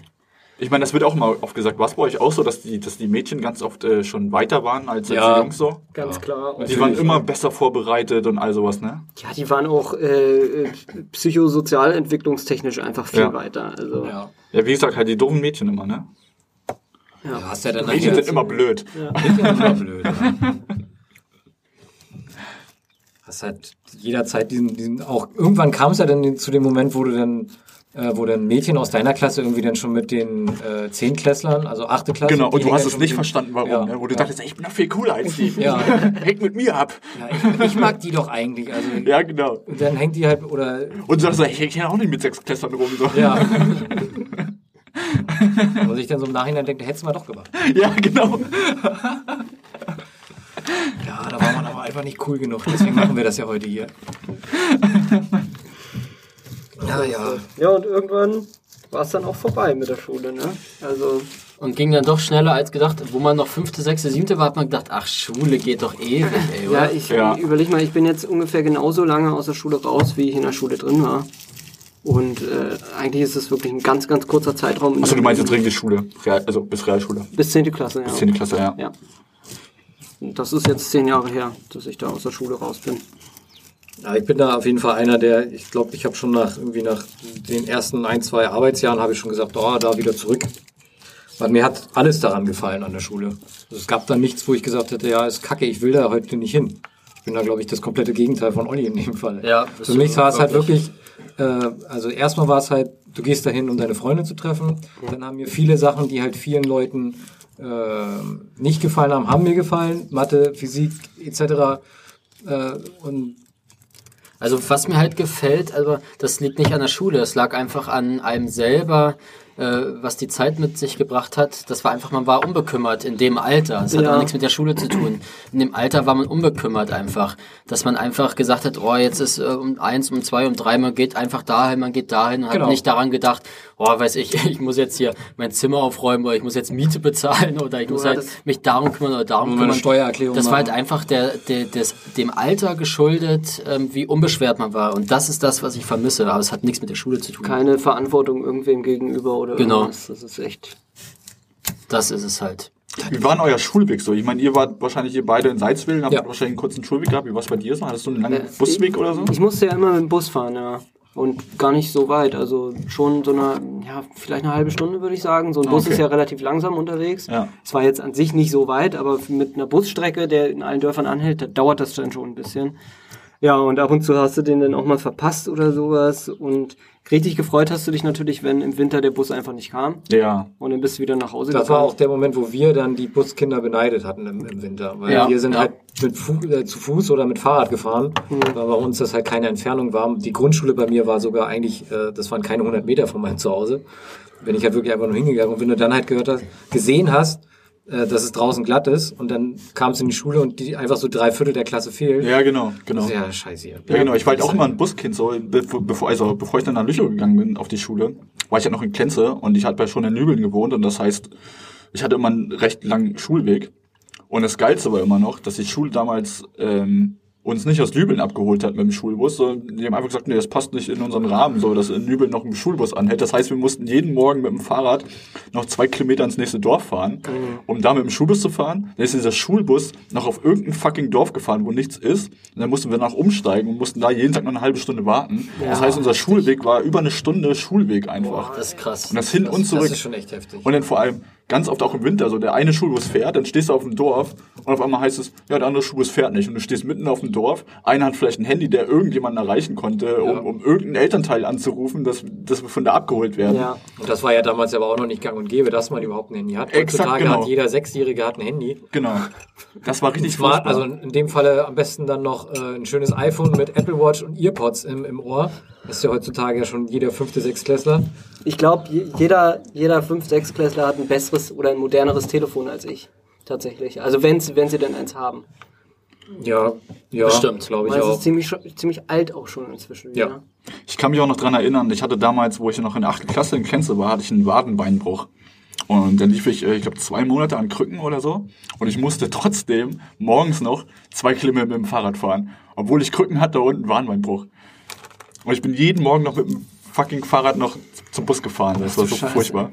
[SPEAKER 4] Ich meine, das wird auch mal oft gesagt. War es bei euch auch so, dass die, dass die Mädchen ganz oft äh, schon weiter waren als, als
[SPEAKER 3] Ja.
[SPEAKER 4] die Jungs so?
[SPEAKER 2] Ganz klar.
[SPEAKER 4] Die waren immer besser vorbereitet und all sowas, ne?
[SPEAKER 2] Ja, die waren auch äh, äh, psychosozial entwicklungstechnisch einfach viel
[SPEAKER 4] Ja.
[SPEAKER 2] weiter. Also, ja.
[SPEAKER 3] Ja.
[SPEAKER 4] Ja, wie gesagt, halt die dummen Mädchen immer, ne?
[SPEAKER 3] Du hast ja dann
[SPEAKER 4] Mädchen sind immer blöd.
[SPEAKER 3] immer blöd. Ja. Hast halt jederzeit diesen, diesen auch irgendwann kam es ja dann zu dem Moment, wo du dann äh, wo dann Mädchen aus deiner Klasse irgendwie dann schon mit den äh, Zehntklässlern, also achte Klasse.
[SPEAKER 4] Genau, und
[SPEAKER 3] die
[SPEAKER 4] du hast
[SPEAKER 3] hängen
[SPEAKER 4] es
[SPEAKER 3] dann
[SPEAKER 4] nicht
[SPEAKER 3] schon mit
[SPEAKER 4] verstanden, warum,
[SPEAKER 3] Ja.
[SPEAKER 4] ne? Wo du dachtest, ey, ich bin doch viel cooler als die.
[SPEAKER 3] Ja.
[SPEAKER 4] <laughs> Hängt mit mir ab.
[SPEAKER 3] den- Ja, ich, ich mag die doch eigentlich. Also
[SPEAKER 4] Ja, genau.
[SPEAKER 3] und dann hängt die halt oder
[SPEAKER 4] Und du sagst, ey, ich hänge auch nicht mit sechs Klässlern rum. So.
[SPEAKER 3] ja. Wo sich dann so im Nachhinein denkt, hättest du mal doch gemacht.
[SPEAKER 4] <laughs> ja, genau.
[SPEAKER 3] Ja, da war man aber einfach nicht cool genug. Deswegen machen wir das ja heute hier. Ja, ja.
[SPEAKER 2] und irgendwann war es dann auch vorbei mit der Schule. Ne? Also,
[SPEAKER 5] Und ging dann doch schneller als gedacht. Wo man noch fünfte, sechste, siebte war, hat man gedacht, ach, Schule geht doch ewig, ey,
[SPEAKER 2] ja,
[SPEAKER 5] oder?
[SPEAKER 2] ich
[SPEAKER 4] Ja.
[SPEAKER 2] überleg mal, ich bin jetzt ungefähr genauso lange aus der Schule raus, wie ich in der Schule drin war. Und äh, eigentlich ist es wirklich ein ganz, ganz kurzer Zeitraum. in
[SPEAKER 4] Achso, Also du
[SPEAKER 2] dem-
[SPEAKER 4] meinst jetzt richtige Schule. Real, also bis Realschule.
[SPEAKER 2] Bis 10. Klasse, ja.
[SPEAKER 4] Bis 10. Klasse, ja.
[SPEAKER 2] Ja. Und Das ist jetzt zehn Jahre her, dass ich da aus der Schule raus bin.
[SPEAKER 3] Ja, ich bin da auf jeden Fall einer, der, ich glaube, ich habe schon nach irgendwie nach den ersten ein, zwei Arbeitsjahren habe ich schon gesagt, oh, da wieder zurück. Weil mir hat alles daran gefallen an der Schule. Also es gab da nichts, wo ich gesagt hätte, ja, ist kacke, ich will da heute nicht hin. Ich bin da, glaube ich, das komplette Gegenteil von Olli in dem Fall.
[SPEAKER 5] Ja, das
[SPEAKER 3] Für mich
[SPEAKER 5] ist
[SPEAKER 3] war es halt wirklich, äh, also erstmal war es halt, du gehst dahin, um deine Freunde zu treffen. Dann haben mir viele Sachen, die halt vielen Leuten äh, nicht gefallen haben, haben mir gefallen. Mathe, Physik etc. Äh, und
[SPEAKER 5] Also was mir halt gefällt, also das liegt nicht an der Schule, das lag einfach an einem selber, äh, was die Zeit mit sich gebracht hat. Das war einfach, man war unbekümmert in dem Alter. Das hat
[SPEAKER 2] Ja.
[SPEAKER 5] auch nichts mit der Schule zu tun. In dem Alter war man unbekümmert einfach. Dass man einfach gesagt hat, oh, jetzt ist äh, um eins, um zwei, um drei, man geht einfach dahin, man geht dahin und
[SPEAKER 3] Genau.
[SPEAKER 5] hat nicht daran gedacht, oh, weiß ich, <laughs> ich muss jetzt hier mein Zimmer aufräumen oder ich muss jetzt Miete bezahlen oder ich muss halt
[SPEAKER 2] hattest-
[SPEAKER 5] mich darum kümmern oder darum
[SPEAKER 3] Nur
[SPEAKER 5] kümmern.
[SPEAKER 3] meine Steuererklärung
[SPEAKER 5] Das war halt
[SPEAKER 3] machen.
[SPEAKER 5] einfach der, der, des, dem Alter geschuldet, ähm, wie unbeschwert man war. Und das ist das, was ich vermisse. Aber es hat nichts mit der Schule zu tun.
[SPEAKER 2] Keine Verantwortung irgendwem gegenüber oder
[SPEAKER 5] Genau.
[SPEAKER 2] irgendwas. Das ist echt.
[SPEAKER 5] Das ist es halt.
[SPEAKER 4] Wie war denn euer Schulweg so? Ich meine, ihr wart wahrscheinlich ihr beide in Salzwillen, habt
[SPEAKER 3] Ja.
[SPEAKER 4] wahrscheinlich einen kurzen Schulweg gehabt. Wie war es bei dir so? Hattest du einen langen Busweg oder so?
[SPEAKER 2] Äh, Ich musste ja immer mit dem Bus fahren, ja. Und gar nicht so weit. Also schon so eine, ja, vielleicht eine halbe Stunde würde ich sagen. So ein Bus
[SPEAKER 4] okay.
[SPEAKER 2] ist ja relativ langsam unterwegs.
[SPEAKER 4] Ja.
[SPEAKER 2] Es war jetzt an sich nicht so weit, aber mit einer Busstrecke, der in allen Dörfern anhält, da dauert das dann schon ein bisschen. Ja, und ab und zu hast du den dann auch mal verpasst oder sowas. Und richtig gefreut hast du dich natürlich, wenn im Winter der Bus einfach nicht kam.
[SPEAKER 4] Ja.
[SPEAKER 2] Und dann bist du wieder nach Hause
[SPEAKER 3] Das war
[SPEAKER 2] gefahren.
[SPEAKER 3] auch der Moment, wo wir dann die Buskinder beneidet hatten im, im Winter. Weil
[SPEAKER 5] Ja,
[SPEAKER 3] wir sind
[SPEAKER 5] ja.
[SPEAKER 3] halt mit Fu äh, zu Fuß oder mit Fahrrad gefahren, weil bei uns das halt keine Entfernung war. Die Grundschule bei mir war sogar eigentlich, äh, das waren keine 100 Meter von meinem Zuhause. Bin ich halt wirklich einfach nur hingegangen. Und wenn du dann halt gehört hast, gesehen hast, äh, dass es draußen glatt ist und dann kamst du in die Schule und die einfach so drei Viertel der Klasse fehlt.
[SPEAKER 4] Ja, genau, genau.
[SPEAKER 3] Das ist ja scheiße hier.
[SPEAKER 4] Ja, genau. Ich war halt auch immer ein Buskind, so, be- bevor, also, bevor ich dann nach Lüchow gegangen bin, auf die Schule, war ich ja noch in Klenze und ich hatte schon in Lübeln gewohnt und das heißt, ich hatte immer einen recht langen Schulweg. Und das Geilste war immer noch, dass die Schule damals, ähm, uns nicht aus Lübeln abgeholt hat mit dem Schulbus, sondern die haben einfach gesagt, nee, das passt nicht in unseren Rahmen, so, dass in Lübeln noch ein Schulbus anhält. Das heißt, wir mussten jeden Morgen mit dem Fahrrad noch zwei Kilometer ins nächste Dorf fahren, um da mit dem Schulbus zu fahren. Dann ist dieser Schulbus noch auf irgendein fucking Dorf gefahren, wo nichts ist. Und dann mussten wir nach umsteigen und mussten da jeden Tag noch eine halbe Stunde warten. Das heißt, unser Schulweg war über eine Stunde Schulweg einfach.
[SPEAKER 5] Das ist krass.
[SPEAKER 4] und das hin und zurück.
[SPEAKER 3] Das ist schon echt heftig.
[SPEAKER 4] Und dann vor allem ganz oft auch im Winter, so der eine Schulbus fährt, dann stehst du auf dem Dorf und auf einmal heißt es, ja, der andere Schulbus fährt nicht. Und du stehst mitten auf dem Dorf, einer hat vielleicht ein Handy, der irgendjemanden erreichen konnte, um, um irgendeinen Elternteil anzurufen, dass, dass wir von da abgeholt werden.
[SPEAKER 2] ja.
[SPEAKER 3] Und das war ja damals aber auch noch nicht gang und gäbe, dass man überhaupt ein Handy hat.
[SPEAKER 4] Exakt,
[SPEAKER 3] Heutzutage
[SPEAKER 4] genau.
[SPEAKER 3] hat jeder Sechsjährige hat ein Handy.
[SPEAKER 4] Genau. Das war richtig
[SPEAKER 3] Smart,
[SPEAKER 4] smart.
[SPEAKER 3] also in dem Falle am besten dann noch äh, ein schönes iPhone mit Apple Watch und Earpods im, im Ohr. Das ist ja heutzutage ja schon jeder fünfte, sechstklässler.
[SPEAKER 2] Ich glaube, jeder, jeder 5-, 6-Klässler hat ein besseres oder ein moderneres Telefon als ich. tatsächlich. Also wenn, sie- wenn sie denn eins haben.
[SPEAKER 3] Ja, ja,
[SPEAKER 5] Bestimmt.
[SPEAKER 3] glaube ich
[SPEAKER 2] Weil es
[SPEAKER 3] auch.
[SPEAKER 2] ist ziemlich, sch- ziemlich alt auch schon inzwischen. ne?
[SPEAKER 3] Ja.
[SPEAKER 2] wieder.
[SPEAKER 4] Ich kann mich auch noch dran erinnern, ich hatte damals, wo ich noch in der 8. Klasse in Kenze war, hatte ich einen Wadenbeinbruch. Und dann lief ich, äh, ich glaube, zwei Monate an Krücken oder so. Und ich musste trotzdem morgens noch zwei Kilometer mit dem Fahrrad fahren. Obwohl ich Krücken hatte und einen Wadenbeinbruch. Und ich bin jeden Morgen noch mit dem fucking Fahrrad noch zum Bus gefahren. Das war so furchtbar.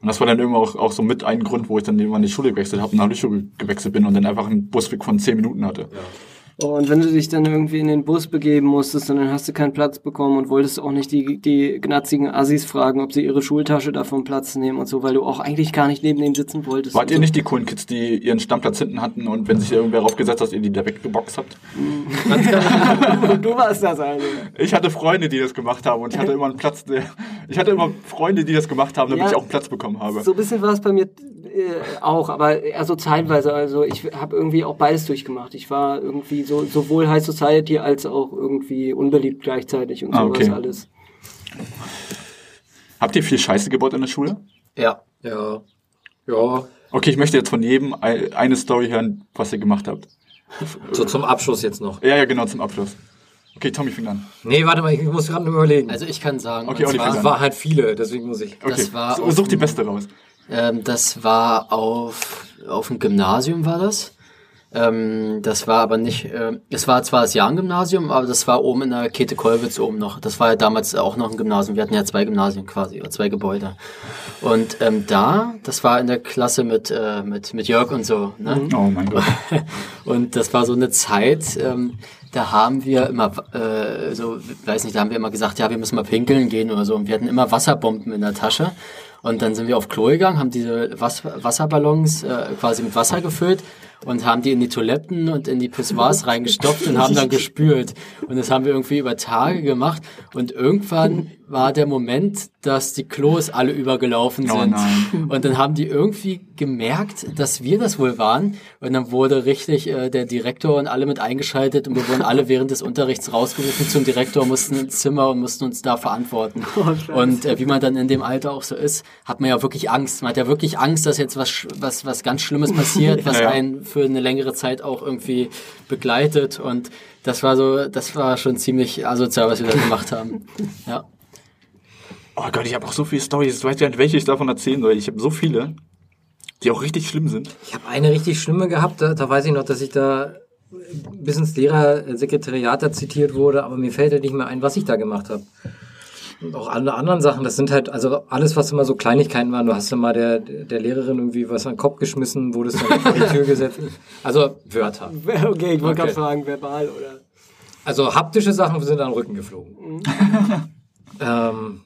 [SPEAKER 4] Und das war dann irgendwann auch, auch so mit ein Grund, wo ich dann irgendwann die Schule gewechselt habe, nach Lüchow gewechselt bin und dann einfach einen Busweg von 10 Minuten hatte.
[SPEAKER 2] Oh, und wenn du dich dann irgendwie in den Bus begeben musstest und dann hast du keinen Platz bekommen und wolltest auch nicht die, die gnatzigen Assis fragen, ob sie ihre Schultasche davon Platz nehmen und so, weil du auch eigentlich gar nicht neben denen sitzen wolltest.
[SPEAKER 4] Wart
[SPEAKER 2] und
[SPEAKER 4] ihr
[SPEAKER 2] so.
[SPEAKER 4] nicht die coolen Kids, die ihren Stammplatz hinten hatten und wenn sich irgendwer raufgesetzt hat, ihr die da weggeboxt habt?
[SPEAKER 2] Du warst das also.
[SPEAKER 4] Ich hatte Freunde, die das gemacht haben und ich hatte immer einen Platz, der, ich hatte immer Freunde, die das gemacht haben, damit
[SPEAKER 2] Ja.
[SPEAKER 4] ich auch einen Platz bekommen habe.
[SPEAKER 2] So ein bisschen war es bei mir äh, auch, aber eher so zeitweise. Also ich habe irgendwie auch beides durchgemacht. Ich war irgendwie so sowohl High Society als auch irgendwie unbeliebt gleichzeitig und
[SPEAKER 4] Ah,
[SPEAKER 2] sowas
[SPEAKER 4] okay.
[SPEAKER 2] alles. <laughs>
[SPEAKER 4] Habt ihr viel Scheiße gebaut in der Schule?
[SPEAKER 5] Ja.
[SPEAKER 3] Ja. Ja.
[SPEAKER 4] Okay, ich möchte jetzt von jedem ei- eine Story hören, was ihr gemacht habt.
[SPEAKER 3] So zum Abschluss jetzt noch.
[SPEAKER 4] Ja, ja, genau, zum Abschluss. Okay, Tommy fing an.
[SPEAKER 3] Nee, warte mal, ich muss gerade nur überlegen.
[SPEAKER 5] Also ich kann sagen,
[SPEAKER 4] Okay,
[SPEAKER 5] und
[SPEAKER 4] Olli,
[SPEAKER 5] zwar-
[SPEAKER 4] fang
[SPEAKER 3] es waren halt viele, deswegen muss ich.
[SPEAKER 4] Okay,
[SPEAKER 5] Das war
[SPEAKER 4] so,
[SPEAKER 5] auf
[SPEAKER 4] such die
[SPEAKER 5] dem-
[SPEAKER 4] beste raus.
[SPEAKER 5] Ähm, das war auf, auf dem Gymnasium war das. Ähm, das war aber nicht, ähm, es war zwar das Jahn-Gymnasium, aber das war oben in der Käthe-Kollwitz oben noch. Das war ja damals auch noch ein Gymnasium. Wir hatten ja zwei Gymnasien quasi, oder zwei Gebäude. Und ähm, da, das war in der Klasse mit, äh, mit, mit Jörg und so. Ne?
[SPEAKER 4] Oh mein Gott.
[SPEAKER 5] <laughs> Und das war so eine Zeit, ähm, da haben wir immer, äh, so, weiß nicht, da haben wir immer gesagt, ja, wir müssen mal pinkeln gehen oder so. Und wir hatten immer Wasserbomben in der Tasche. Und dann sind wir auf Klo gegangen, haben diese Was Wasserballons äh, quasi mit Wasser gefüllt und haben die in die Toiletten und in die Pissoirs reingestopft und haben dann gespült. Und das haben wir irgendwie über Tage gemacht. Und irgendwann war der Moment, dass die Klos alle übergelaufen
[SPEAKER 4] Oh
[SPEAKER 5] sind.
[SPEAKER 4] nein.
[SPEAKER 5] Und dann haben die irgendwie gemerkt, dass wir das wohl waren. Und dann wurde richtig äh, der Direktor und alle mit eingeschaltet und wir wurden alle während des Unterrichts rausgerufen zum Direktor, mussten ins Zimmer und mussten uns da verantworten. und äh, wie man dann in dem Alter auch so ist, hat man ja wirklich Angst. Man hat ja wirklich Angst, dass jetzt was, sch- was, was ganz Schlimmes passiert, was
[SPEAKER 4] Ja, ja.
[SPEAKER 5] einen für eine längere Zeit auch irgendwie begleitet. Und das war so, das war schon ziemlich asozial, was wir da gemacht haben. Ja.
[SPEAKER 4] Oh Gott, ich habe auch so viele Stories. Ich weiß gar nicht, welche ich davon erzählen soll. Ich habe so viele, die auch richtig schlimm sind.
[SPEAKER 3] Ich habe eine richtig schlimme gehabt, da, da weiß ich noch, dass ich da bis ins Lehrersekretariat da zitiert wurde, aber mir fällt halt nicht mehr ein, was ich da gemacht habe. Und auch alle anderen Sachen, das sind halt, also alles, was immer so Kleinigkeiten waren, du hast immer der, der Lehrerin irgendwie was an den Kopf geschmissen, wurdest dann vor die Tür gesetzt. Also Wörter.
[SPEAKER 2] Okay, ich wollte
[SPEAKER 3] Okay.
[SPEAKER 2] gerade fragen, verbal oder?
[SPEAKER 3] Also haptische Sachen sind an den Rücken geflogen. ähm,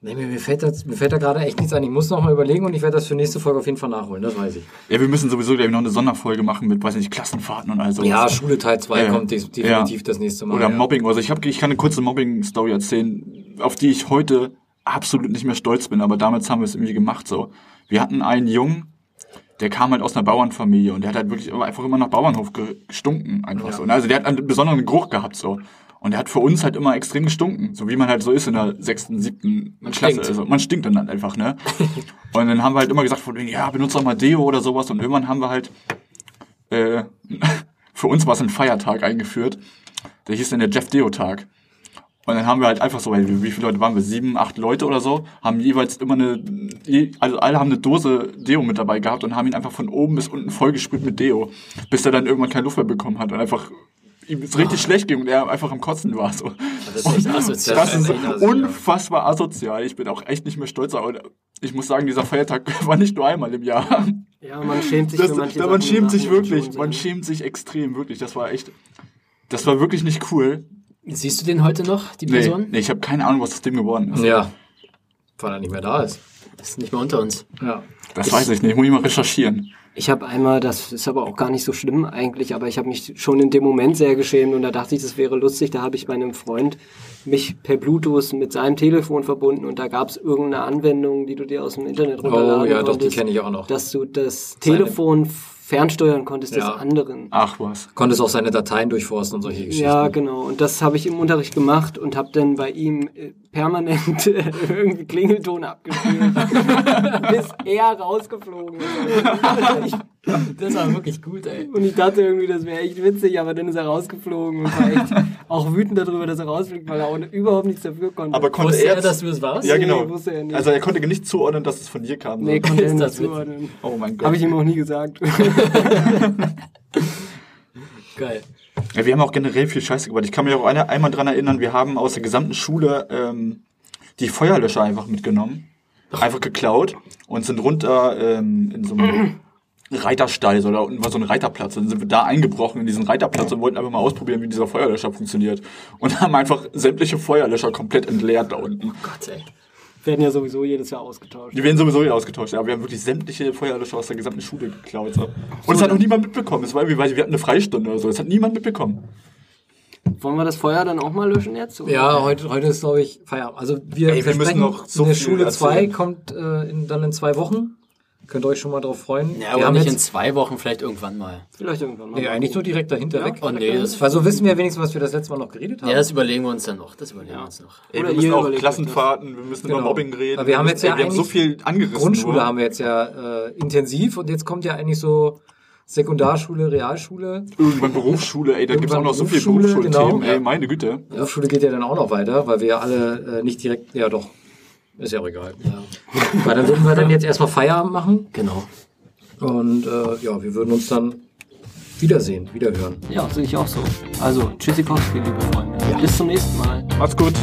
[SPEAKER 3] nee, mir, mir fällt das- mir fällt da gerade echt nichts ein. Ich muss noch mal überlegen und ich werde das für nächste Folge auf jeden Fall nachholen, das weiß ich.
[SPEAKER 4] Ja, wir müssen sowieso gleich noch eine Sonderfolge machen mit, weiß nicht, Klassenfahrten und all sowas.
[SPEAKER 3] Ja, Schule Teil 2
[SPEAKER 4] Ja.
[SPEAKER 3] kommt des- definitiv
[SPEAKER 4] Ja.
[SPEAKER 3] das nächste Mal.
[SPEAKER 4] Oder
[SPEAKER 3] ja.
[SPEAKER 4] Mobbing oder so. Ich, hab, ich kann eine kurze Mobbing-Story erzählen, auf die ich heute absolut nicht mehr stolz bin, aber damals haben wir es irgendwie gemacht so. Wir hatten einen Jungen, der kam halt aus einer Bauernfamilie und der hat halt wirklich aber einfach immer nach Bauernhof ge- gestunken einfach so. Und also der hat einen besonderen Geruch gehabt so. Und der hat für uns halt immer extrem gestunken, so wie man halt so ist in der sechsten, siebten Klasse.
[SPEAKER 5] stinkt.
[SPEAKER 4] Also man stinkt dann halt einfach,
[SPEAKER 3] <laughs>
[SPEAKER 4] ne? und dann haben wir halt immer gesagt, von wegen, ja, benutzt doch mal Deo oder sowas. Und irgendwann haben wir halt äh, für uns war es ein Feiertag eingeführt. Der hieß dann der Jeff Deo-Tag. Und dann haben wir halt einfach so, weil wie wie viele Leute waren wir? Sieben, acht Leute oder so, haben jeweils immer eine, je- also alle haben eine Dose Deo mit dabei gehabt und haben ihn einfach von oben bis unten vollgesprüht mit Deo, bis er dann irgendwann keine Luft mehr bekommen hat und einfach ihm es richtig schlecht ging und er einfach am Kotzen war. So.
[SPEAKER 5] Ah. Das ist echt asozial.
[SPEAKER 4] Das ist
[SPEAKER 3] echt asozial.
[SPEAKER 4] unfassbar asozial. Ich bin auch echt nicht mehr stolz, aber ich muss sagen, dieser Feiertag <laughs> war nicht nur einmal im Jahr.
[SPEAKER 2] Ja, man schämt sich
[SPEAKER 4] Das,
[SPEAKER 2] für manche
[SPEAKER 4] man
[SPEAKER 2] Sachen, die
[SPEAKER 4] schämt sich
[SPEAKER 2] nachher schon
[SPEAKER 4] wirklich,
[SPEAKER 2] sind.
[SPEAKER 4] man schämt sich extrem, wirklich. Das war echt, das war wirklich nicht cool.
[SPEAKER 5] Siehst du den heute noch, die
[SPEAKER 4] Nee,
[SPEAKER 5] Person?
[SPEAKER 4] nee ich habe keine Ahnung, was aus dem geworden ist.
[SPEAKER 3] Ja. Weil er nicht mehr da ist.
[SPEAKER 5] Ist nicht mehr unter uns.
[SPEAKER 3] Ja.
[SPEAKER 4] Das weiß ich nicht, muss ich mal recherchieren.
[SPEAKER 2] Ich habe einmal, das ist aber auch gar nicht so schlimm eigentlich, aber ich habe mich schon in dem Moment sehr geschämt und da dachte ich, das wäre lustig. Da habe ich meinem Freund mich per Bluetooth mit seinem Telefon verbunden und da gab es irgendeine Anwendung, die du dir aus dem Internet runterladen
[SPEAKER 3] Oh ja, doch, die
[SPEAKER 2] konntest,
[SPEAKER 3] kenne ich auch noch.
[SPEAKER 2] Dass du das Telefon fernsteuern konntest
[SPEAKER 3] Ja.
[SPEAKER 2] des anderen.
[SPEAKER 4] Ach was.
[SPEAKER 3] Konntest auch seine Dateien durchforsten und solche Geschichten.
[SPEAKER 2] Ja, genau. Und das habe ich im Unterricht gemacht und habe dann bei ihm äh, permanent <laughs> äh, irgendwie
[SPEAKER 3] <laughs>
[SPEAKER 2] <laughs> Klingelton abgespielt, bis er rausgeflogen ist. Ich
[SPEAKER 5] Das war wirklich gut, ey.
[SPEAKER 2] Und ich dachte irgendwie, das wäre echt witzig, aber dann ist er rausgeflogen und war echt
[SPEAKER 5] <laughs>
[SPEAKER 2] auch wütend darüber, dass er rausfliegt, weil er auch überhaupt nichts dafür konnte.
[SPEAKER 4] Aber konnte
[SPEAKER 5] Wusste
[SPEAKER 4] er
[SPEAKER 5] er, dass du es warst?
[SPEAKER 4] Ja,
[SPEAKER 2] Nee,
[SPEAKER 4] genau.
[SPEAKER 2] wusste er nicht.
[SPEAKER 4] Also er konnte nicht zuordnen, dass es von dir kam.
[SPEAKER 2] nee,
[SPEAKER 4] so.
[SPEAKER 2] konnte er
[SPEAKER 5] Ist
[SPEAKER 2] nicht
[SPEAKER 5] das witzig?
[SPEAKER 2] zuordnen.
[SPEAKER 4] Oh mein Gott.
[SPEAKER 2] Habe ich ihm auch nie gesagt. <laughs>
[SPEAKER 5] Geil.
[SPEAKER 4] Ja, wir haben auch generell viel Scheiße gemacht. Ich kann mich auch eine, einmal dran erinnern, wir haben aus der gesamten Schule ähm, die Feuerlöscher einfach mitgenommen. Einfach geklaut und sind runter ähm, in so einem Reiterstall, so da unten war so ein Reiterplatz. Dann sind wir da eingebrochen in diesen Reiterplatz und wollten einfach mal ausprobieren, wie dieser Feuerlöscher funktioniert. Und haben einfach sämtliche Feuerlöscher komplett entleert da unten.
[SPEAKER 5] Gott, ey.
[SPEAKER 2] Werden ja sowieso jedes Jahr ausgetauscht.
[SPEAKER 4] Die werden sowieso wieder ausgetauscht, aber wir haben wirklich sämtliche Feuerlöscher aus der gesamten Schule geklaut. So. Und es hat auch niemand mitbekommen. Es war irgendwie, weiß ich, wir hatten eine Freistunde oder so. Es hat niemand mitbekommen.
[SPEAKER 2] Wollen wir das Feuer dann auch mal löschen jetzt? oder?
[SPEAKER 3] Ja, heute, heute ist, glaube ich, Feierabend. Also wir,
[SPEAKER 4] Ey, wir
[SPEAKER 3] versprechen,
[SPEAKER 4] müssen noch so
[SPEAKER 3] in der
[SPEAKER 4] viel
[SPEAKER 3] Schule 2
[SPEAKER 4] erzählen.
[SPEAKER 3] kommt äh, in, dann in zwei Wochen. Könnt ihr euch schon mal drauf freuen.
[SPEAKER 5] Ja, aber nicht in zwei Wochen, vielleicht irgendwann mal.
[SPEAKER 2] Vielleicht irgendwann mal.
[SPEAKER 3] nee, eigentlich nur direkt dahinter weg.
[SPEAKER 5] Oh nee, das,
[SPEAKER 3] Also wissen wir wenigstens, was wir das letzte Mal noch geredet haben.
[SPEAKER 5] ja, das überlegen wir uns dann noch. Das überlegen wir uns noch.
[SPEAKER 4] Ey,
[SPEAKER 2] Oder
[SPEAKER 4] wir müssen
[SPEAKER 2] ihr
[SPEAKER 4] auch
[SPEAKER 2] überlegt euch
[SPEAKER 4] Klassenfahrten, wir müssen über
[SPEAKER 3] Genau.
[SPEAKER 4] Mobbing reden.
[SPEAKER 3] Aber wir haben
[SPEAKER 4] müssen-
[SPEAKER 3] jetzt ja
[SPEAKER 4] ey, wir haben so
[SPEAKER 3] eigentlich
[SPEAKER 4] viel angerissen.
[SPEAKER 3] Grundschule
[SPEAKER 4] nur.
[SPEAKER 3] haben wir jetzt ja äh, intensiv und jetzt kommt ja eigentlich so Sekundarschule, Realschule.
[SPEAKER 4] Irgendwann Berufsschule, ey, da gibt es auch noch so viele
[SPEAKER 3] Berufsschule,
[SPEAKER 4] Berufsschulthemen,
[SPEAKER 3] genau.
[SPEAKER 4] ey, meine Güte.
[SPEAKER 3] Berufsschule geht ja dann auch noch weiter, weil wir ja alle äh, nicht direkt, ja doch, ist ja <laughs> auch egal.
[SPEAKER 5] Ja.
[SPEAKER 3] Weil dann würden wir dann jetzt erstmal Feierabend machen
[SPEAKER 5] Genau.
[SPEAKER 3] und äh, ja, wir würden uns dann wiedersehen, wiederhören.
[SPEAKER 2] Ja, sehe ich auch so. Also, Tschüssikowski, liebe Freunde. Bis zum nächsten Mal.
[SPEAKER 4] Macht's gut.